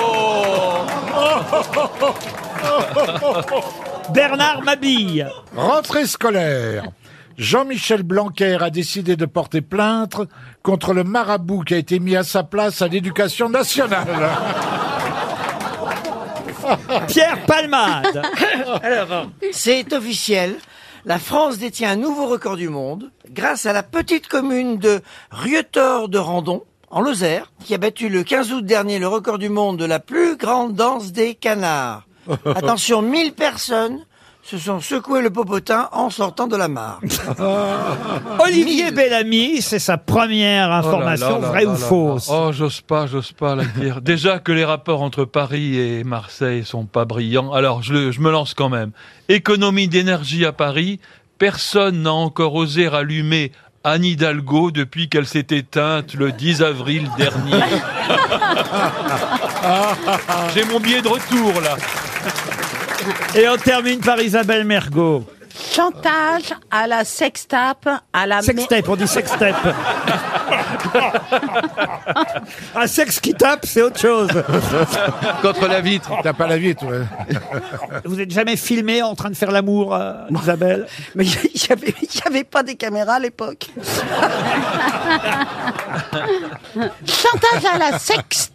Speaker 2: Bernard Mabille.
Speaker 3: Rentrée scolaire. Jean-Michel Blanquer a décidé de porter plainte contre le marabout qui a été mis à sa place à l'éducation nationale.
Speaker 2: Pierre Palmade.
Speaker 10: Alors, c'est officiel. La France détient un nouveau record du monde grâce à la petite commune de Rieutort de Randon, en Lozère, qui a battu le 15 août dernier le record du monde de la plus grande danse des canards. Attention, 1000 personnes se sont secouées le popotin en sortant de la mare.
Speaker 2: Olivier Bellamy, c'est sa première information,
Speaker 8: Oh là là
Speaker 2: vraie
Speaker 8: là
Speaker 2: ou
Speaker 8: là
Speaker 2: fausse
Speaker 8: là. Oh, j'ose pas, j'ose pas la dire. Déjà que les rapports entre Paris et Marseille sont pas brillants, alors je, le- je me lance quand même. Économie d'énergie à Paris, personne n'a encore osé rallumer Anne Hidalgo depuis qu'elle s'est éteinte le 10 avril dernier. Oh. J'ai mon billet de retour, là.
Speaker 2: Et on termine par Isabelle Mergot.
Speaker 4: Chantage à la sextape, à la
Speaker 2: Sextape, on dit sextape. Un sexe qui tape, c'est autre chose.
Speaker 6: Contre la vitre.
Speaker 3: T'as pas la vitre, ouais.
Speaker 2: Vous êtes jamais filmé en train de faire l'amour, euh, Isabelle
Speaker 4: Mais il n'y avait, il y avait pas des caméras à l'époque. Chantage à la sextape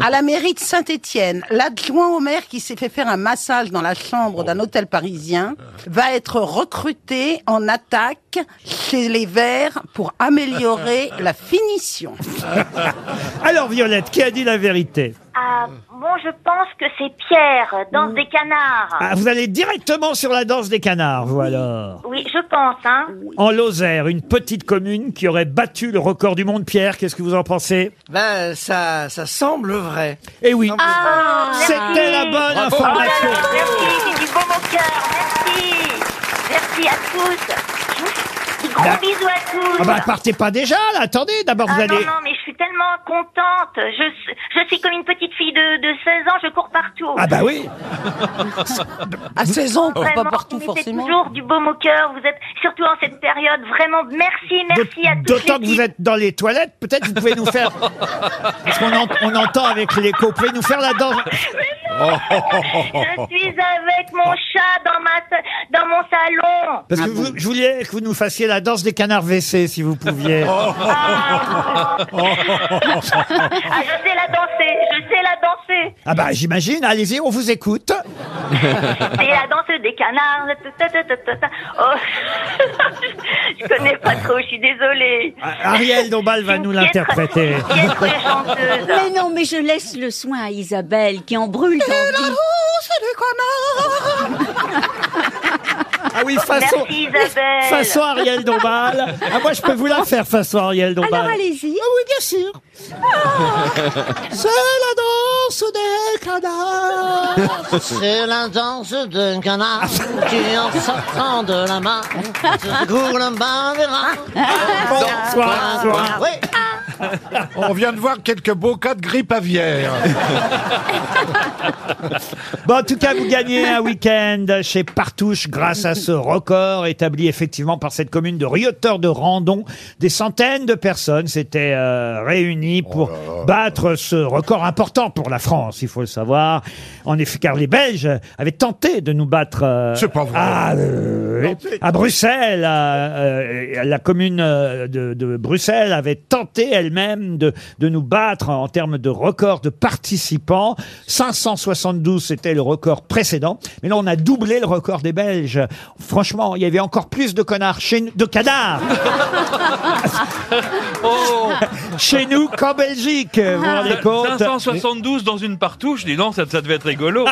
Speaker 4: à la mairie de Saint-Étienne. L'adjoint au maire qui s'est fait faire un massage dans la chambre d'un hôtel parisien va être recruté en attaque chez les Verts pour améliorer la finition.
Speaker 2: Alors, Violette, qui a dit la vérité
Speaker 18: Ah, bon, je pense que c'est Pierre,
Speaker 10: Mm.
Speaker 18: danse des canards.
Speaker 2: Ah, Vous allez directement sur la danse des canards, vous alors.
Speaker 18: Oui, je pense, hein.
Speaker 2: En Lozère, une petite commune qui aurait battu le record du monde. Pierre, qu'est-ce que vous en pensez
Speaker 10: Ben, ça, ça semble vrai.
Speaker 2: Eh oui,
Speaker 18: Ah,
Speaker 2: c'était la bonne
Speaker 10: Bravo.
Speaker 2: information.
Speaker 5: Ah,
Speaker 18: Bravo, merci, c'est du baume au cœur, merci. Merci à tous. Des Gros bisous à tous.
Speaker 2: Ah bah partez pas déjà là, attendez, d'abord vous
Speaker 18: Ah,
Speaker 2: allez...
Speaker 18: non, non, mais je suis tellement contente. Je, suis- je suis comme une petite fille de, de 16 ans, je cours partout.
Speaker 9: Ah bah oui.
Speaker 4: À 16 ans, on court pas
Speaker 18: Vraiment,
Speaker 4: partout,
Speaker 18: vous mettez
Speaker 4: forcément.
Speaker 18: toujours du baume au cœur. Vous êtes, surtout en cette période, vraiment, merci, merci à tous.
Speaker 2: D'autant que vous êtes dans les toilettes, peut-être vous pouvez nous faire. Parce qu'on en- on entend avec l'écho. Vous pouvez nous faire la danse.
Speaker 18: Je suis avec mon chat dans, ma, sa- dans mon salon.
Speaker 2: Parce que vous- je voulais que vous nous fassiez la danse des canards WC, si vous pouviez.
Speaker 5: Oh.
Speaker 10: Oh.
Speaker 18: Ah, je sais la danser, je sais la danser.
Speaker 2: Ah bah j'imagine, allez-y, on vous écoute.
Speaker 18: C'est la danse des canards. Ta, ta, ta, ta, ta. Oh. je connais pas trop, je suis désolée.
Speaker 2: Ah, Ariel Dombal va nous l'interpréter.
Speaker 7: Mais non, mais je laisse le soin à Isabelle qui en brûle d'envie.
Speaker 2: Ah oui, façon,
Speaker 7: Merci, Isabelle.
Speaker 2: façon Ariel Dombal. Ah, moi, je peux vous la faire façon Ariel Dombal.
Speaker 9: Alors allez-y. Ah oui, bien sûr. C'est la danse des canards. C'est la danse d'un canard qui en sortant de la main se gourle un bavera.
Speaker 3: Bonsoir,
Speaker 7: Ah,
Speaker 3: bonsoir.
Speaker 9: Oui.
Speaker 3: On vient de voir quelques beaux cas de grippe aviaire.
Speaker 2: Bon, en tout cas, vous gagnez un week-end chez Partouche grâce à ce record établi effectivement par cette commune de Rioteur de Randon. Des centaines de personnes s'étaient euh, réunies
Speaker 3: Oh
Speaker 2: pour battre ce record important pour la France, il faut le savoir. En effet, car les Belges avaient tenté de nous battre. euh,
Speaker 3: C'est pas vrai.
Speaker 2: Ah, euh, oui. à Bruxelles, à, euh, la commune euh, de, de Bruxelles avait tenté elle-même de, de nous battre en termes de record de participants. 572, c'était le record précédent. Mais là, on a doublé le record des Belges. Franchement, il y avait encore plus de connards chez nous, de canards Oh. chez nous qu'en Belgique. Vous vous rendez compte
Speaker 8: 572 dans une partouche, dis donc, ça, ça devait être rigolo.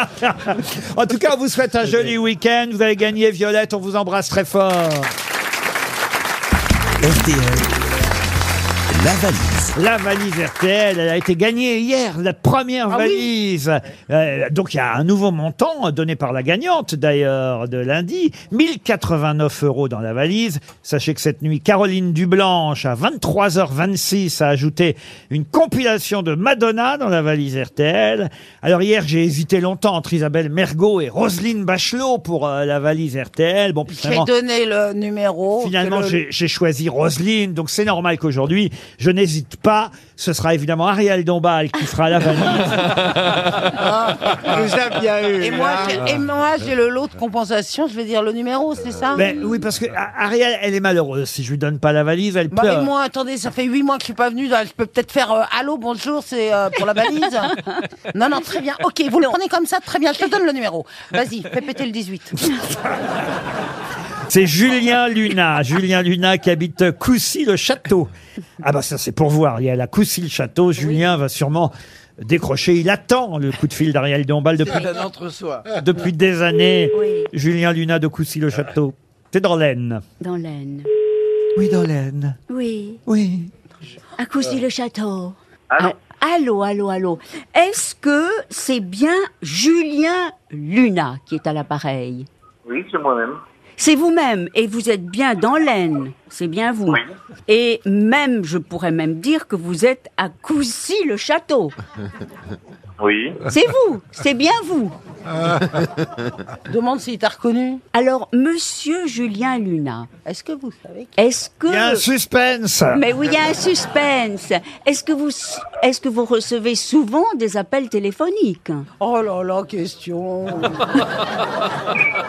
Speaker 2: En tout cas, on vous souhaite un joli week-end. Vous avez gagné, Violette. On vous embrasse très fort. La valise. La valise RTL, elle a été gagnée hier, la première
Speaker 4: Ah
Speaker 2: valise. Euh, donc il y a un nouveau montant donné par la gagnante d'ailleurs de lundi, 1089 euros dans la valise. Sachez que cette nuit, Caroline Dublanche à 23h26 a ajouté une compilation de Madonna dans la valise RTL. Alors hier j'ai hésité longtemps entre Isabelle Mergot et Roselyne Bachelot pour euh, la valise RTL. Bon,
Speaker 4: J'ai
Speaker 2: finalement-
Speaker 4: donné le numéro.
Speaker 2: Finalement,
Speaker 4: que le-
Speaker 2: j'ai j'ai choisi Roselyne, donc c'est normal qu'aujourd'hui, je n'hésite pas. Ce sera évidemment Ariel Dombal qui fera la valise.
Speaker 7: Ah,
Speaker 10: Nous avons bien eu,
Speaker 4: Et moi,
Speaker 10: hein.
Speaker 4: j'ai- et moi, j'ai le lot de compensation, je vais dire le numéro, c'est ça
Speaker 2: Mais oui, parce que A- Ariel, elle est malheureuse. Si je lui donne pas la valise, elle
Speaker 4: Bah, mais
Speaker 2: pleure.
Speaker 4: moi, attendez, ça fait huit mois que je suis pas venue. là, Je peux peut-être faire euh, allô, bonjour, c'est euh, pour la valise. non, non, très bien. Ok, vous le prenez comme ça, très bien. Je te donne le numéro. Vas-y, fais péter le 18.
Speaker 2: C'est Julien Luna. Julien Luna qui habite Coucy-le-Château. Ah bah ça, c'est pour vous, Ariel. À Coucy-le-Château, Julien va sûrement décrocher. Il attend le coup de fil d'Ariel Dombal depuis,
Speaker 10: C'est un entre-soi.
Speaker 2: depuis des années. Julien Luna de Coucy-le-Château. T'es dans l'aine.
Speaker 7: Dans l'aine.
Speaker 2: Oui, dans l'aine.
Speaker 7: Oui.
Speaker 2: Oui.
Speaker 7: À Cousy le château. Ah, allô, allô, allô. Est-ce que c'est bien Julien Luna qui est à l'appareil
Speaker 14: Oui, c'est moi-même.
Speaker 7: C'est vous-même et vous êtes bien dans l'aine. C'est bien vous. Et même, je pourrais même dire que vous êtes à Cousy le château.
Speaker 14: Oui.
Speaker 7: C'est vous, c'est bien vous.
Speaker 4: Demande s'il t'a reconnu.
Speaker 7: Alors, monsieur Julien Luna,
Speaker 4: est-ce que vous savez
Speaker 7: est-ce que.
Speaker 2: Il y a un suspense.
Speaker 7: Mais oui, il y a un suspense. Est-ce que vous, est-ce que vous recevez souvent des appels téléphoniques
Speaker 4: Oh là là, question.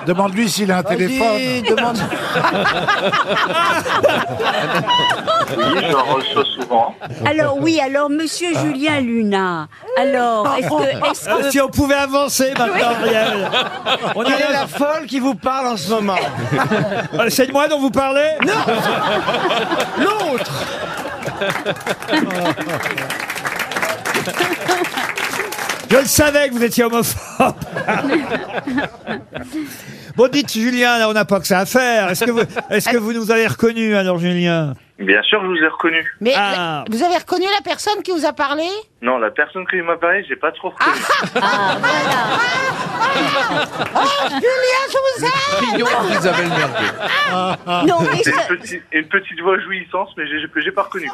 Speaker 3: Demande-lui s'il a un
Speaker 4: Vas-y,
Speaker 3: téléphone.
Speaker 4: demande-
Speaker 14: Oui, je en reçois souvent.
Speaker 7: Alors oui, alors Monsieur Julien Luna. Alors, est-ce que, est-ce
Speaker 2: Ah,
Speaker 7: que-
Speaker 2: si on pouvait avancer maintenant, Ariel. On
Speaker 10: Quelle est
Speaker 2: est
Speaker 10: la folle qui vous parle en ce moment
Speaker 2: Euh, C'est de moi dont vous parlez
Speaker 7: Ah,
Speaker 10: L'autre
Speaker 2: Je le savais que vous étiez homophobe. bon, dites Julien, là, on n'a pas que ça à faire. Est-ce que vous, est-ce que vous nous avez reconnu alors, Julien
Speaker 14: Bien sûr, je vous ai reconnu.
Speaker 4: Mais
Speaker 2: Ah.
Speaker 4: vous avez reconnu la personne qui vous a parlé
Speaker 14: Non, la personne que vous m'apparaît, j'ai pas trop reconnu.
Speaker 9: Julien, je vous aime Ah.
Speaker 6: Isabelle Merguez.
Speaker 9: Non, mais
Speaker 14: C'est
Speaker 9: ça-
Speaker 14: une, petite- une petite voix jouissance, mais j'ai- que j'ai pas reconnue.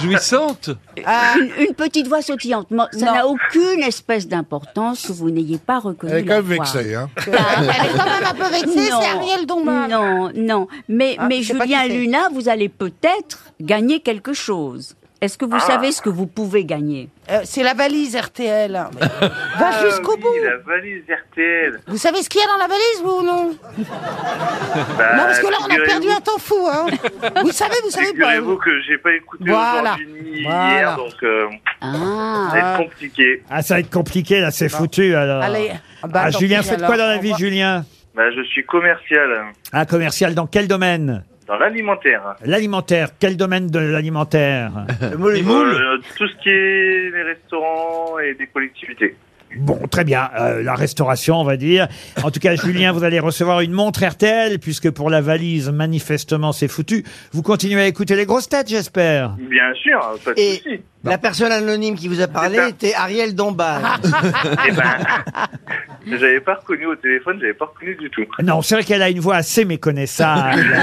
Speaker 8: Jouissante
Speaker 7: Une, une petite voix sautillante. Moi, Ça n'a aucune espèce d'importance que vous n'ayez pas reconnu.
Speaker 3: Elle est quand
Speaker 7: la
Speaker 3: même
Speaker 7: voix. Ah, bah,
Speaker 3: vexée, hein.
Speaker 4: Elle est quand même un peu vexée,
Speaker 7: Non.
Speaker 4: c'est Ariel Dombal.
Speaker 7: Non, non. Mais,
Speaker 4: Ah,
Speaker 7: mais
Speaker 4: je sais pas
Speaker 7: Julien
Speaker 4: qui c'est.
Speaker 7: Luna, vous allez peut-être gagner quelque chose. Est-ce que vous
Speaker 4: Ah.
Speaker 7: savez ce que vous pouvez gagner
Speaker 4: Euh, c'est la valise RTL. Va
Speaker 14: Ah
Speaker 4: jusqu'au
Speaker 14: oui,
Speaker 4: bout.
Speaker 14: La valise RTL.
Speaker 4: Vous savez ce qu'il y a dans la valise, vous ou non
Speaker 14: Bah,
Speaker 4: Non, parce que là, on a perdu un temps fou. Hein. vous savez, vous savez pas.
Speaker 14: vous que j'ai pas écouté
Speaker 4: Voilà.
Speaker 14: aujourd'hui ni
Speaker 4: Voilà.
Speaker 14: hier, donc euh,
Speaker 7: ah.
Speaker 14: ça va être compliqué.
Speaker 2: Ah, ça va être compliqué, là,
Speaker 4: Bah.
Speaker 2: c'est foutu, alors.
Speaker 14: Allez.
Speaker 2: Ah,
Speaker 14: Ah bah, tant
Speaker 2: Julien,
Speaker 14: pis,
Speaker 2: faites
Speaker 14: alors,
Speaker 2: quoi dans la
Speaker 14: au
Speaker 2: vie,
Speaker 14: revoir.
Speaker 2: Julien
Speaker 14: Bah, je suis commercial euh,
Speaker 2: Un commercial dans quel domaine
Speaker 14: dans l'alimentaire.
Speaker 2: L'alimentaire, quel domaine de l'alimentaire
Speaker 14: Euh, Tout ce qui est les restaurants et des collectivités.
Speaker 2: Bon, très bien, euh, la restauration, on va dire. En tout cas, Julien, vous allez recevoir une montre RTL, puisque pour la valise, manifestement, c'est foutu. Vous continuez à écouter les grosses têtes, j'espère
Speaker 14: Bien sûr, hein, pas de
Speaker 10: Et
Speaker 14: souci.
Speaker 10: la personne anonyme qui vous a parlé était Ariel Dombal.
Speaker 2: Ah.
Speaker 14: Eh ben, j'avais pas reconnu au téléphone, j'avais pas reconnu du tout.
Speaker 2: Non, c'est vrai qu'elle a une voix assez méconnaissable.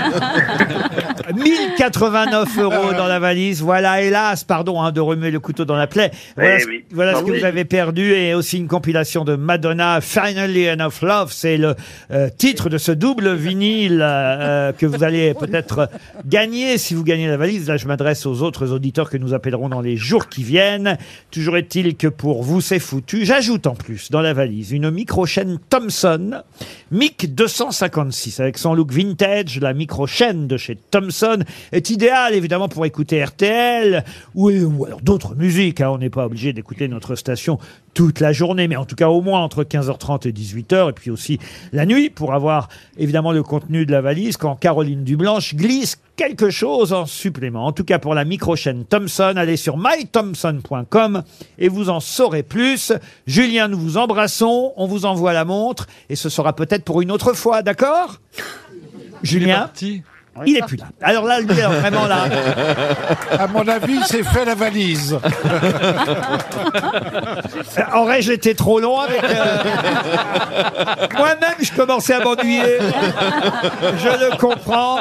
Speaker 2: 1089 euros dans la valise. Voilà, hélas, pardon hein, de remuer le couteau dans la plaie. Voilà,
Speaker 14: Eh
Speaker 2: ce,
Speaker 14: oui.
Speaker 2: voilà
Speaker 14: Ah
Speaker 2: ce que
Speaker 14: oui.
Speaker 2: vous avez perdu et aussi une compilation de Madonna, Finally Enough Love. C'est le euh, titre de ce double vinyle euh, euh, que vous allez peut-être gagner si vous gagnez la valise. Là, je m'adresse aux autres auditeurs que nous appellerons dans les jours qui viennent. Toujours est-il que pour vous, c'est foutu. J'ajoute en plus dans la valise une micro-chaîne Thomson, MIC 256, avec son look vintage. La micro-chaîne de chez Thomson est idéale, évidemment, pour écouter RTL ou, ou alors d'autres musiques. hein. On n'est pas obligé d'écouter notre station toute la journée, mais en tout cas au moins entre 15h30 et 18h, et puis aussi la nuit, pour avoir évidemment le contenu de la valise quand Caroline Dublanche glisse quelque chose en supplément. En tout cas, pour la micro-chaîne Thomson, allez sur mythomson.com et vous en saurez plus. Julien, nous vous embrassons, on vous envoie la montre et ce sera peut-être pour une autre fois, d'accord Julien Il est plus là. Alors là, lui, alors, vraiment là.
Speaker 3: À mon avis, c'est fait la valise.
Speaker 2: Euh, Aurais-je été trop long avec. euh, Moi-même, je commençais à m'ennuyer. Je le comprends.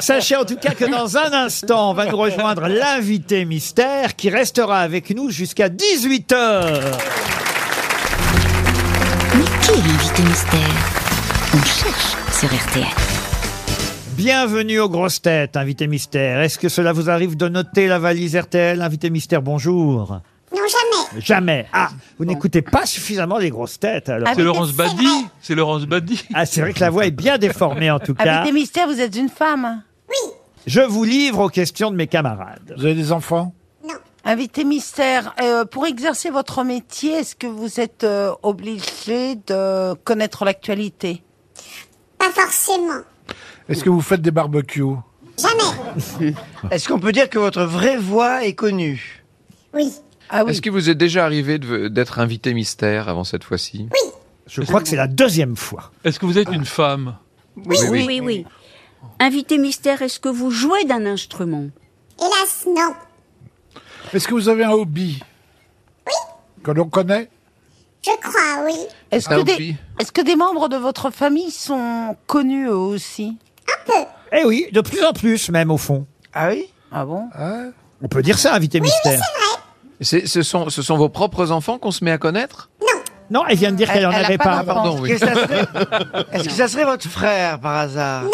Speaker 2: Sachez en tout cas que dans un instant, on va nous rejoindre l'invité mystère qui restera avec nous jusqu'à 18h.
Speaker 12: Mais qui est l'invité mystère On cherche sur RTL.
Speaker 2: Bienvenue aux grosses têtes, invité mystère. Est-ce que cela vous arrive de noter la valise RTL Invité mystère, bonjour.
Speaker 5: Non, jamais.
Speaker 2: Jamais. Ah, vous n'écoutez pas suffisamment les grosses têtes alors.
Speaker 8: C'est Laurence Badi C'est Laurence Badi
Speaker 2: Ah, c'est vrai que la voix est bien déformée en tout cas.
Speaker 4: Avec des mystères, vous êtes une femme.
Speaker 2: Je vous livre aux questions de mes camarades.
Speaker 3: Vous avez des enfants
Speaker 4: Invité mystère, euh, pour exercer votre métier, est-ce que vous êtes euh, obligé de connaître l'actualité
Speaker 5: Pas forcément.
Speaker 3: Est-ce que vous faites des barbecues
Speaker 10: Jamais. Est-ce qu'on peut dire que votre vraie voix est connue Ah
Speaker 5: Oui.
Speaker 2: Ah
Speaker 6: Est-ce que vous est déjà arrivé de- d'être invité mystère avant cette fois-ci Oui.
Speaker 2: Je crois que c'est la deuxième fois.
Speaker 8: Est-ce que vous êtes une femme
Speaker 7: Oui, oui, oui. Invité mystère, est-ce que vous jouez d'un instrument
Speaker 5: Hélas, non.
Speaker 3: Est-ce que vous avez un hobby Que l'on connaît
Speaker 5: Je crois, oui.
Speaker 4: Est-ce
Speaker 3: Ah,
Speaker 4: que, des,
Speaker 3: oui.
Speaker 4: est-ce que des membres de votre famille sont connus eux aussi
Speaker 2: Eh oui, de plus en plus même au fond.
Speaker 10: Ah oui
Speaker 4: Ah bon
Speaker 2: On peut dire ça, invité mystère.
Speaker 6: C'est- ce, sont, ce sont vos propres enfants qu'on se met à connaître
Speaker 2: Non, elle vient de dire
Speaker 10: Elle-
Speaker 2: qu'elle en
Speaker 10: elle a
Speaker 2: avait
Speaker 10: pas
Speaker 2: pas.
Speaker 10: d'enfant.
Speaker 6: Pardon, oui.
Speaker 10: Est-ce que ça serait- Est-ce que ça serait votre frère par hasard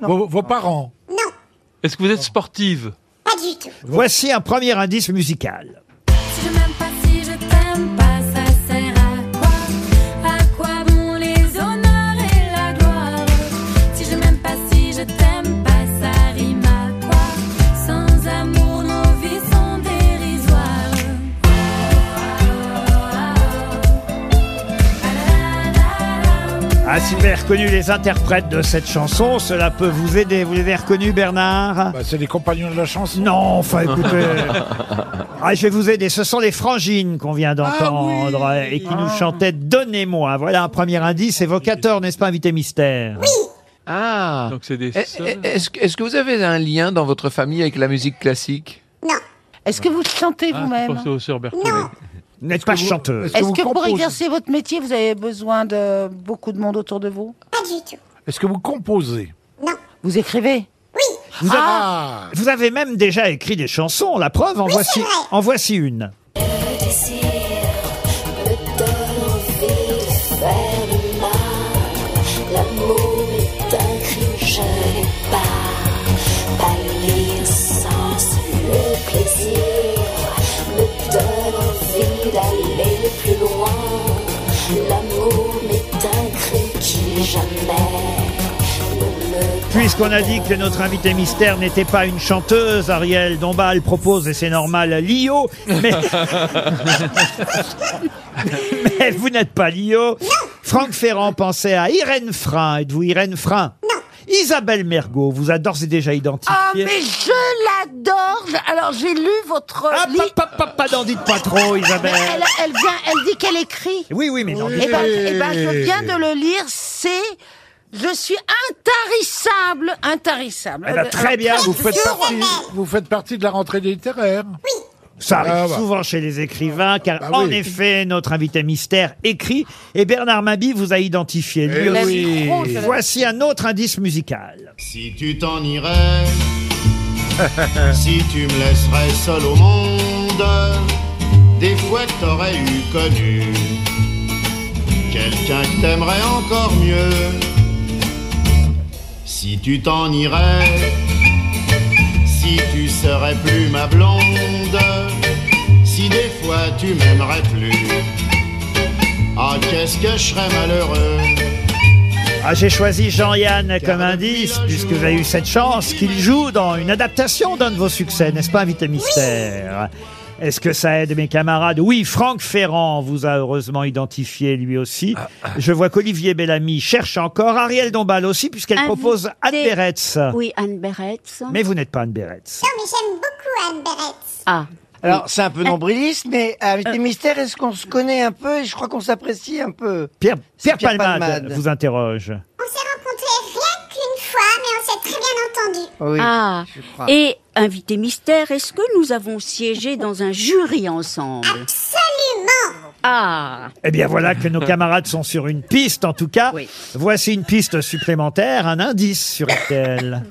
Speaker 3: Vos, vos parents
Speaker 8: Est-ce que vous êtes sportive
Speaker 5: Pas du tout.
Speaker 2: Voici un premier indice musical.
Speaker 5: Si je m'aime pas, si je t'aime pas, ça sert à quoi À quoi bon les honneurs et la gloire Si je m'aime pas, si je t'aime pas, ça rime à quoi Sans amour, nos vies sont dérisoires.
Speaker 2: Ah, si vous avez reconnu les interprètes de cette chanson, cela peut vous aider. Vous les avez reconnus, Bernard
Speaker 3: Bah, C'est les compagnons de la chanson
Speaker 2: Non, enfin écoutez. Ah, je vais vous aider. Ce sont les frangines qu'on
Speaker 3: Ah
Speaker 2: vient d'entendre euh, et qui nous chantaient Donnez-moi. Voilà un premier indice évocateur, n'est-ce pas, invité mystère
Speaker 6: Ah
Speaker 8: Donc c'est des
Speaker 6: Eh, eh, Est-ce que- est-ce que vous avez un lien dans votre famille avec la musique classique
Speaker 5: Non.
Speaker 4: Est-ce que vous chantez
Speaker 8: Ah,
Speaker 4: vous-même
Speaker 8: pensez aux sœurs Berthollet.
Speaker 2: Vous n'êtes pas chanteuse.
Speaker 4: Est-ce que pour exercer votre métier, vous avez besoin de beaucoup de monde autour de vous Pas du tout.
Speaker 3: Est-ce que vous composez Ah
Speaker 4: Vous écrivez
Speaker 2: Vous avez, vous avez même déjà écrit des chansons, la preuve, en, voici, en voici une.
Speaker 5: Le désir me donne envie de faire le mal. L'amour est un crime, je n'ai pas. Pas l'innocence, le plaisir me donne envie d'aller plus loin. L'amour m'est un crime qui jamais.
Speaker 2: Puisqu'on a dit que notre invité mystère n'était pas une chanteuse, Ariel Dombal propose, et c'est normal, Lio, mais, mais vous n'êtes pas Lio. Franck Ferrand pensait à Irène Frein. Êtes-vous Irène Frein Isabelle Mergot vous a d'ores et déjà identifié.
Speaker 4: Ah, mais je l'adore Alors, j'ai lu votre
Speaker 2: Ah,
Speaker 4: livre.
Speaker 2: pas, pas, pas, pas, n'en dites pas trop,
Speaker 4: Mais
Speaker 2: Isabelle.
Speaker 4: elle, elle vient, elle dit qu'elle écrit.
Speaker 2: Oui, oui, mais non.
Speaker 4: Eh ben, eh ben, je viens de le lire, c'est... Je suis intarissable, intarissable. Euh,
Speaker 3: Eh ben,
Speaker 4: Alors,
Speaker 3: Vous faites,
Speaker 4: sûr,
Speaker 3: partie, vous faites partie de la rentrée des littéraires
Speaker 2: Ça arrive
Speaker 3: Ah, bah.
Speaker 2: souvent chez les écrivains, car
Speaker 3: Bah
Speaker 2: en
Speaker 3: oui.
Speaker 2: effet, notre invité mystère écrit et Bernard Mabi vous a identifié.
Speaker 19: Eh
Speaker 2: Lui aussi.
Speaker 19: oui. Trop, je l'ai-
Speaker 2: Voici un autre indice musical.
Speaker 19: Si tu t'en irais, si tu me laisserais seul au monde, des fois t'aurais eu connu quelqu'un que t'aimerais encore mieux. Si tu t'en irais, si tu serais plus ma blonde, si des fois tu m'aimerais plus, ah qu'est-ce que je serais malheureux.
Speaker 2: Ah, j'ai choisi Jean-Yann comme indice, puisque vous avez eu cette chance qu'il joue dans une adaptation d'un de vos succès, n'est-ce pas, invité mystère Est-ce que ça aide mes camarades Oui, Franck Ferrand vous a heureusement identifié lui aussi. Je vois qu'Olivier Bellamy cherche encore, Ariel Dombal aussi, puisqu'elle
Speaker 7: Invité-
Speaker 2: propose Anne Beretz.
Speaker 7: Oui, Anne Beretz.
Speaker 2: Mais vous n'êtes pas Anne Beretz.
Speaker 7: Ah, mais j'aime beaucoup Anne Beretz. Ah.
Speaker 10: Alors, c'est un peu nombriliste, mais avec les mystères, est-ce qu'on se connaît un peu et je crois qu'on s'apprécie un peu
Speaker 2: Pierre, Pierre,
Speaker 10: Pierre
Speaker 2: Palmade,
Speaker 10: Palmade.
Speaker 2: vous interroge.
Speaker 15: qu'une fois, mais on s'est très bien entendu.
Speaker 2: Oui,
Speaker 7: ah.
Speaker 2: je crois.
Speaker 7: Et invité mystère, est-ce que nous avons siégé dans un jury ensemble Absolument. Ah.
Speaker 2: Eh bien voilà que nos camarades sont sur une piste en tout cas. Voici une piste supplémentaire, un indice sur RTL.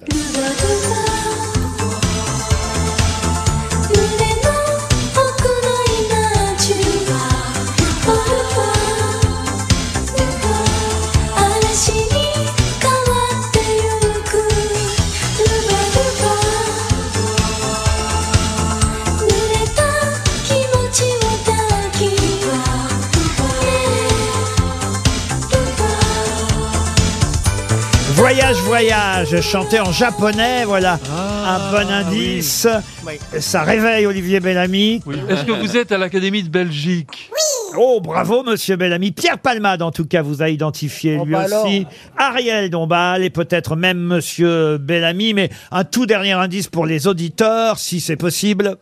Speaker 2: Voyage, voyage, chanté en japonais, voilà
Speaker 8: Ah,
Speaker 2: un bon indice. Ça réveille Olivier Bellamy.
Speaker 8: Est-ce que vous êtes à l'Académie de Belgique
Speaker 2: Oh, bravo, monsieur Bellamy. Pierre Palmade, en tout cas, vous a identifié lui
Speaker 8: bah alors.
Speaker 2: aussi. Ariel Dombal et peut-être même monsieur Bellamy. Mais un tout dernier indice pour les auditeurs, si c'est possible.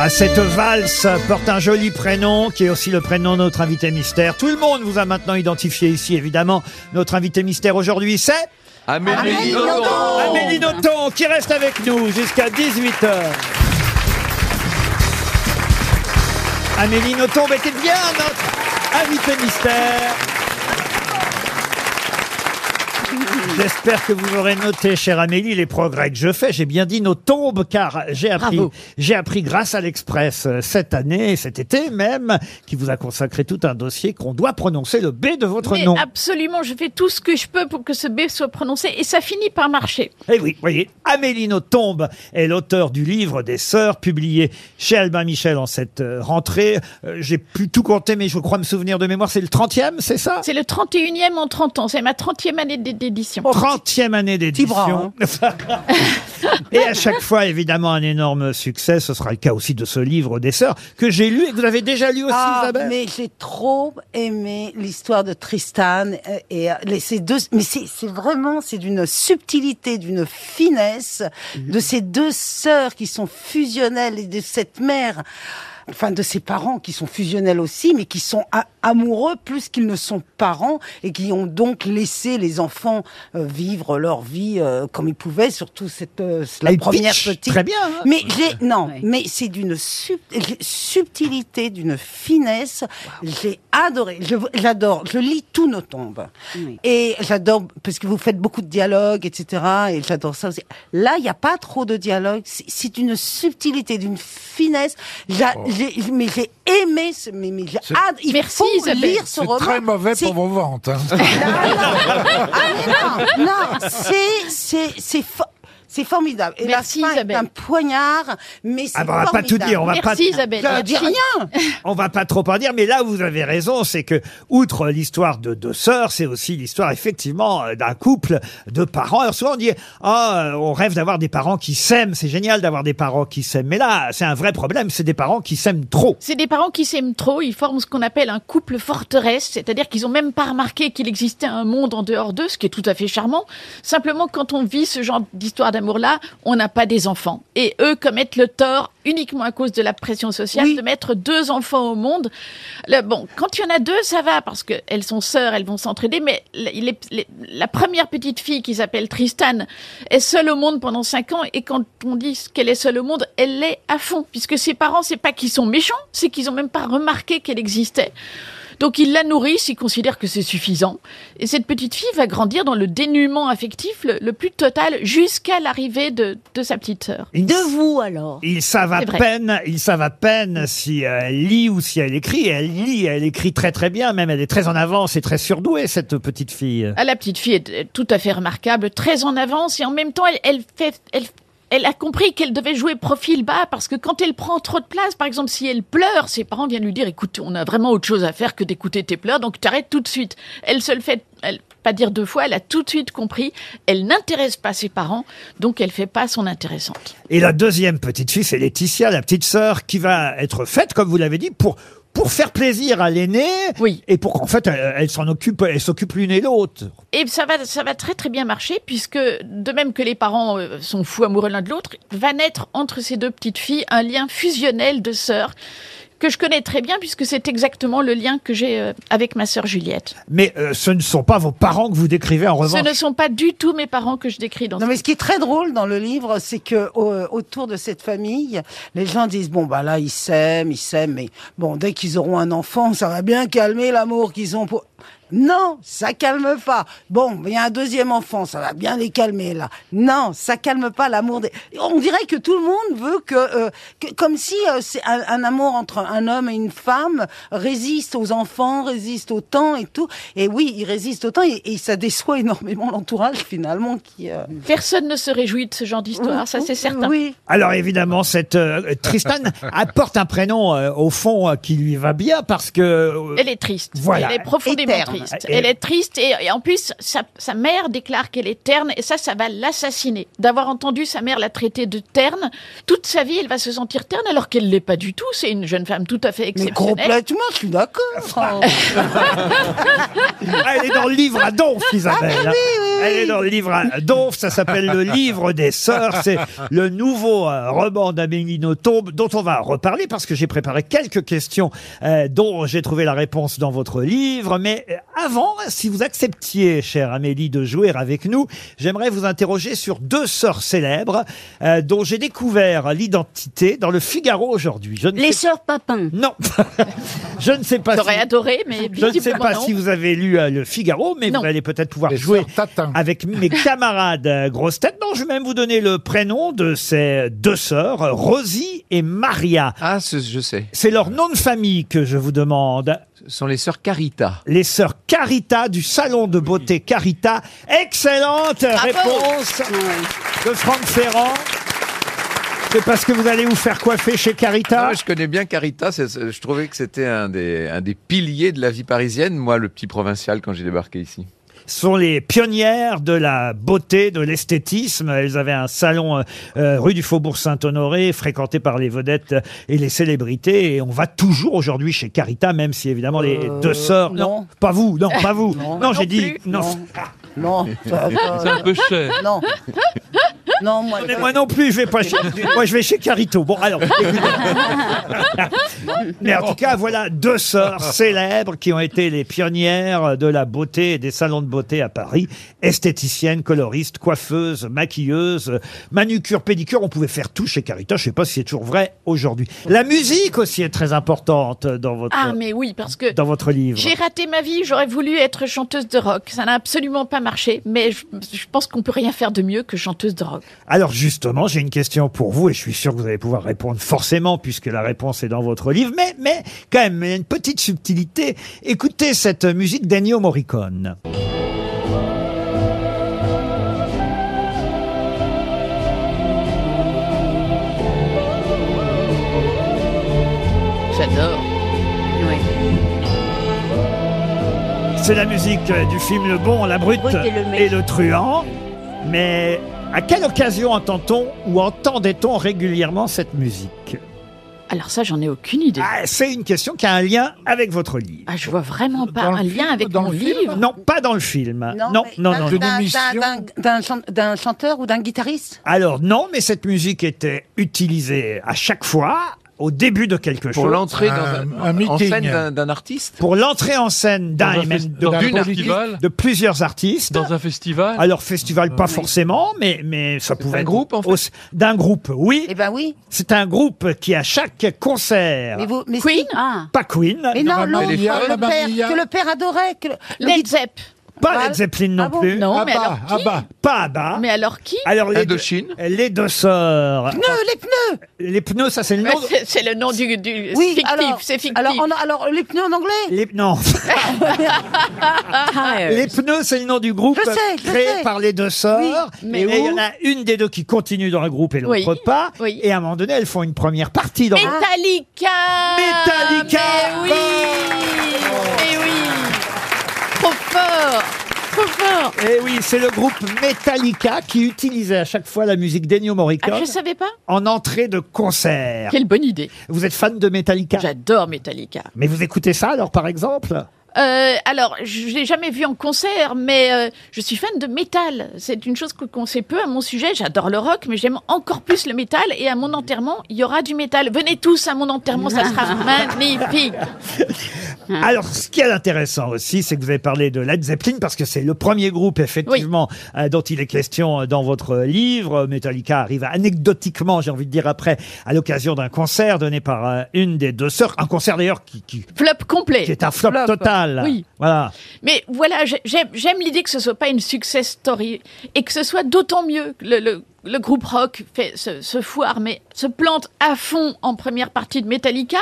Speaker 2: Ah, cette valse porte un joli prénom qui est aussi le prénom de notre invité mystère. Tout le monde vous a maintenant identifié ici, évidemment. Notre invité mystère aujourd'hui, c'est
Speaker 6: Amélie Nothomb.
Speaker 2: Amélie Nothomb, qui reste avec nous jusqu'à 18h. Amélie Nothomb était bien notre invité mystère. J'espère que vous aurez noté, chère Amélie, les progrès que je fais. J'ai bien dit nos tombes, car j'ai appris,
Speaker 20: Bravo.
Speaker 2: j'ai appris grâce à l'Express euh, cette année, cet été même, qui vous a consacré tout un dossier qu'on doit prononcer le B de votre
Speaker 16: Mais ah.
Speaker 2: nom.
Speaker 16: absolument, je fais tout ce que je peux pour que ce B soit prononcé et ça finit par marcher.
Speaker 2: Eh oui, voyez, Amélie Nothomb est l'auteur du livre des Sœurs, publié chez Albin Michel en cette euh, rentrée. Euh, J'ai plus tout compté, mais je crois me souvenir de mémoire, c'est le 30e, c'est ça
Speaker 16: C'est le 31e en 30 ans, c'est ma 30e année d'é- d'édition.
Speaker 2: 30e année d'édition.
Speaker 4: hein.
Speaker 2: et à chaque fois, évidemment, un énorme succès. Ce sera le cas aussi de ce livre des sœurs que j'ai lu et que vous avez déjà lu aussi,
Speaker 4: Ah,
Speaker 2: Isabelle.
Speaker 4: mais j'ai trop aimé l'histoire de Tristan euh, et, euh, les- ces deux. Mais c'est c'est vraiment c'est d'une subtilité, d'une finesse
Speaker 2: Mhm.
Speaker 4: de ces deux sœurs qui sont fusionnelles et de cette mère. Enfin, de ses parents qui sont fusionnels aussi, mais qui sont a- amoureux plus qu'ils ne sont parents et qui ont donc laissé les enfants euh, vivre leur vie euh, comme ils pouvaient, surtout cette euh, la
Speaker 2: Elle
Speaker 4: première
Speaker 2: pitch
Speaker 4: petite.
Speaker 2: Ah, très bien, hein.
Speaker 4: Mais j'ai non, mais c'est d'une sub- subtilité, d'une finesse. J'ai adoré. Je- J'adore. Je lis tout nos tombes. Et j'adore parce que vous faites beaucoup de dialogues, etc. Et j'adore ça aussi. Là, il n'y a pas trop de dialogues. C'est- C'est d'une subtilité, d'une finesse. J'a-
Speaker 3: Oh.
Speaker 4: j'ai- Mais j'ai aimé ce. Mais, mais j'ai ad- il
Speaker 16: Merci,
Speaker 4: faut
Speaker 16: Isabelle.
Speaker 4: lire ce
Speaker 3: C'est
Speaker 4: roman.
Speaker 3: très mauvais
Speaker 4: C'est-
Speaker 3: pour vos ventes. hein.
Speaker 4: ah, mais non, non, c'est, c'est, c'est, fo- c'est formidable. Et la fin est un poignard, mais c'est
Speaker 2: Ah bah, on va pas
Speaker 4: formidable.
Speaker 2: tout dire, on va pas- Merci, Isabelle.
Speaker 4: Je dis
Speaker 2: Merci.
Speaker 4: rien.
Speaker 2: On va pas trop en dire, mais là vous avez raison, c'est que outre l'histoire de deux sœurs, c'est aussi l'histoire effectivement euh, d'un couple de parents. Alors souvent on dit ah euh, on rêve d'avoir des parents qui s'aiment, c'est génial d'avoir des parents qui s'aiment, mais là c'est un vrai problème, c'est des parents qui s'aiment trop.
Speaker 16: C'est des parents qui s'aiment trop, ils forment ce qu'on appelle un couple forteresse, c'est-à-dire qu'ils n'ont même pas remarqué qu'il existait un monde en dehors d'eux, ce qui est tout à fait charmant. Simplement, quand on vit ce genre d'histoire d'amour-là, on n'a pas des enfants. Et eux commettent le tort, uniquement à cause de la pression sociale, de mettre deux enfants au monde. Là, bon, quand il y en a deux, ça va, parce qu'elles sont sœurs, elles vont s'entraider, mais la- il est- les- la première petite fille qui s'appelle Tristan est seule au monde pendant cinq ans, et quand on dit qu'elle est seule au monde, elle l'est à fond, puisque ses parents, c'est pas qu'ils sont méchants, c'est qu'ils ont même pas remarqué qu'elle existait. Donc ils la nourrissent, ils considèrent que c'est suffisant. Et cette petite fille va grandir dans le dénuement affectif le, le plus total jusqu'à l'arrivée de, de sa petite sœur.
Speaker 2: De
Speaker 7: vous alors
Speaker 2: Ils savent à
Speaker 16: C'est vrai.
Speaker 2: peine, ils savent à peine si euh, elle lit ou si elle écrit. Et Elle lit, elle écrit très très bien, même elle est très en avance et très surdouée cette petite fille.
Speaker 16: Ah, la petite fille est euh, tout à fait remarquable, très en avance et en même temps, elle, elle fait. Elle, elle a compris qu'elle devait jouer profil bas parce que quand elle prend trop de place, par exemple, si elle pleure, ses parents viennent lui dire "Écoute, on a vraiment autre chose à faire que d'écouter tes pleurs, donc t'arrêtes tout de suite." Elle se le fait elle, pas dire deux fois, elle a tout de suite compris. Elle n'intéresse pas ses parents, donc elle fait pas son intéressante.
Speaker 2: Et la deuxième petite fille, c'est Laetitia, la petite sœur, qui va être faite, comme vous l'avez dit, pour pour faire plaisir à l'aînée, et pour qu'en fait elle, elle s'en occupe, elle s'occupe l'une et l'autre.
Speaker 16: Et ça va, ça va très très bien marcher puisque de même que les parents euh, sont fous amoureux l'un de l'autre, va naître entre ces deux petites filles un lien fusionnel de sœurs que je connais très bien puisque c'est exactement le lien que j'ai euh, avec ma sœur Juliette.
Speaker 2: Mais euh, ce ne sont pas vos parents que vous décrivez en revanche.
Speaker 16: Ce ne sont pas du tout mes parents que je décris dans
Speaker 4: Non, mais ce qui est très drôle dans le livre, c'est que au- autour de cette famille, les gens disent bon bah là ils s'aiment, ils s'aiment, mais bon dès qu'ils auront un enfant, ça va bien calmer l'amour qu'ils ont pour. Non, ça calme pas. Bon, il y a un deuxième enfant, ça va bien les calmer là. Non, ça calme pas l'amour des. On dirait que tout le monde veut que, euh, que- comme si euh, c'est un, un amour entre un homme et une femme résiste aux enfants, résiste au temps et tout. Et oui, il résiste au temps et, et ça déçoit énormément l'entourage finalement qui. euh,
Speaker 16: Personne ne se réjouit de ce genre d'histoire, ça c'est certain.
Speaker 4: Oui.
Speaker 2: Alors évidemment, cette euh, Tristan apporte un prénom euh, au fond euh, qui lui va bien parce que euh,
Speaker 16: Elle est triste.
Speaker 2: Voilà.
Speaker 16: Elle est profondément
Speaker 2: Et terne.
Speaker 16: triste.
Speaker 2: Et-
Speaker 16: Elle est triste et, et en plus, sa, sa mère déclare qu'elle est terne et ça, ça va l'assassiner. D'avoir entendu sa mère la traiter de terne, toute sa vie, elle va se sentir terne alors qu'elle l'est pas du tout. C'est une jeune femme tout à fait
Speaker 4: Mais
Speaker 16: exceptionnelle.
Speaker 4: complètement, je suis d'accord.
Speaker 2: Oh. Ah, elle est dans le livre à Donf, Isabelle.
Speaker 4: Ah, bah oui, oui, oui.
Speaker 2: Elle est dans le livre à Donf, ça s'appelle Le Livre des Sœurs. C'est le nouveau euh, roman d'Amélie Tombe dont on va reparler parce que j'ai préparé quelques questions euh, dont j'ai trouvé la réponse dans votre livre. Mais euh, avant, si vous acceptiez, chère Amélie, de jouer avec nous, j'aimerais vous interroger sur deux sœurs célèbres euh, dont j'ai découvert l'identité dans le Figaro aujourd'hui. Les
Speaker 7: sœurs Papin
Speaker 2: Non. Je ne sais pas
Speaker 16: J'aurais
Speaker 2: si-
Speaker 16: adoré, mais
Speaker 2: je ne sais
Speaker 16: visiblement
Speaker 2: pas
Speaker 16: non.
Speaker 2: si vous avez lu euh, le Figaro, mais
Speaker 16: Non.
Speaker 2: vous allez peut-être pouvoir jouer avec mes camarades euh, grosses têtes. Non, je vais même vous donner le prénom de ces deux sœurs, euh, Rosie et Maria.
Speaker 6: Ah, ce- je sais.
Speaker 2: C'est leur nom de famille que je vous demande.
Speaker 6: Ce sont les sœurs Carita.
Speaker 2: Les sœurs Carita du salon de beauté Carita. Excellente réponse de Franck Ferrand. C'est parce que vous allez vous faire coiffer chez Carita
Speaker 6: Ah, je connais bien Carita. c'est- c'est- je trouvais que c'était un des, un des piliers de la vie parisienne, moi, le petit provincial, quand j'ai débarqué ici.
Speaker 2: sont les pionnières de la beauté, de l'esthétisme. Elles avaient un salon euh, euh, rue du Faubourg Saint-Honoré, fréquenté par les vedettes et les célébrités. Et on va toujours aujourd'hui chez Carita, même si évidemment les deux sœurs. Euh, Non, pas vous, non, pas vous. Non, j'ai dit. Non.
Speaker 4: Non,
Speaker 2: ça va. C'est un peu cher.
Speaker 4: Non. Non, moi,
Speaker 2: Mais moi non plus, je vais pas chez... Moi, je vais chez Carito. Bon, alors. écoutez. Mais en tout cas, voilà deux sœurs célèbres qui ont été les pionnières de la beauté et des salons de beauté à Paris. Esthéticienne, coloriste, coiffeuse, maquilleuse, manucure, pédicure. On pouvait faire tout chez Carita. Je sais pas si c'est toujours vrai aujourd'hui. La musique aussi est très importante dans votre,
Speaker 16: Ah, mais oui, parce que
Speaker 2: dans votre livre.
Speaker 16: j'ai raté ma vie, j'aurais voulu être chanteuse de rock. Ça n'a absolument pas marché, mais je, je pense qu'on peut rien faire de mieux que chanteuse de rock.
Speaker 2: Alors justement, j'ai une question pour vous et je suis sûr que vous allez pouvoir répondre forcément puisque la réponse est dans votre livre. Mais, mais quand même, il y a une petite subtilité. Écoutez cette musique d'Ennio Morricone.
Speaker 16: J'adore.
Speaker 2: C'est la musique euh, du film Le Bon, la Brute,
Speaker 7: Brute et le Méchant.
Speaker 2: et le Truand. Mais à quelle occasion entend-on ou entendait-on régulièrement cette musique Ah,
Speaker 16: Alors ça, j'en ai aucune idée.
Speaker 2: c'est une question qui a un lien avec votre livre.
Speaker 16: Ah, je vois vraiment pas un lien avec mon livre.
Speaker 2: Non, pas dans le film. Non, non, non.
Speaker 4: d'un-
Speaker 2: non.
Speaker 4: d'un- d'un- d'un chan- D'un chanteur ou d'un guitariste
Speaker 2: Alors non, mais cette musique était utilisée à chaque fois au début de quelque chose.
Speaker 6: Pour l'entrée dans un- en scène d'un- d'un artiste
Speaker 2: Pour l'entrée en scène d'un
Speaker 6: Dans un
Speaker 2: et même
Speaker 6: fes-
Speaker 2: de,
Speaker 6: dans un
Speaker 2: d'une
Speaker 6: festival
Speaker 2: artiste, de plusieurs artistes. Dans un festival Alors festival pas forcément, mais, mais ça pouvait
Speaker 6: Ah un
Speaker 2: être
Speaker 6: groupe, en fait
Speaker 2: aussi- D'un groupe, oui. Eh ben oui. C'est un groupe qui à chaque concert...
Speaker 4: Mais vous- mais Ah.
Speaker 2: Queen Pas Queen.
Speaker 4: Mais non, l'autre, le père, que le père adorait. Que le, Ah.
Speaker 16: Led Zepp.
Speaker 2: Pas Led Zeppelin non plus.
Speaker 16: Ah Non, mais alors qui
Speaker 2: Pas Abba.
Speaker 16: Mais alors qui
Speaker 2: Alors les deux, les deux sœurs. les pneus. Les pneus, ça c'est le
Speaker 16: Mais
Speaker 2: nom. de-
Speaker 16: Bah, c'est- C'est le nom du, du
Speaker 4: Oui,
Speaker 16: fictif,
Speaker 4: alors-
Speaker 16: c'est fictif.
Speaker 4: alors, on a- alors, les pneus en anglais
Speaker 2: Les non. Les pneus, c'est le nom du groupe
Speaker 4: Je sais, je
Speaker 2: créé
Speaker 4: sais.
Speaker 2: par les deux sœurs.
Speaker 4: Oui, mais
Speaker 2: et il y
Speaker 4: où
Speaker 2: en a une des deux qui continue dans le groupe et l'autre
Speaker 16: Oui,
Speaker 2: pas. Et à un moment donné, elles font une première partie dans le groupe.
Speaker 16: Metallica
Speaker 2: Metallica
Speaker 16: Mais oui Mais oui Trop fort Trop fort
Speaker 2: Et Eh oui, c'est le groupe Metallica qui utilisait à chaque fois la musique d'Ennio Morricone.
Speaker 16: Ah, je savais pas.
Speaker 2: En entrée de concert.
Speaker 16: Quelle bonne idée.
Speaker 2: Vous êtes fan de Metallica
Speaker 16: J'adore Metallica.
Speaker 2: Mais vous écoutez ça alors, par exemple
Speaker 16: Euh, alors, je l'ai jamais vu en concert, mais euh, je suis fan de métal. C'est une chose que- qu'on sait peu à mon sujet. J'adore le rock, mais j'aime encore plus le métal. Et à mon enterrement, il y aura du métal. Venez tous à mon enterrement, ça sera magnifique. Ah.
Speaker 2: Alors, ce qui est intéressant aussi, c'est que vous avez parlé de Led Zeppelin parce que c'est le premier groupe, effectivement, euh, dont il est question euh, dans votre livre. Metallica arrive anecdotiquement, j'ai envie de dire après, à l'occasion d'un concert donné par euh, une des deux sœurs. Un concert d'ailleurs qui, qui,
Speaker 16: Flop complet.
Speaker 2: qui est un flop, total.
Speaker 16: Oui.
Speaker 2: Voilà.
Speaker 16: Mais voilà, j'ai- j'aime j'aime l'idée que ce soit pas une success story et que ce soit d'autant mieux que le, le- le groupe rock fait se, se foire, mais se plante à fond en première partie de Metallica.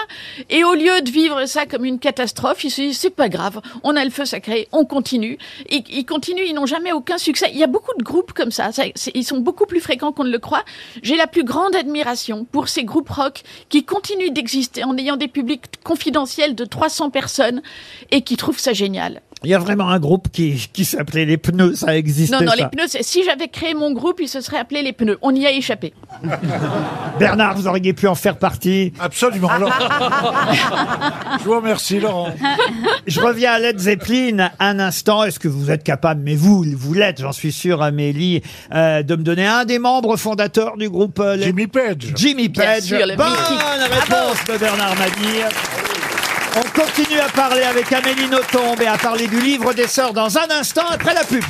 Speaker 16: Et au lieu de vivre ça comme une catastrophe, ils se disent c'est pas grave, on a le feu sacré, on continue. Ils, ils continuent, ils n'ont jamais aucun succès. Il y a beaucoup de groupes comme ça, ça- c'est- ils sont beaucoup plus fréquents qu'on ne le croit. J'ai la plus grande admiration pour ces groupes rock qui continuent d'exister en ayant des publics confidentiels de 300 personnes et qui trouvent ça génial.
Speaker 2: Il y a vraiment un groupe qui, qui s'appelait Les Pneus, ça existait.
Speaker 16: Non, non,
Speaker 2: ça.
Speaker 16: les pneus, c'est- si j'avais créé mon groupe, il se serait appelé les pneus. On y a échappé.
Speaker 2: Bernard, vous auriez pu en faire partie.
Speaker 16: Ah,
Speaker 3: Absolument, Je vous remercie, Laurent.
Speaker 2: Je reviens à Led Zeppelin un instant. Est-ce que vous êtes capable, mais vous, vous l'êtes, j'en suis sûr, Amélie, euh, de me donner un des membres fondateurs du groupe euh, Led-
Speaker 3: Jimmy Page.
Speaker 2: Jimmy
Speaker 3: Bien
Speaker 2: Page.
Speaker 3: sûr, le
Speaker 2: Bonne
Speaker 3: mythique.
Speaker 2: réponse de Bernard Madire. On continue à parler avec Amélie Nothomb et à parler du livre des sœurs dans un instant après la pub.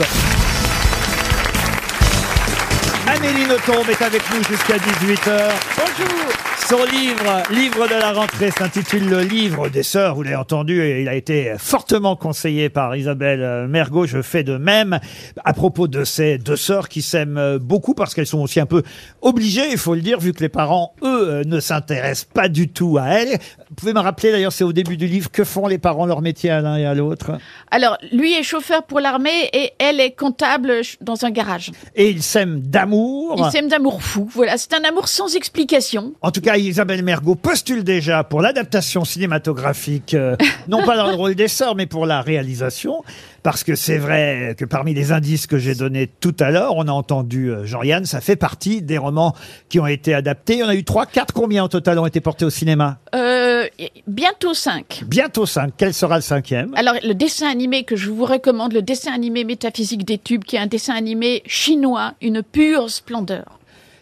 Speaker 2: Amélie Nothomb est avec nous jusqu'à 18h. Bonjour Son livre, Livre de la rentrée, s'intitule Le Livre des Sœurs, vous l'avez entendu, et il a été fortement conseillé par Isabelle euh, Mergot, je fais de même, à propos de ces deux sœurs qui s'aiment euh, beaucoup, parce qu'elles sont aussi un peu obligées, il faut le dire, vu que les parents, eux, euh, ne s'intéressent pas du tout à elles. Vous pouvez me rappeler, d'ailleurs, c'est au début du livre, que font les parents leur métier à l'un et à l'autre
Speaker 16: Alors, lui est chauffeur pour l'armée et elle est comptable ch- dans un garage.
Speaker 2: Et ils s'aiment d'amour.
Speaker 16: Ils s'aiment d'amour fou. Voilà, c'est un amour sans explication.
Speaker 2: En tout cas, Isabelle Mergot postule déjà pour l'adaptation cinématographique, euh, non pas dans le rôle des sœurs, mais pour la réalisation. Parce que c'est vrai que parmi les indices que j'ai donnés tout à l'heure, on a entendu euh, Jean-Yann, ça fait partie des romans qui ont été adaptés. Il y en a eu trois, quatre, combien au total ont été portés au cinéma
Speaker 16: Euh, bientôt 5.
Speaker 2: Bientôt cinq. Quel sera le cinquième
Speaker 16: Alors, le dessin animé que je vous recommande, le dessin animé Métaphysique des tubes, qui est un dessin animé chinois, une pure splendeur.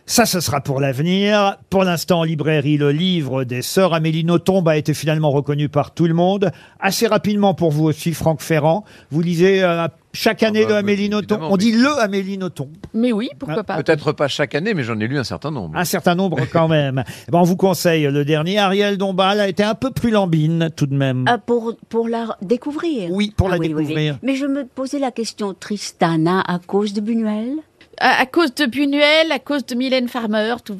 Speaker 2: Ça, ce sera pour l'avenir. Pour l'instant, en librairie, le livre des sœurs Amélie Nothomb a été finalement reconnu par tout le monde. Assez rapidement pour vous aussi, Franck Ferrand. Vous lisez euh, chaque année le Amélie Nothomb. On dit le Amélie Nothomb.
Speaker 16: Mais oui, pourquoi pas
Speaker 6: Ah, Peut-être pas chaque année, mais j'en ai lu un certain nombre.
Speaker 2: Un certain nombre quand même. Eh ben, on vous conseille le dernier. Ariel Dombal a été un peu plus lambine tout de
Speaker 4: Euh,
Speaker 2: même.
Speaker 7: Ah, pour, pour la découvrir Ah
Speaker 2: Oui, pour la découvrir.
Speaker 7: Mais je me posais la question, Tristana, à cause de Buñuel
Speaker 16: À, à cause de Buñuel, à cause de Mylène Farmer, tout-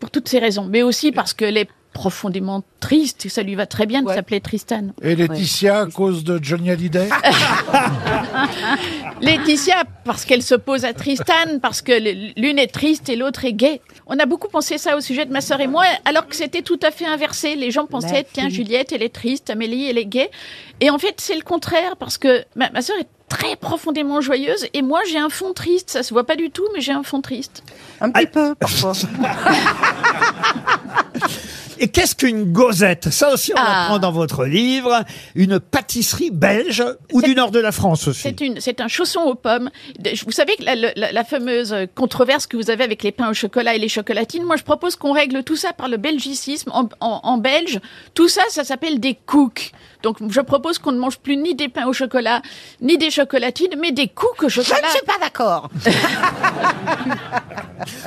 Speaker 16: pour toutes ces raisons. Mais aussi parce qu'elle est profondément triste, et ça lui va très bien de s'appeler Tristan.
Speaker 3: Et Laetitia, à cause de Johnny Hallyday
Speaker 16: Laetitia, parce qu'elle s'oppose à Tristan, parce que l- l'une est triste et l'autre est gaie. On a beaucoup pensé ça au sujet de ma sœur et moi, alors que c'était tout à fait inversé. Les gens pensaient,
Speaker 7: Merci.
Speaker 16: tiens, Juliette, elle est triste, Amélie, elle est gaie. Et en fait, c'est le contraire, parce que ma, ma sœur est très profondément joyeuse, et moi, j'ai un fond triste. Ça se voit pas du tout, mais j'ai un fond triste.
Speaker 4: Un petit peu, parfois.
Speaker 2: Et qu'est-ce qu'une gosette Ça aussi, on
Speaker 16: Ah.
Speaker 2: l'apprend dans votre livre. Une pâtisserie belge ou du nord de la France aussi.
Speaker 16: C'est une, c'est un chausson aux pommes. De- Vous savez que la, la- la fameuse euh, controverse que vous avez avec les pains au chocolat et les chocolatines, moi je propose qu'on règle tout ça par le belgicisme en, en- en belge. Tout ça, ça s'appelle des cooks. Donc je propose qu'on ne mange plus ni des pains au chocolat, ni des chocolatines, mais des cooks au chocolat. Je ne suis
Speaker 4: pas d'accord.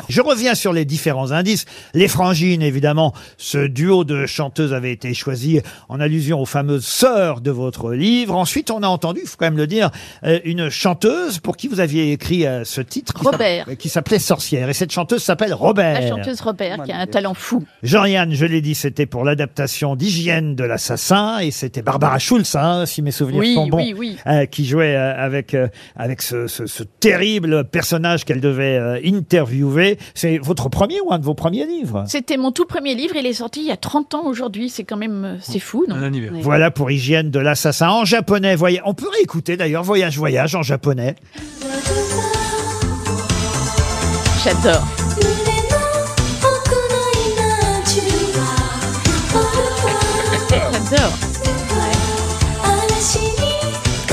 Speaker 2: Je reviens sur les différents indices. Les frangines, évidemment, ce duo de chanteuses avait été choisi en allusion aux fameuses sœurs de votre livre. Ensuite, on a entendu, il faut quand même le dire, euh, une chanteuse pour qui vous aviez écrit euh, ce titre. qui
Speaker 16: Robert.
Speaker 2: s'appelait- Qui s'appelait Sorcière. Et cette chanteuse s'appelle Robert.
Speaker 16: La chanteuse Robert, qui a un talent fou.
Speaker 2: Jean-Yann, je l'ai dit, c'était pour l'adaptation d'Hygiène de l'assassin et c'était Barbara Schulz, hein, si mes souvenirs
Speaker 16: Oui,
Speaker 2: sont bons,
Speaker 16: oui, oui.
Speaker 2: euh, qui jouait euh, avec euh, avec ce, ce- ce terrible personnage qu'elle devait euh, interviewer. C'est votre premier ou un de vos premiers livres
Speaker 16: C'était mon tout premier livre, il est sorti il y a 30 ans aujourd'hui, c'est quand même, euh, c'est fou, non Oui.
Speaker 2: Voilà pour Hygiène de l'assassin en japonais. Voyez, on peut réécouter d'ailleurs Voyage Voyage en japonais.
Speaker 16: J'adore. J'adore.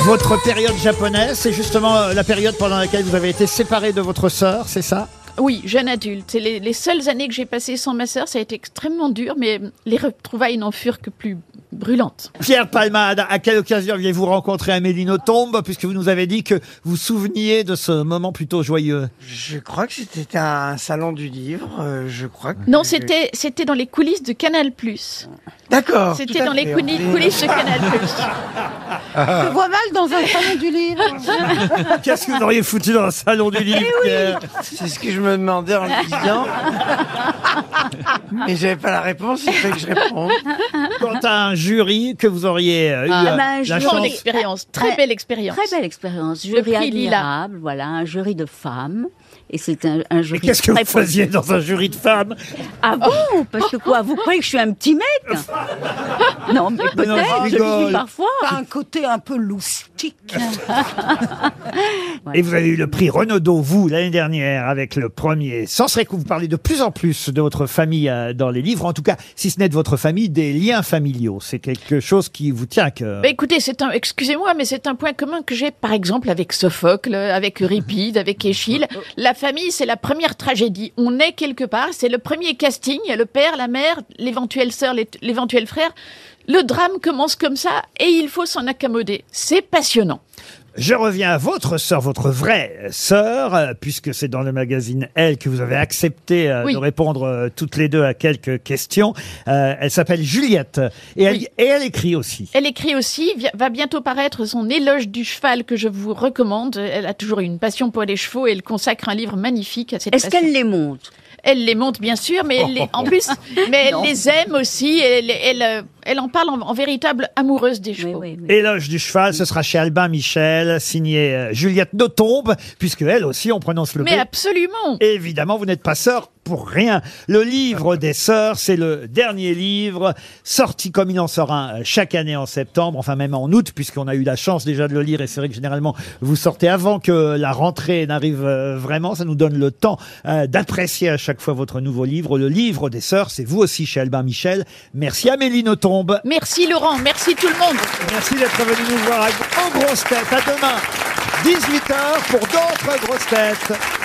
Speaker 2: Votre période japonaise, c'est justement euh, la période pendant laquelle vous avez été séparé de votre sœur, c'est ça
Speaker 16: Oui, jeune adulte. C'est les, les seules années que j'ai passées sans ma sœur, ça a été extrêmement dur, mais les retrouvailles n'en furent que plus brûlantes.
Speaker 2: Pierre Palmade, à quelle occasion aviez-vous rencontré Amélie Nothomb puisque vous nous avez dit que vous souveniez de ce moment plutôt joyeux
Speaker 10: Je crois que c'était un salon du livre, euh, je crois. que-
Speaker 16: Non, c'était c'était dans les coulisses de Canal+.
Speaker 10: D'accord. tout
Speaker 16: C'était
Speaker 10: à
Speaker 16: dans les
Speaker 10: fait,
Speaker 16: couli-
Speaker 10: on est-
Speaker 16: coulisses de Canal+.
Speaker 2: Ah.
Speaker 16: ah.
Speaker 4: Je te vois mal dans un salon du livre.
Speaker 2: Qu'est-ce que vous auriez foutu dans un salon du livre Pierre
Speaker 10: Eh C'est ce que je me demandais en le disant. Mais j'avais pas la réponse, il fallait que je réponde.
Speaker 2: Quant à un jury que vous auriez euh, eu
Speaker 7: Ah,
Speaker 2: euh,
Speaker 7: ben,
Speaker 2: la
Speaker 7: jury-
Speaker 2: chance...
Speaker 16: expérience, très belle expérience.
Speaker 7: Ah, Très belle expérience,
Speaker 16: Le
Speaker 7: jury
Speaker 16: prix Lila.
Speaker 7: admirable, voilà, un jury de femmes. Et c'est un, un jury.
Speaker 2: Qu'est-ce que
Speaker 7: très
Speaker 2: vous faisiez dans un jury de femmes
Speaker 7: Ah bon Parce que quoi Vous croyez que je suis un petit mec Non, mais
Speaker 2: Mais non,
Speaker 7: peut-être,
Speaker 2: je
Speaker 7: je le
Speaker 2: rigole.
Speaker 7: suis parfois.
Speaker 4: T'as un côté un peu loustique.
Speaker 2: Et vous avez eu le prix Renaudot, vous, l'année dernière, avec le premier. Sans serait que vous parlez de plus en plus de votre famille euh, dans les livres, en tout cas, si ce n'est de votre famille, des liens familiaux. C'est quelque chose qui vous tient à cœur.
Speaker 16: Bah, écoutez, c'est un, excusez-moi, mais c'est un point commun que j'ai, par exemple, avec Sophocle, avec Euripide, avec Échille. La famille, c'est la première tragédie. On est quelque part, c'est le premier casting. Il y a le père, la mère, l'éventuelle sœur, l'é- l'éventuel frère. Le drame commence comme ça et il faut s'en accommoder. C'est passionnant.
Speaker 2: Je reviens à votre sœur, votre vraie sœur, euh, puisque c'est dans le magazine Elle que vous avez accepté euh,
Speaker 16: Oui.
Speaker 2: de répondre euh, toutes les deux à quelques questions. Euh, elle s'appelle Juliette et elle, et elle écrit aussi.
Speaker 16: Elle écrit aussi, vi- va bientôt paraître son éloge du cheval que je vous recommande. Elle a toujours eu une passion pour les chevaux et elle consacre un livre magnifique à cette
Speaker 7: Est-ce
Speaker 16: passion.
Speaker 7: qu'elle les monte
Speaker 16: Elle les monte bien sûr, mais elle les- en plus, mais elle
Speaker 7: Non.
Speaker 16: les aime aussi. Elle, elle, euh, elle en parle en, en véritable amoureuse des chevaux.
Speaker 2: Éloge du cheval, ce sera chez Albin Michel, signé euh, Juliette Notombe, puisque elle aussi, on prononce le
Speaker 16: Mais
Speaker 2: B.
Speaker 16: absolument.
Speaker 2: Évidemment, vous n'êtes pas sœur pour rien. Le livre des sœurs, c'est le dernier livre sorti comme il en sort un euh, chaque année en septembre, enfin même en août, puisqu'on a eu la chance déjà de le lire. Et c'est vrai que généralement, vous sortez avant que la rentrée n'arrive euh, vraiment. Ça nous donne le temps euh, d'apprécier à chaque fois votre nouveau livre. Le livre des sœurs, c'est vous aussi chez Albin Michel. Merci Amélie Nothomb.
Speaker 16: Merci Laurent, merci tout le monde.
Speaker 2: Merci d'être venu nous voir à- en grosse tête. À demain, 18h pour d'autres grosses têtes.